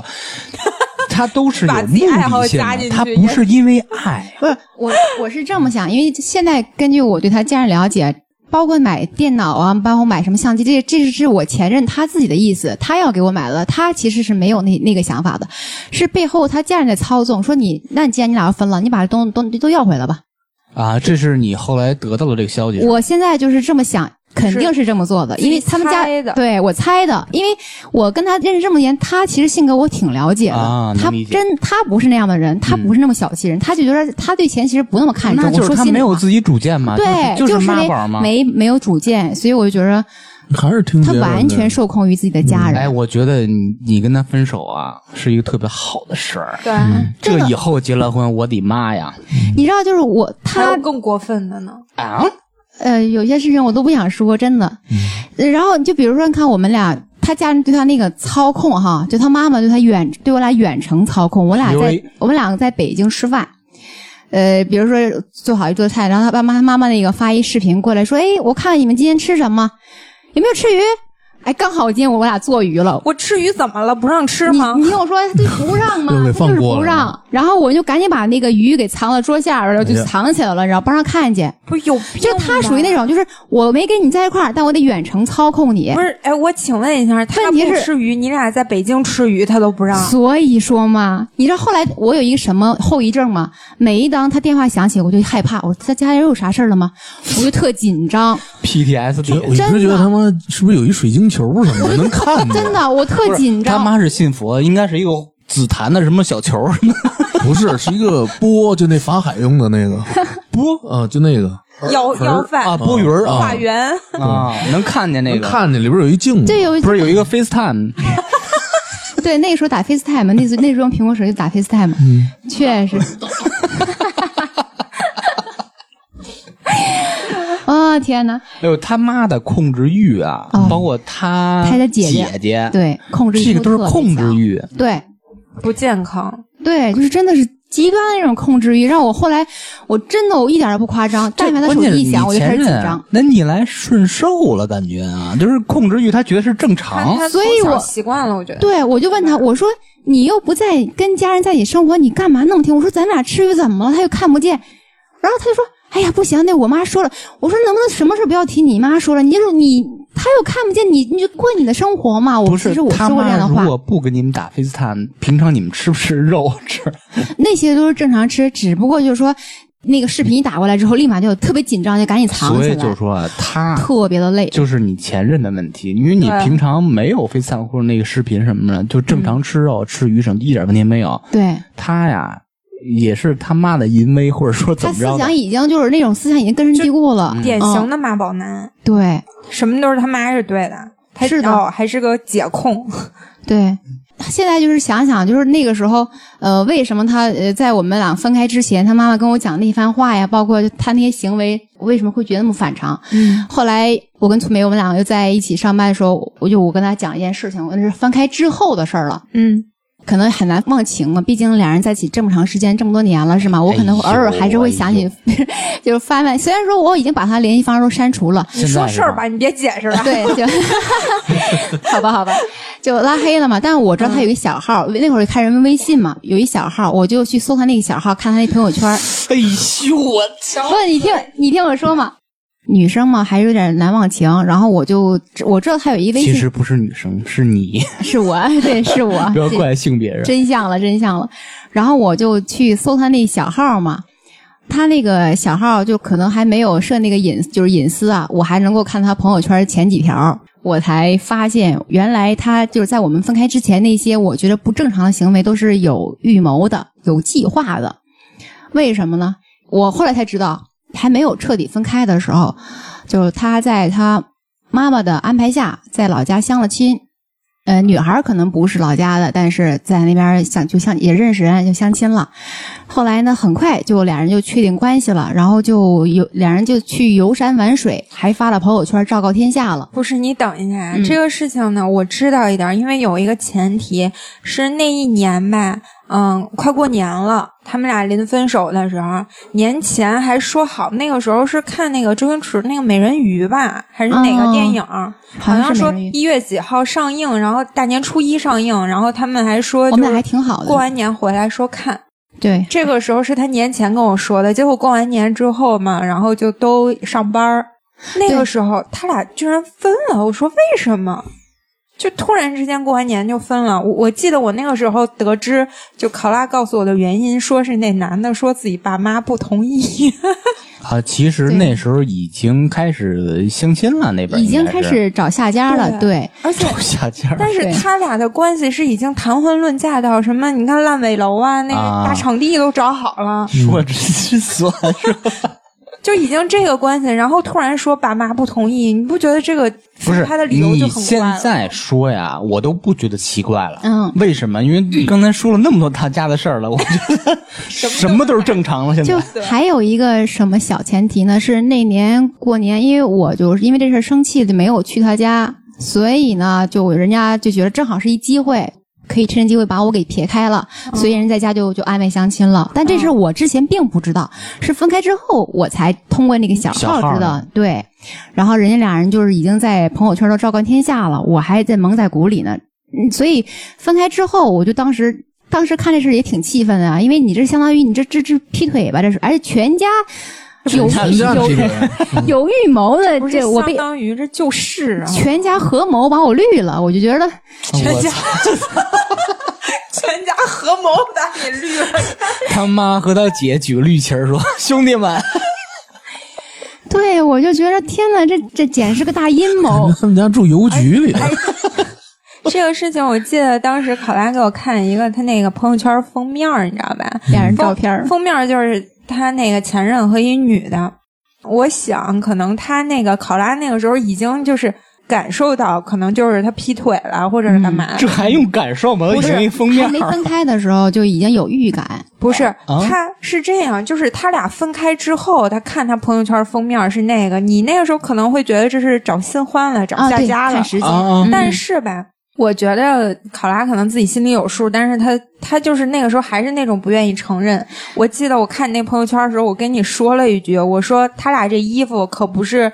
他都是有把目自己爱好的性加进的，去他不是因为爱。不是我我是这么想，因为现在根据我对他家人了解。包括买电脑啊，包括买什么相机，这这是我前任他自己的意思，他要给我买了，他其实是没有那那个想法的，是背后他家人在操纵，说你，那你既然你俩要分了，你把东东都要回来吧。啊，这是你后来得到的这个消息。我现在就是这么想，肯定是这么做的，自己因为他们家猜的对我猜的，因为我跟他认识这么多年，他其实性格我挺了解的，啊能他理解嗯真他不是那样的人，他不是那么小气人，他就觉得他对钱其实不那么看重。那就我是说他心里没有话自己主见嘛，对，啊就是就是是妈没宝嘛。没没有主见，所以我就觉得嗯还是听他别人的完全受控于自己的家人。哎，我觉得你你跟他分手啊，是一个特别好的事儿。对，啊嗯这以后结了婚，我的妈呀！你知道，就是我还哎他有更过分的呢。啊，呃，有些事情我都不想说，真的。嗯呃然后你就比如说，你看我们俩，他家人对他那个操控哈，就他妈妈对他远对我俩远程操控，我俩在 PUA 我们两个在北京吃饭。呃，比如说做好一桌菜，然后他爸妈他妈妈那个发一视频过来说：“哎，我看你们今天吃什么？有没有吃鱼？哎，刚好我今天我我俩做鱼了，我吃鱼怎么了？不让吃吗你？你听我说，他就不让 嘛，又给他放就是过不了让。然后我就赶紧把那个鱼给藏到桌下边儿，哎然后就藏起来了，然后不让看见。不是有病就他属于那种种，就是我没跟你在一块儿，但我得远程操控你不。是？哎，我请问一下，他问不题是吃鱼，你俩在北京吃鱼，他都不让。所以说嘛，你知道后来我有一个什么后遗症吗？每一当他电话响起，我就害怕，我说他家人有啥事儿了吗？我就特紧张，觉得我一 PTSD。直觉得他妈是不是有一水晶球什么的能看的？真的，我特紧他张。妈是信佛，应该是一个紫檀的什么小球儿什么的。不是，是一个钵，就那法海用的那 个钵啊，就那个要要饭啊，波鱼儿化啊缘，啊，能看见那能个。看见里边有一镜子这，有不是有一个 FaceTime，哎对那个时候打 FaceTime，那时候那时候用苹果手机打 FaceTime，、确嗯实。 啊、天哪！哎呦他妈的控制欲啊，哦包括他他的姐姐姐对，控制欲这个都是特别控制强，欲。对不健啊康。对，就是真的是极端的那种控制欲，让我后来我真的我一点儿都不夸张，但这凡他关手键是机你一响，我就开前始紧任啊张。。那你来顺受了，感觉啊，就是控制欲，他觉得是正常。他所以从小我习惯了，我觉得。对，嗯我就问他，我说你又不在跟家人在一起生活，你干嘛弄听？我说咱俩吃鱼怎么了？他又看不见，然后他就说，哎呀，不行，那我妈说了。我说能不能什么事不要提你妈说了？你就是你，他又看不见你，你就过你的生活嘛。我不其是实我他说过这妈样的如话，果不跟你们打 FaceTime，平常你们吃不吃肉 吃？那些都是正常吃，只不过就是说那个视频一打过来之后，立马就特别紧张，就赶紧藏所起来，以就是说啊他特别的累。就是你前任的问题，因为你啊对平常没有 FaceTime 或者那个视频什么的，就正嗯常吃肉、吃鱼什么，一点问题没有。对他呀，也是他妈的淫威，或者说怎他么思想着的，已经就是那种思想已经根深蒂固了，典型嗯的妈宝男，对什么都是他妈是对的，他是的哦还是个姐控，对。现在就是想想，就是那个时候，呃，为什么他呃在我们俩分开之前，他妈妈跟我讲那一番话呀，包括他那些行为，我为什么会觉得那么反常？嗯，后来我跟粗梅我们两个又在一起上班的时候，我就我跟他讲一件事情，我那是分开之后的事儿了。嗯，可能很难忘情嘛，毕竟俩人在一起这么长时间，这么多年了，是吗？我可能偶尔还是会想起， 就是翻翻。虽然说我已经把他联系方式都删除了，你说事儿吧，你别解释了，对，就 好吧，好吧，就拉黑了嘛。但是我知道他有一小号，嗯那会儿看人们微信嘛，有一小号，我就去搜他那个小号，看他那朋友圈。哎呦我操！不，你听，你听我说嘛。女生嘛，还是有点难忘情。然后我就我知道他有一微其信，实不是女生，是你，是我， 啊对，是我 。不要怪性别人。真相了，真相了。然后我就去搜他那小号嘛，他那个小号就可能还没有设那个隐，就是隐私啊，我还能够看他朋友圈前几条。我才发现，原来他就是在我们分开之前那些我觉得不正常的行为都是有预谋的、有计划的。为什么呢？我后来才知道，还没有彻底分开的时候，就是他在他妈妈的安排下，在老家相了亲。呃，女孩儿可能不是老家的，但是在那边儿想就相也认识人，就相亲了。后来呢，很快就俩人就确定关系了，然后就有俩人就去游山玩水，还发了朋友圈昭告天下了。 不是，你等一下，啊嗯这个事情呢，我知道一点儿，因为有一个前提是那一年吧，嗯，快过年了，他们俩临分手的时候，年前还说好，那个时候是看那个周星驰那个《美人鱼》吧，还是哪个哦电影？好像是说美人鱼一月几号上映，然后大年初一上映，然后他们还说我就们俩还是挺好的，过完年回来说看。对这个时候是他年前跟我说的，结果过完年之后嘛，然后就都上班儿。那个时候他俩居然分了，我说为什么？就突然之间过完年就分了。我我记得我那个时候得知，就考拉告诉我的原因，说是那男的说自己爸妈不同意，啊，其实对那时候已经开始相亲了，那边已经应该开是始找下家了，对， 而且。 下 家但是对他俩的关系是已经谈婚论嫁到什么？你看烂尾楼啊，那啊个大场地都找好了，说真是算 是吧就已经这个关系，然后突然说爸妈不同意，你不觉得这个不是他的理由你就很怪现了？在说呀，我都不觉得奇怪了。嗯为什么？因为刚才说了那么多他家的事儿了，我觉 得什么都是正常了。现在就还有一个什么小前提呢？是那年过年，因为我就是因为这事儿生气，就没有去他家，所以呢，就人家就觉得正好是一机会。可以趁着机会把我给撇开了，嗯所以人在家就就安慰相亲了。但这事儿我之前并不知道，是分开之后我才通过那个小小号号知道呢。对，然后人家俩人就是已经在朋友圈都昭告天下了，我还在蒙在鼓里呢。嗯，所以分开之后，我就当时当时看这事儿也挺气愤的啊，因为你这相当于你这这这劈腿吧，这是，而且全家有全家劈腿，。有预谋的不，是这我被相当于这就是啊，全家合谋把我绿了，我就觉得全家 全家合谋把你绿了，他妈和他姐举个绿旗儿说：“ 兄弟们，对我就觉得天哪，这这简直是个大阴谋他们家住邮局里， 哎这个事情我记得当时考拉给我看一个他那个朋友圈封面儿，你知道吧？俩人照片儿，封面就是他那个前任和一女的。我想，可能他那个考拉那个时候已经就是感受到，可能就是他劈腿了，或者是干嘛？这还用感受吗？已不是经一封还面没儿分开的时候就已经有预感，不是，他是这样，就是他俩分开之后，他看他朋友圈封面是那个，你那个时候可能会觉得这是找新欢了，找啊，下对，家了，看时间，啊嗯但是吧，我觉得考拉可能自己心里有数，但是他他就是那个时候还是那种不愿意承认。我记得我看你那朋友圈的时候，我跟你说了一句，我说他俩这衣服可不是，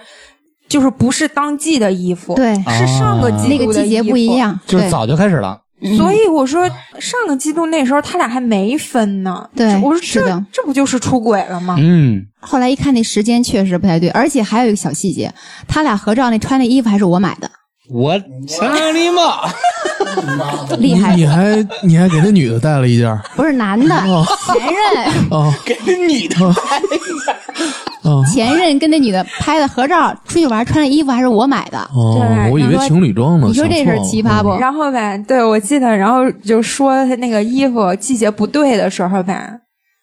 就是不是当季的衣服，对啊是上个季那度个的季节不衣服一。样，就是对早就开始了。所以我说，上个季度那时候他俩还没分呢。对我说是这的这不就是出轨了吗？嗯，后来一看那时间确实不太对，而且还有一个小细节，他俩合照那穿的衣服还是我买的，我嗯操你妈！厉害你还你还给那女的带了 一件儿不是男的，前任啊前任跟那女的拍的合照，出去玩穿的衣服还是我买的，哦，对我以为情侣装呢。你说想这哦错事儿了奇葩不？然后吧，对我记得，然后就说他那个衣服季节不对的时候吧，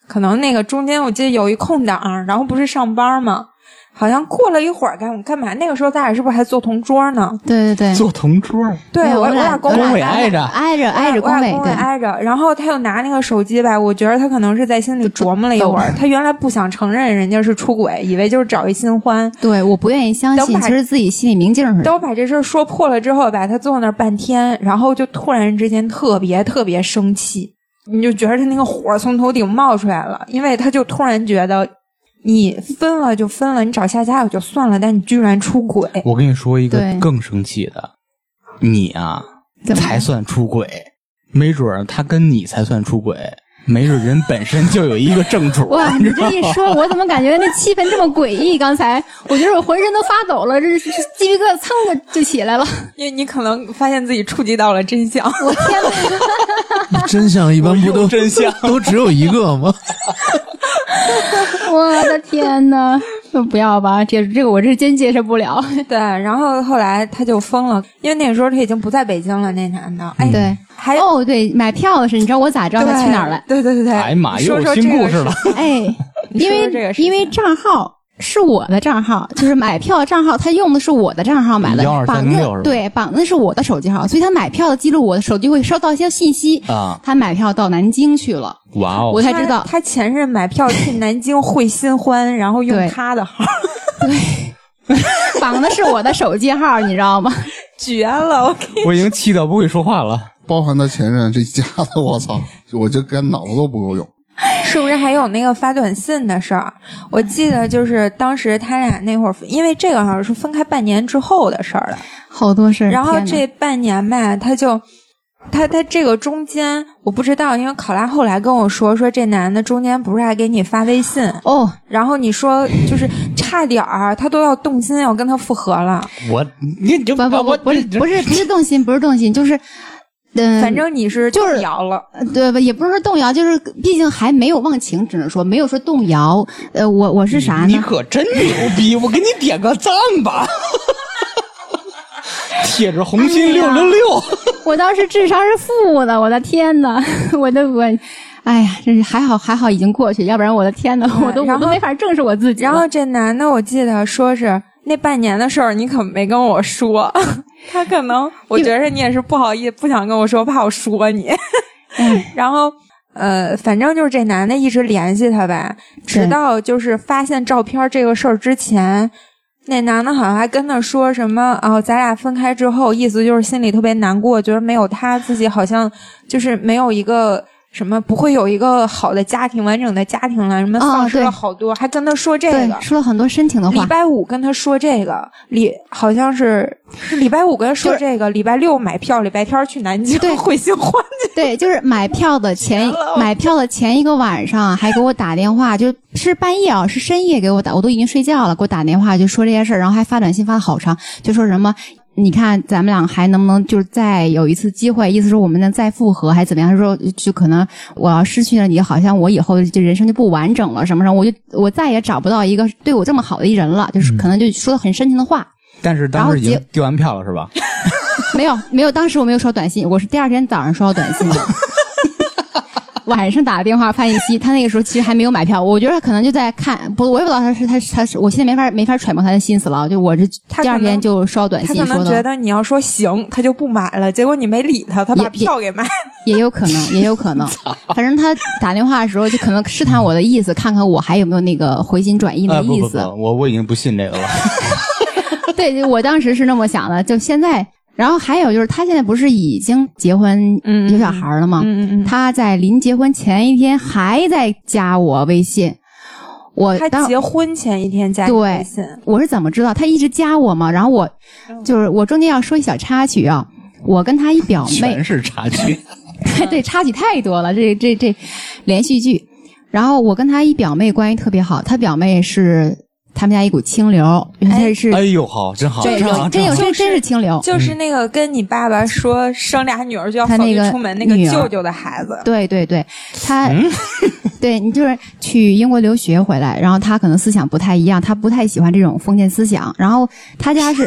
可能那个中间我记得有一空档，然后不是上班嘛，好像过了一会儿干干嘛？那个时候咱俩是不是还坐同桌呢？对对对，坐同桌儿，对，对我嗯我们俩俩工我俩挨挨着挨着挨着我工俩位，工位对，挨着，然后他又拿那个手机吧，我觉得他可能是在心里琢磨了一会 儿，他原来不想承认人家是出轨，以为就是找一新欢，对，我不愿意相等信，把其实自己心里明镜儿似的。等我把这事儿说破了之后吧，他坐那儿半天，然后就突然之间特别特别生气，你就觉得他那个火从头顶冒出来了，因为他就突然觉得你分了就分了，你找下家也就算了，但你居然出轨，我跟你说一个对更生气的，你啊怎么。才算出轨，没准儿他跟你才算出轨，没准儿人本身就有一个正 主哇，你这一说，我怎么感觉那气氛这么诡异？刚才我觉得我浑身都发抖了，这这鸡皮疙瘩蹭的就起来了。因为你可能发现自己触及到了真相。我天哪！ 真相一般 不都真相 都只有一个 吗？我的天呐，不要吧，这这个我是真接受不了。 对，然后后来他就疯了，因为那个时候他已经不在北京了，那男的，哎，对，还嗯有。哦对，买票的事，你知道我咋知道他去哪儿了？对对对对，哎呀妈，又说有说新这个故事了。哎，因你说说这为个事情因为账号是我的账号，就是买票的账号，他用的是我的账号买的12306，绑是吧的对绑的是我的手机号，所以他买票的记录，我的手机会收到一些信息啊他买票到南京去了， 哇我哦！才知道他。他前任买票去南京会新欢，然后用对他的号， 绑的是我的手机 号，你知道吗？绝了！我跟你我已经气到不会说话了。包含他前任这一家子，我操，我就跟脑子都不够用。是不是还有那个发短信的事儿？我记得就是当时他俩那会儿，因为这个好像是分开半年之后的事儿了。好多事儿，然后嗯天哪这半年吧，他就他他这个中间我不知道，因为考拉后来跟我说说这男的中间不是还给你发微信，哦，然后你说就是差点儿他都要动心要跟他复合了，我你你就不不我不，不是不是不是动心，不是动心，就是，嗯，反正你是就是动摇了，对吧？也不是说动摇，就是毕竟还没有忘情，只能说没有说动摇。呃，我我是啥你呢？可真牛 逼，我给你点个赞吧。 铁着红心六六哎六，我当时智商是负的，我的天呐，我的我， 哎呀，真是还好还好已经过去，要不然我的天呐，我都然我后都没法正视我自己了。然后这男的我记得说是那半年的事儿，你可没跟我说。 他可能， 我觉着你也是不好意思，不想跟我说，怕我说你。 然后，呃，反正就是这男的一直联系他吧，直到就是发现照片这个事儿之前，那男的好像还跟他说什么哦，咱俩分开之后，意思就是心里特别难过，觉得没有他自己好像就是没有一个。什么不会有一个好的家庭、完整的家庭了？什么哦丧失对了好多，还跟他说这对个，说了很多深情的礼话，拜五跟他说这个，礼好像是是礼拜五跟他说这个，礼拜六买票，礼拜天去南京对回新欢去。 对，就是买票的前买票的前一个晚上还给我打电话，就是半夜啊，是深夜给我打，我都已经睡觉了，给我打电话就说这些事儿，然后还发短信发的好长，就说什么。你看，咱们俩还能不能就是再有一次机会？意思是我们能再复合，还怎么样？他说，就可能我要失去了你，好像我以后就人生就不完整了，什么什么，我就我再也找不到一个对我这么好的一人了，就是可能就说的很深情的话。但是然当后时已经结丢完票了是吧？ 没有，没有，当时我没有收到短信，我是第二天早上收到短信 的。晚上打电话发信息，他那个时候其实还没有买票，我觉得他可能就在看，不，我也不知道他是他是他是，我现在没法没法揣摩他的心思了，就我是他第二可能天就收到短他信可说能觉的，得你要说行，他就不买了，结果你没理他，他把也也票给卖。也有可能，也有可 能，反正他打电话的时候就可能试探我的意思，看看我还有没有那个回心转意啊的不意不不思。，我我已经不信这个了。对，我当时是那么想的，就现在，然后还有就是他现在不是已经结婚嗯嗯有小孩了吗？嗯嗯嗯，他在临结婚前一天还在加我微信，我他当结婚前一天加你对微信，我是怎么知道他一直加我嘛？然后我嗯就是我中间要说一小插曲啊，我跟他一表妹全，是差距，对插曲太多了，这这这连续剧。然后我跟他一表妹关系特别好，他表妹是他们家一股清流，原来是、哎呦好，真好，对真好，有真有好真真是清流，就是那个跟你爸爸说生俩女儿就要他放那学个出门那个女儿舅舅的孩子。对对对，他，嗯 对你就是去英国留学回来，然后他可能思想不太一样，他不太喜欢这种封建思想，然后他家是，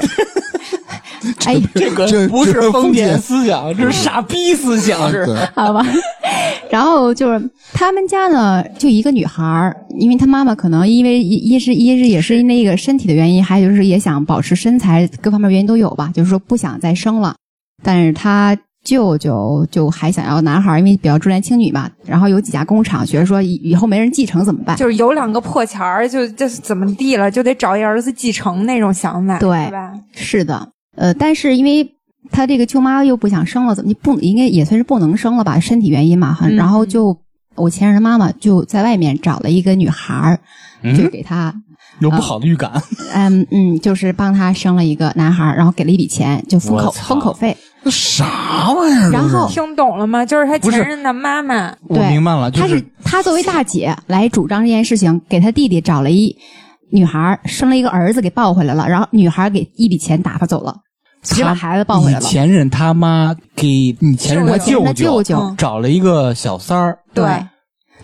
哎， 这个这不这是是封封建嗯建思想，这是傻逼思想，是啊对，好吧， 然后就是他们家呢，就一个女孩儿，因为她妈妈可能因为一一是一是也是那个身体的原因，还有就是也想保持身材，各方面原因都有吧，就是说不想再生了，但是她舅舅就还想要男孩儿，因为比较重男轻女嘛，然后有几家工厂觉得说以以后没人继承怎么办？就是有两个破钱儿，就就怎么地了，就得找一儿子继承那种想法，对是吧？是的，呃，但是因为她这个舅妈又不想生了，怎么你不应该也算是不能生了吧？身体原因嘛，哈。嗯然后就我前任的妈妈就在外面找了一个女孩儿，嗯就给她，有啊不好的 预感。嗯嗯，就是帮她生了一个男孩儿，然后给了一笔钱，就封口我操封口费。这啥玩意儿？然后听懂了吗？就是他嗯不是前任的妈妈，我对明白了，就她是她作为大姐来主张这件事情，给她弟弟找了一女孩儿，生了一个儿子给抱回来了，然后女孩儿给一笔钱打发走了，直接把孩子抱回来你了。前任他妈给你前任他舅舅舅舅舅嗯找了一个小三儿，对，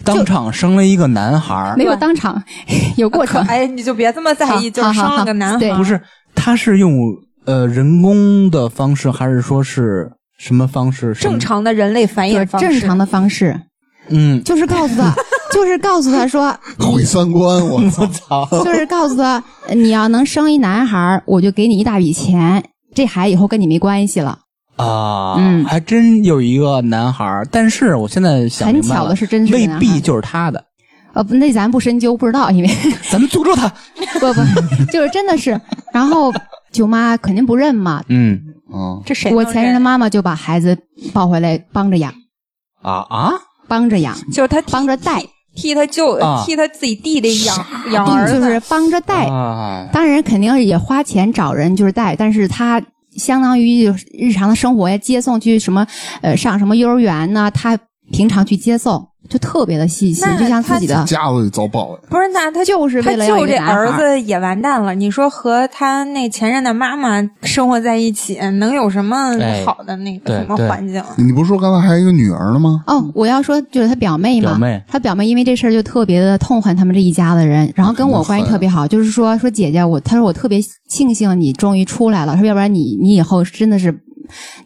当场生了一个男孩儿没，有当场 有过可程。哎，你就别这么在意，好就是生好了好个男孩对儿，不是，他是用呃人工的方式，还是说是什么方式？什么正，常的人类繁就衍是方式，正常的方式，嗯，就是告诉 他，就是告诉他说，毁三观，我操！ 就是告诉他，呃你要能生一男孩儿，我就给你一大笔钱，这孩子以后跟你没关系了。啊，嗯还真有一个男孩儿，但是我现在想很明白巧了的是真是个未男孩必就是他的，呃，不，那咱不深究，不知道，因为咱们诅咒他，不 不，就是真的是。然后舅妈肯定不认嘛，嗯啊，这谁能我忍？前任的妈妈就把孩子抱回来，帮着养，啊啊，帮着养，就是他替帮着带，替他舅啊替他自己弟弟养养儿就子，哦是帮着带。哎，当然肯定也花钱找人就是带，但是他相当于就是日常的生活呀，接送去什么呃上什么幼儿园呐、他平常去接送，就特别的细心那，就像自己的家里遭报应。不是，那他就是为他了要就一个这男孩儿儿子也完蛋了。你说和他那前任的妈妈生活在一起，能有什么哎好的那个对什么对环境啊？你不是说刚才还有一个女儿呢吗？哦，我要说就是他表妹嘛，表妹他表妹因为这事儿就特别的痛恨他们这一家的人，然后跟我关系特别 嗯好，就是说说姐姐我，她说我特别庆幸你终于出来了，说要不然你你以后真的是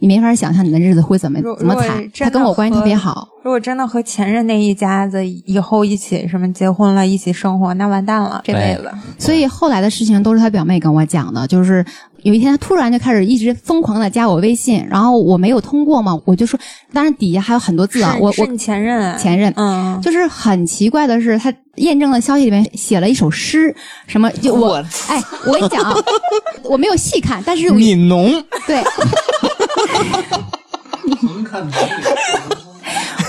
你没法想象你的日子会怎么如怎么如果惨。真她的跟我关系特别好，如果真的和前任那一家子以后一起什么结婚了，一起生活，那完蛋了，哎这辈子。所以后来的事情都是她表妹跟我讲的，就是。有一天，她突然就开始一直疯狂的加我微信，然后我没有通过嘛，我就说，当然底下还有很多字啊，是我是我你前任啊，前任，嗯，就是很奇怪的是，他验证的消息里面写了一首诗，什么就我哎，我跟你讲啊， 我没有细看，但是你浓，对。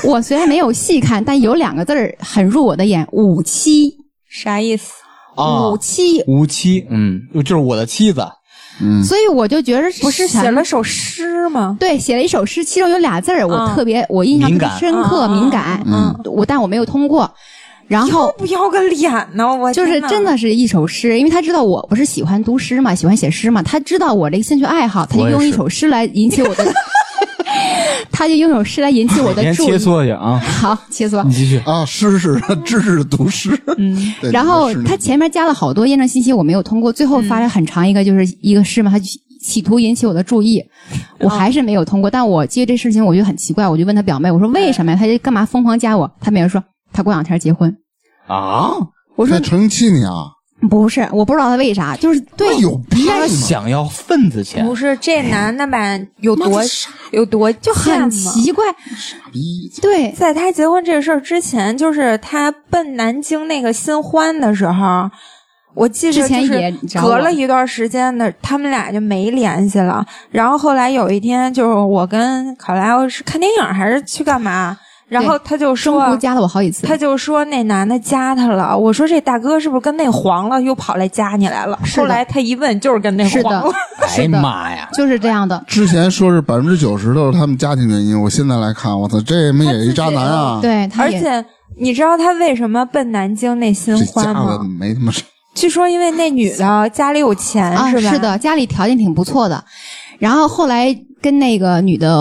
我虽然没有细看，但有两个字儿很入我的眼：五妻。啥意思？哦啊五妻，无妻，嗯，就是我的妻子，所以我就觉得不是什写么了首诗吗？对，写了一首诗，其中有俩字儿我嗯特别，我印象特敏别感深刻，嗯敏感。嗯，我但我没有通过。然后要不要个脸呢？我就是真的的是一首诗，因为他知道我不是喜欢读诗嘛，喜欢写诗嘛，他知道我这个兴趣爱好，他就我也用是一首诗来引起我的， 他就用一首诗来引起我 的先注切意。磋去啊，好，切磋。继续。啊，诗是知识读诗。嗯，然后他前面加了好多验证信息，我没有通过，最后嗯发了很长一个就是一个诗嘛，他就企图引起我的注意，哦我还是没有通过。但我基于这事情，我就很奇怪，我就问他表妹，嗯我说为什么呀？他就干嘛疯狂加我？他表妹说他过两天结婚。啊，我说他哎成亲你啊，不是，我不知道他为啥，就是对那有病他吗？想要份子钱不，是这男的吧？有多有多就很奇怪，逼对，在他结婚这事儿之前，就是他奔南京那个新欢的时候，我记之着前就也是找我隔了一段时间的，他们俩就没联系了。然后后来有一天，就是我跟考拉欧是看电影还是去干嘛，然后他就中途说。加了我好几次他。就说那男的加他了，我说这大哥是不是跟那黄了，又跑来加你来了？是的后来他一问，就是跟那是黄的了。，哎是呀的，妈呀，就是这样的。之前说是百分之九十都是他们家庭原因，我现在来看，我操，这没也一渣男 啊！对，他而也且你知道他为什么奔南京那新这欢家伙吗？没他妈事。据说因为那女的家里有钱，啊，吧？是的，家里条件挺不错的。然后后来跟那个女的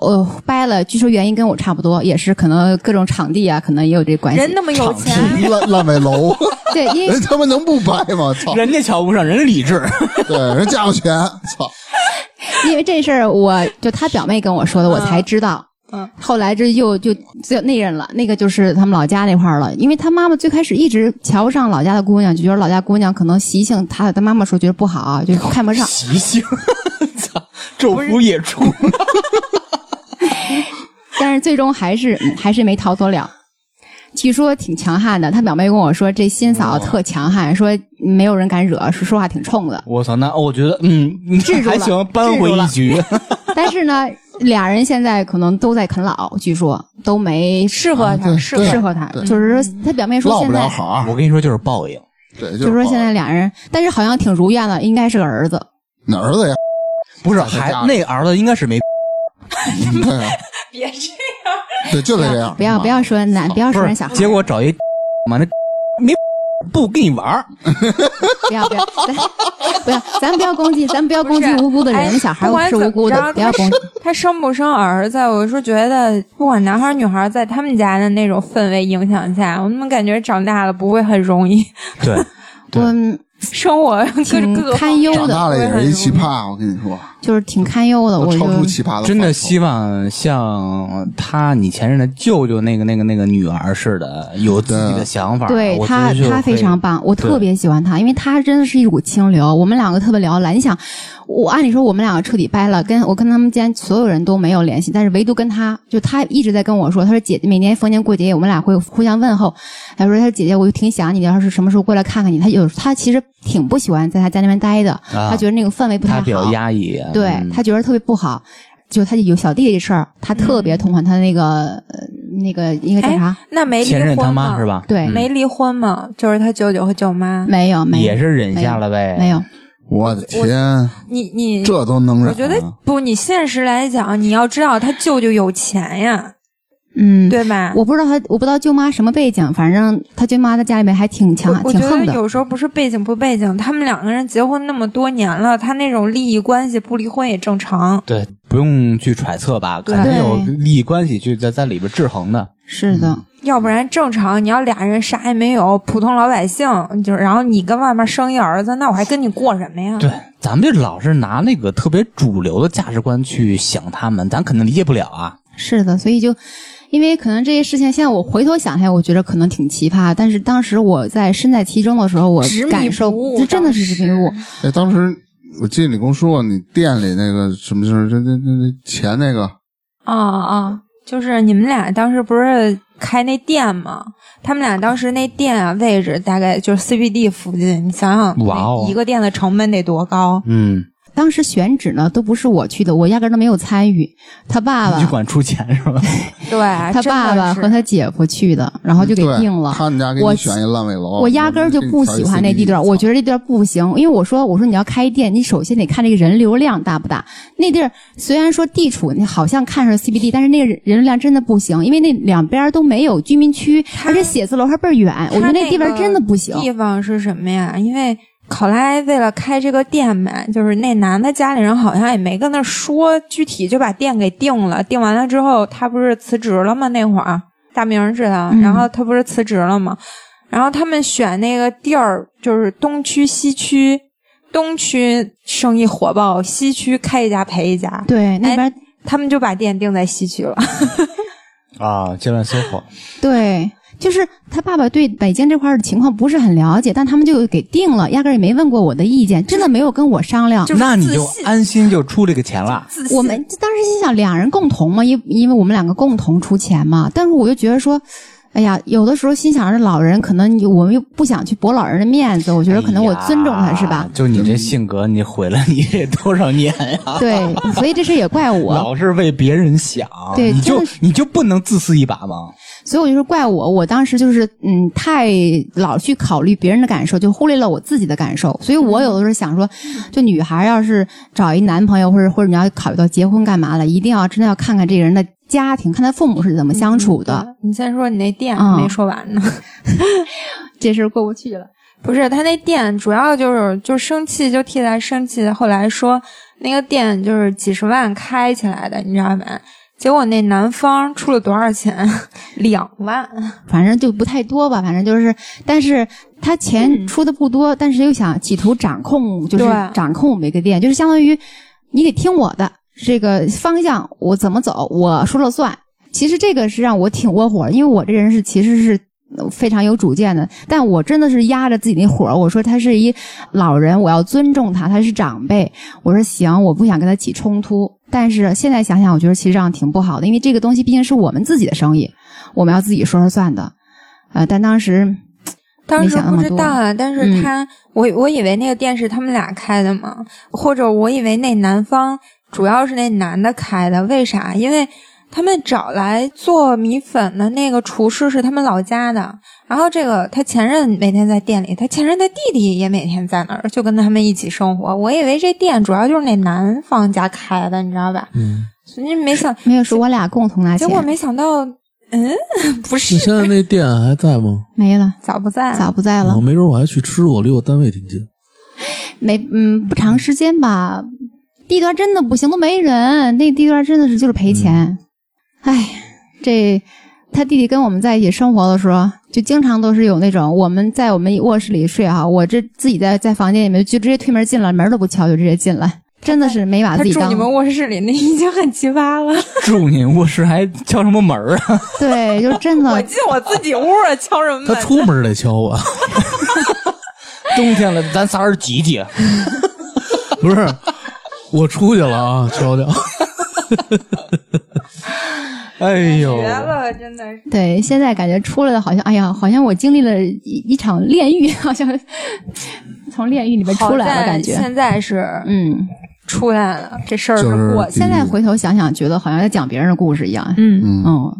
呃掰了，据说原因跟我差不多，也是可能各种场地啊，可能也有这关系人。那么有钱，啊 烂烂尾 楼，对，因为 人他妈能不掰吗？哦操！人家瞧不上，人家理智，对，人家有钱，操！因为这事儿，我就他表妹跟我说的，我才知道。嗯后来这又就就内任了，那个就是他们老家那块儿了。因为他妈妈最开始一直瞧不上老家的姑娘，就觉得老家姑娘可能习性，他他妈妈说觉得不好啊，就看不上。急性， 操，昼伏夜出，。但是最终还是嗯还是没逃脱了。据说挺强悍的，他表妹跟我说，这新嫂特强悍，说没有人敢惹，说说话挺冲的我操，那我觉得，嗯，嗯制住了还行，扳回一局， 但是呢，俩人现在可能都在啃老，据说都没适合他对适合对适合他，就是说他表妹说落不现在了，好啊我跟你说就是报应，对，就是说现报在应俩人，但是好像挺如愿的，应该是个儿子。你 儿子也不是，在家还里那儿子应该是没，对，别这样，对，就得这样，不要不要说男，不要不说人是小，孩，结果找一 妈那没 不跟你玩儿，不要不要，咱不要，咱不要攻击，咱不要攻击无辜的哎人，小孩不管是怎无么辜着的，不要攻击。他生不生儿子，我是觉得不管男孩儿女孩儿，在他们家的那种氛围影响下，我们感觉长大了不会很容易， 对，对我生活就是各挺个堪忧长的，大了也是一奇葩，我跟你说，就是挺堪忧的。都我就超出奇葩的范畴，真的希望像他你前任的舅舅那个那个那个女儿似的，有自己的想法。对我觉他得就他会非常棒，我特对别喜欢他，因为他真的是一股清流。我们两个特别聊得来，你想，我按理说我们两个彻底掰了，跟我跟他们间所有人都没有联系，但是唯独跟他，就他一直在跟我说，他说姐，每年逢年过节我们俩会互相问候，他说他说姐姐，我就挺想你的，要是什么时候过来看看你。他有他其实挺不喜欢在他家那边待的，啊他觉得那个氛围不太他好，比较压抑，对嗯他觉得特别不好。就他有小弟弟这事儿，他特别痛恨他那个、呃那个应该叫啥？那没离前婚任他妈吗是？吧？对嗯没离婚吗？就是他舅舅和舅妈。嗯没有，没有，也是忍下了呗。没有，我的天，你嗯你这都能忍、啊？我觉得不，你现实来讲，你要知道他舅舅有钱呀，嗯，对啊吧？我不知道他，我不知道舅妈什么背景，反正他舅妈在家里面还挺强，我挺觉得横的。有时候不是背景不背景，他们两个人结婚那么多年了，他那种利益关系不离婚也正常。对，不用去揣测吧，肯定有利益关系去在在里边制衡的。是的，嗯要不然正常，你要俩人啥也没有，普通老百姓，就是然后你跟外面生一儿子，那我还跟你过什么嗯呀？对，咱们这老是拿那个特别主流的价值观去想他们，咱肯定理解不了啊。是的，所以就因为可能这些事情，现在我回头想来，我觉得可能挺奇葩，但是当时我在身在其中的时候，我执迷感受不悟这真的是当时执迷不悟。哎，当时我记得你跟我说过你店里那个什么事儿，这这这这钱那个，啊啊，就是你们俩当时不是开那店吗？他们俩当时那店啊位置大概就是 CBD 附近，你想想，哇哦一个店的成本得多高？嗯，当时选址呢都不是我去的，我压根儿都没有参与。他爸你爸、管出钱是吧？对，他爸爸和真的是他姐夫去的，然后就嗯给对定了。他们家给我你选一烂尾楼，我压根儿就不喜欢那地段，我觉得这地儿不行，因为我说我说你要开店，你首先得看这个人流量大不大。那地儿虽然说地处你好像看上 CBD，但是那个人流量真的不行，因为那两边都没有居民区，而且写字楼还倍儿远，我觉得那地方真的不行。地方是什么呀？因为考拉为了开这个店嘛，就是那男的家里人好像也没跟他说，具体就把店给定了。定完了之后，他不是辞职了吗？那会儿大明儿知道，嗯然后他不是辞职了吗？然后他们选那个地儿就是东区、西区。东区生意火爆，西区开一家赔一家，对，那边、他们就把店定在西区了。 啊，接乱搜火。对。就是他爸爸对北京这块儿的情况不是很了解，但他们就给定了，压根儿也没问过我的意见，真的没有跟我商量。就是那你自就信安心就出这个钱了。自信我们当时心想，两人共同嘛，因因为我们两个共同出钱嘛。但是我就觉得说，哎呀，有的时候心想着老人，可能你我们又不想去驳老人的面子，我觉得可能我尊重他是哎吧呀？就你这性格，你毁了你这多少年 哎呀？对，所以这事也怪我， 老是为别人想，对你真就的是你就不能自私一把吗？所以我就说怪我，我当时就是嗯，太老去考虑别人的感受，就忽略了我自己的感受。所以我有的时候想说，嗯就女孩要是找一男朋友，或者或者你要考虑到结婚干嘛了，一定要真的要看看这个人的家庭，看他父母是怎么相处的。你先说你那店嗯没说完呢， 这事儿过不去了。 不是他那店主要就是就生气就替他生气，后来说那个店就是几十万开起来的，你知道吧？结果那男方出了多少钱？ 两万。反正就不太多吧，反正就是，但是他钱出的不多，但是又想企图掌控，就是对掌控我们一个店，就是相当于你得听我的这个方向，我怎么走，我说了算。其实这个是让我挺窝火的，因为我这人是其实是。呃非常有主见的，但我真的是压着自己那火儿。我说他是一老人，我要尊重他，他是长辈。我说行，我不想跟他起冲突。但是现在想想，我觉得其实这样挺不好的，因为这个东西毕竟是我们自己的生意，我们要自己说说算的。呃，但当时当时不知没想道那嗯啊，但是他，我我以为那个店是他们俩开的嘛，或者我以为那男方主要是那男的开的，为啥？因为他们找来做米粉的那个厨师是他们老家的，然后这个他前任每天在店里，他前任的弟弟也每天在那儿，就跟他们一起生活。我以为这店主要就是那男方家开的，你知道吧？嗯，所以没想，没有说我俩共同拿结钱，果没想到，嗯，不你是，现在那店还在吗？没了，早不在了，早不在了我，没准我还去吃过，离我单位挺近。没嗯不长时间吧。地段真的不行，都没人，那地段真的是就是赔钱。哎、这他弟弟跟我们在一起生活的时候，就经常都是有那种我们在我们卧室里睡哈，我这自己在在房间里面就直接推门进来，门都不敲就直接进来，真的是没把他自己住当你们卧室里，那已经很奇葩了。住你卧室还敲什么门儿啊？对，就真的 我进我自己屋了，敲什么 他门？出门得敲啊我， 冬天了，咱仨人挤挤。 不是我出去了啊，敲敲。 哎呦绝，了，真的是。对，现在感觉出来的好像，哎呀，好像我经历了一一场炼狱，好像从炼狱里面出来好了，在感觉。现在是嗯，出来了，这事儿就是过去了。现在回头想想，觉得好像在讲别人的故事一样。嗯，嗯，嗯，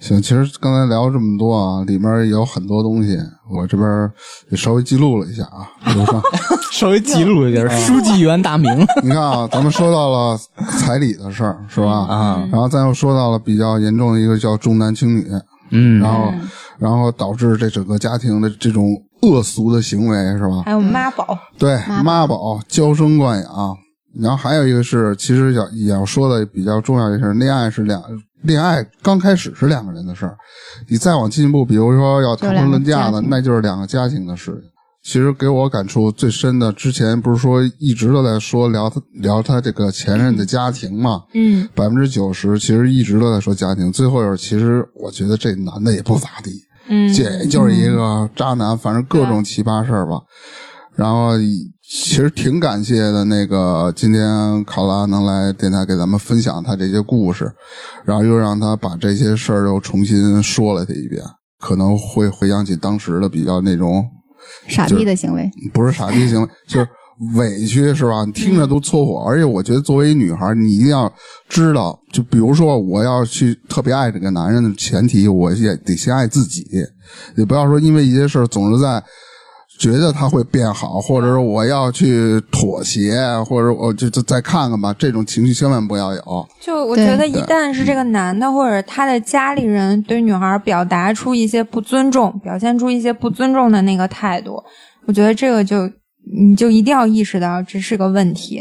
行，其实刚才聊了这么多啊，里面也有很多东西，我这边也稍微记录了一下啊。比如说，稍微记录一下，哎书记员大名你看啊，咱们说到了彩礼的事儿，是吧？啊、嗯然后咱又说到了比较严重的一个叫重男轻女，嗯啊然后然后导致这整个家庭的这种恶俗的行为，是吧？还有妈宝，对，妈宝妈宝、娇生惯养，然后还有一个是，其实要也要说的比较重要的是，恋爱是两恋爱刚开始是两个人的事儿，你再往进一步，比如说要谈婚论嫁就两个家的，庭那就是两个家庭的事情。其实给我感触最深的，之前不是说一直都在说聊他聊他这个前任的家庭嘛，嗯，百分之九十其实一直都在说家庭，最后有其实我觉得这男的也不咋地，嗯这就是一个渣男，反正各种奇葩事儿吧。然后其实挺感谢的，那个今天考拉能来电台给咱们分享他这些故事，然后又让他把这些事儿又重新说了他一遍，可能会回想起当时的比较那种傻逼的行为，不是傻逼行为， 就是委屈是吧？你听着都搓火，而且我觉得作为一女孩，你一定要知道，就比如说我要去特别爱这个男人的前提，我也得先爱自己，你不要说因为一些事儿总是在。觉得他会变好，或者说我要去妥协，或者我就就再看看吧，这种情绪千万不要有。就我对觉得，一旦是这个男的或者他的家里人对女孩表达出一些不尊重，表现出一些不尊重的那个态度，我觉得这个就你就一定要意识到这是个问题。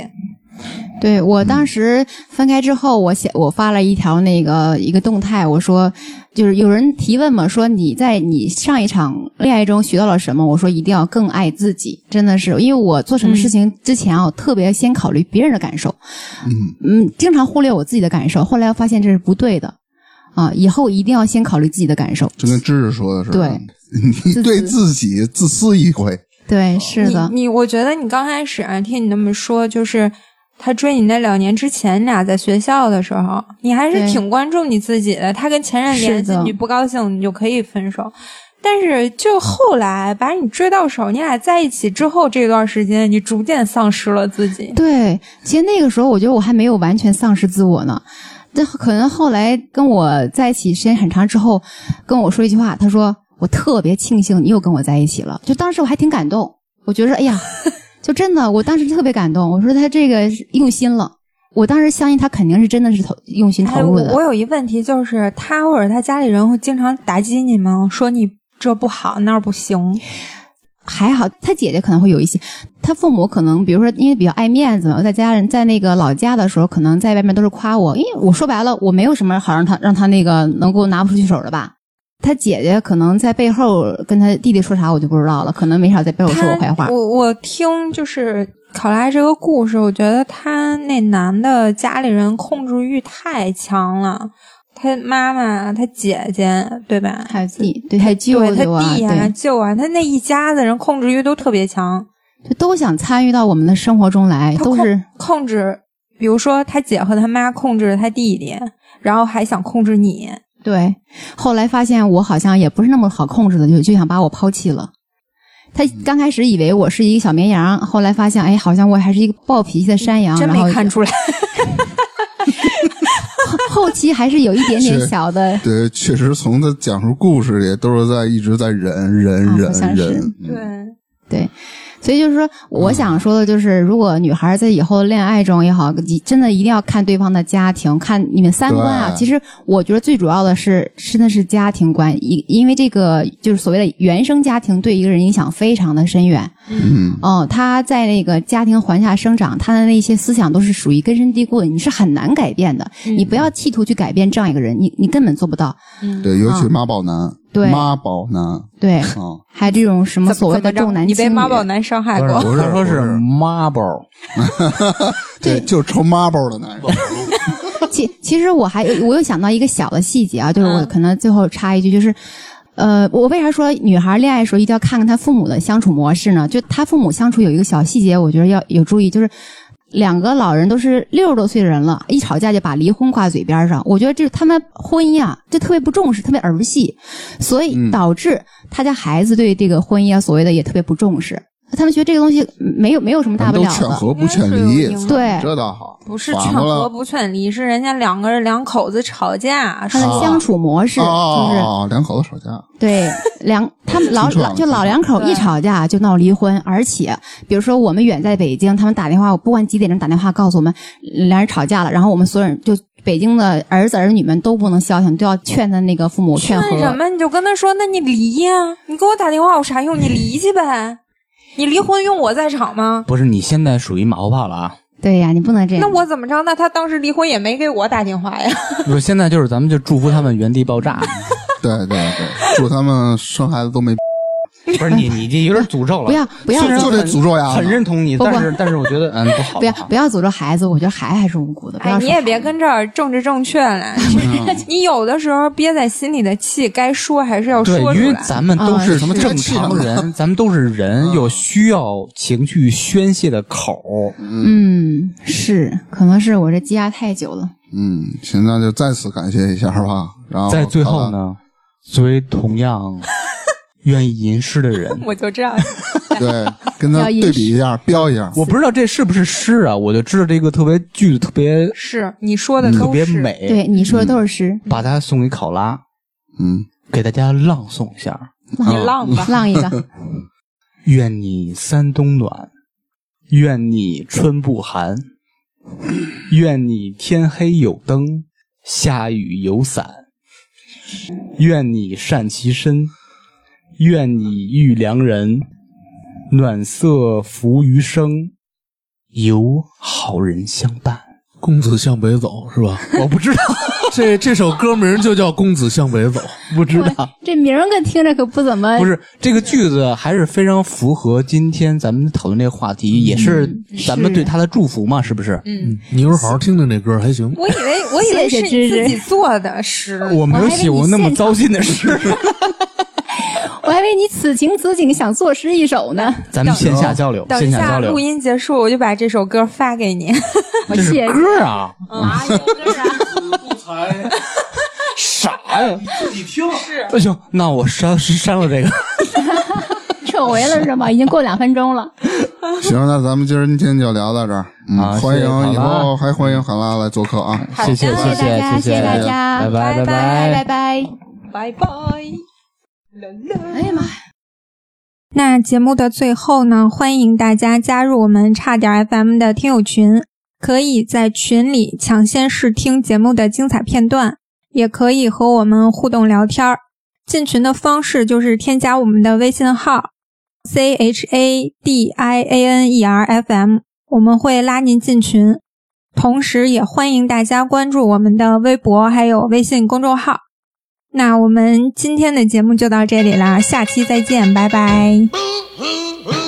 对我当时分开之后，我写我发了一条那个一个动态，我说就是有人提问嘛，说你在你上一场恋爱中学到了什么？我说一定要更爱自己，真的是因为我做什么事情之前啊，我特别先考虑别人的感受，嗯经常忽略我自己的感受，后来发现这是不对的。啊，以后一定要先考虑自己的感受。就跟知识说的是，对，你对自己自私一回，对，是的，你你，我觉得你刚开始啊，听你那么说，就是他追你那两年之前，你俩在学校的时候，你还是对挺关注你自己的。他跟前任联系是，的你不高兴，你就可以分手。但是就后来把你追到手，你俩在一起之后这段时间，你逐渐丧失了自己。对，其实那个时候我觉得我还没有完全丧失自我呢。但可能后来跟我在一起时间很长之后，跟我说一句话，他说我特别庆幸你又跟我在一起了。就当时我还挺感动，我觉得哎 呀，就真的，我当时特别感动。我说他这个是用心了，我当时相信他肯定是真的是投用心投哎，入我的。我有一问题，就是他或者他家里人会经常打击你吗？说你这不好，那儿不行。还好，他姐姐可能会有一些，他父母可能，比如说，因为比较爱面子嘛，在家人在那个老家的时候，可能在外面都是夸我，因为我说白了，我没有什么好让他让他那个能够拿不出去手的吧。他姐姐可能在背后跟他弟弟说啥，我就不知道了，可能没少在背后说我坏话他。我我听就是考拉这个故事，我觉得他那男的家里人控制欲太强了，他妈妈、他姐姐，对吧？还有弟，对他舅对他舅啊，弟啊、对，舅啊，他那一家子人控制欲都特别强，就都想参与到我们的生活中来，他都是控制，比如说他姐和他妈控制他弟弟，然后还想控制你。对，后来发现我好像也不是那么好控制的，就就想把我抛弃了。嗯他刚开始以为我是一个小绵羊，后来发现，哎，好像我还是一个暴脾气的山羊。真然后没 看出来，后期还是有一点点是小的， 对，确实从他讲述故事里都是在一直在忍忍啊忍好像是忍，嗯对，对。所以就是说，我想说的就是，如果女孩在以后的恋爱中也好，你真的一定要看对方的家庭，看你们三观啊。对其实我觉得最主要的是，真的是家庭观，因因为这个就是所谓的原生家庭对一个人影响非常的深远。嗯，哦，他在那个家庭环下生长，他的那些思想都是属于根深蒂固的，你是很难改变的。嗯你不要企图去改变这样一个人，你你根本做不到。嗯对，尤其妈宝男，嗯对妈宝 男啊，对，嗯还有这种什么怎所谓的怎么着重男你轻被女，妈宝男伤害过，他说是不是 marble，对，就是抽妈宝的男人，其其实我还有我又想到一个小的细节啊，就是我可能最后插一句，就是。呃，我为啥说女孩恋爱的时候一定要看看她父母的相处模式呢？就她父母相处有一个小细节，我觉得要有注意，就是两个老人都是六十多岁的人了，一吵架就把离婚挂嘴边上。我觉得这他们婚姻啊，就特别不重视，特别儿嗯戏，所以导致他家孩子对这个婚姻啊，所谓的也特别不重视。他们觉得这个东西没有没有什么大咱不们都了劝的。和不啊劝离应该是有赢，对这倒好，不是反劝过来和不劝离，是人家两个人两口子吵架，他的说相处模式、哦就是哦，哦两口子吵架，对，两他们老听说了老就老两口一吵架就闹离婚，而且比如说我们远在北京，他们打电话，我不管几点钟打电话告诉我们俩人吵架了，然后我们所有人就北京的儿子儿女们都不能消停，都要劝他那个父母劝劝什和。么？你就跟他说，那你离呀、你给我打电话有啥用？你离去呗。你离婚用我在场吗？不是你现在属于马后炮了啊！对呀、你不能这样。那我怎么着？那他当时离婚也没给我打电话呀？我现在就是咱们就祝福他们原地爆炸，对对对，祝他们生孩子都没，不是你你这有点诅咒了，不要不要虽然就这很诅咒呀很认同你，不不但是但是我觉得嗯不好，不要好不要诅咒孩子，我觉得孩子还是无辜的。不哎，要你说也别跟这儿政治正确 了。嗯 你有的时候憋在心里的气，该说还是要对，说因出为来。咱们都啊是咱们正这个气常场人，咱们都是人，有需要情绪宣泄的口儿。嗯是，可能是我这积压太久了。嗯，行，那就再次感谢一下吧。然后在最后看看，呢，作为同样愿意吟诗的人，我就这样， 对，跟他要意识对比一下，标一下，我不知道这是不是诗啊，我就知道这个特别句子特别是你说的特都别是。美，对，你说的都是诗，把它送给考拉，嗯，给大家朗诵一下。你浪吧，浪一个。愿你三冬暖，愿你春不寒，愿你天黑有灯，下雨有伞，愿你善其身，愿你遇良人，暖色浮余生，有好人相伴。公子向北走是吧？我不知道， 这这首歌名就叫《公子向北走》。不知道，这名儿可听着可不怎么不是这个句子还是非常符合今天咱们讨论这个话题，也是咱们对他的祝福嘛，是不是？嗯，你一会儿好好听听这歌，还行。我以为我以为是谢谢你芝芝自己做的诗， 我没有写过那么糟心的诗。我还以为你此情此景想 作诗一首 呢，咱们线下交流，等线一下下交流录。音结束，我就把这首歌发给你。我谢谢。歌啊，不才啥呀？自己听，不行，那我删删了这个。撤回了是吗？已经过两分钟了。行，那咱们今儿今天就聊到这儿，嗯，好欢谢谢卡拉迎以后还欢迎卡拉来做客啊，谢谢谢谢大家谢谢大家拜拜拜拜拜。拜。拜拜。哎呀妈呀！那节目的最后呢，欢迎大家加入我们差点 FM 的听友群，可以在群里抢先试听节目的精彩片段，也可以和我们互动聊天儿。进群的方式就是添加我们的微信号 c h a d i a n e r f m，我们会拉您进群。同时，也欢迎大家关注我们的微博还有微信公众号。那我们今天的节目就到这里啦，下期再见，拜拜。 Boo hoo hoo.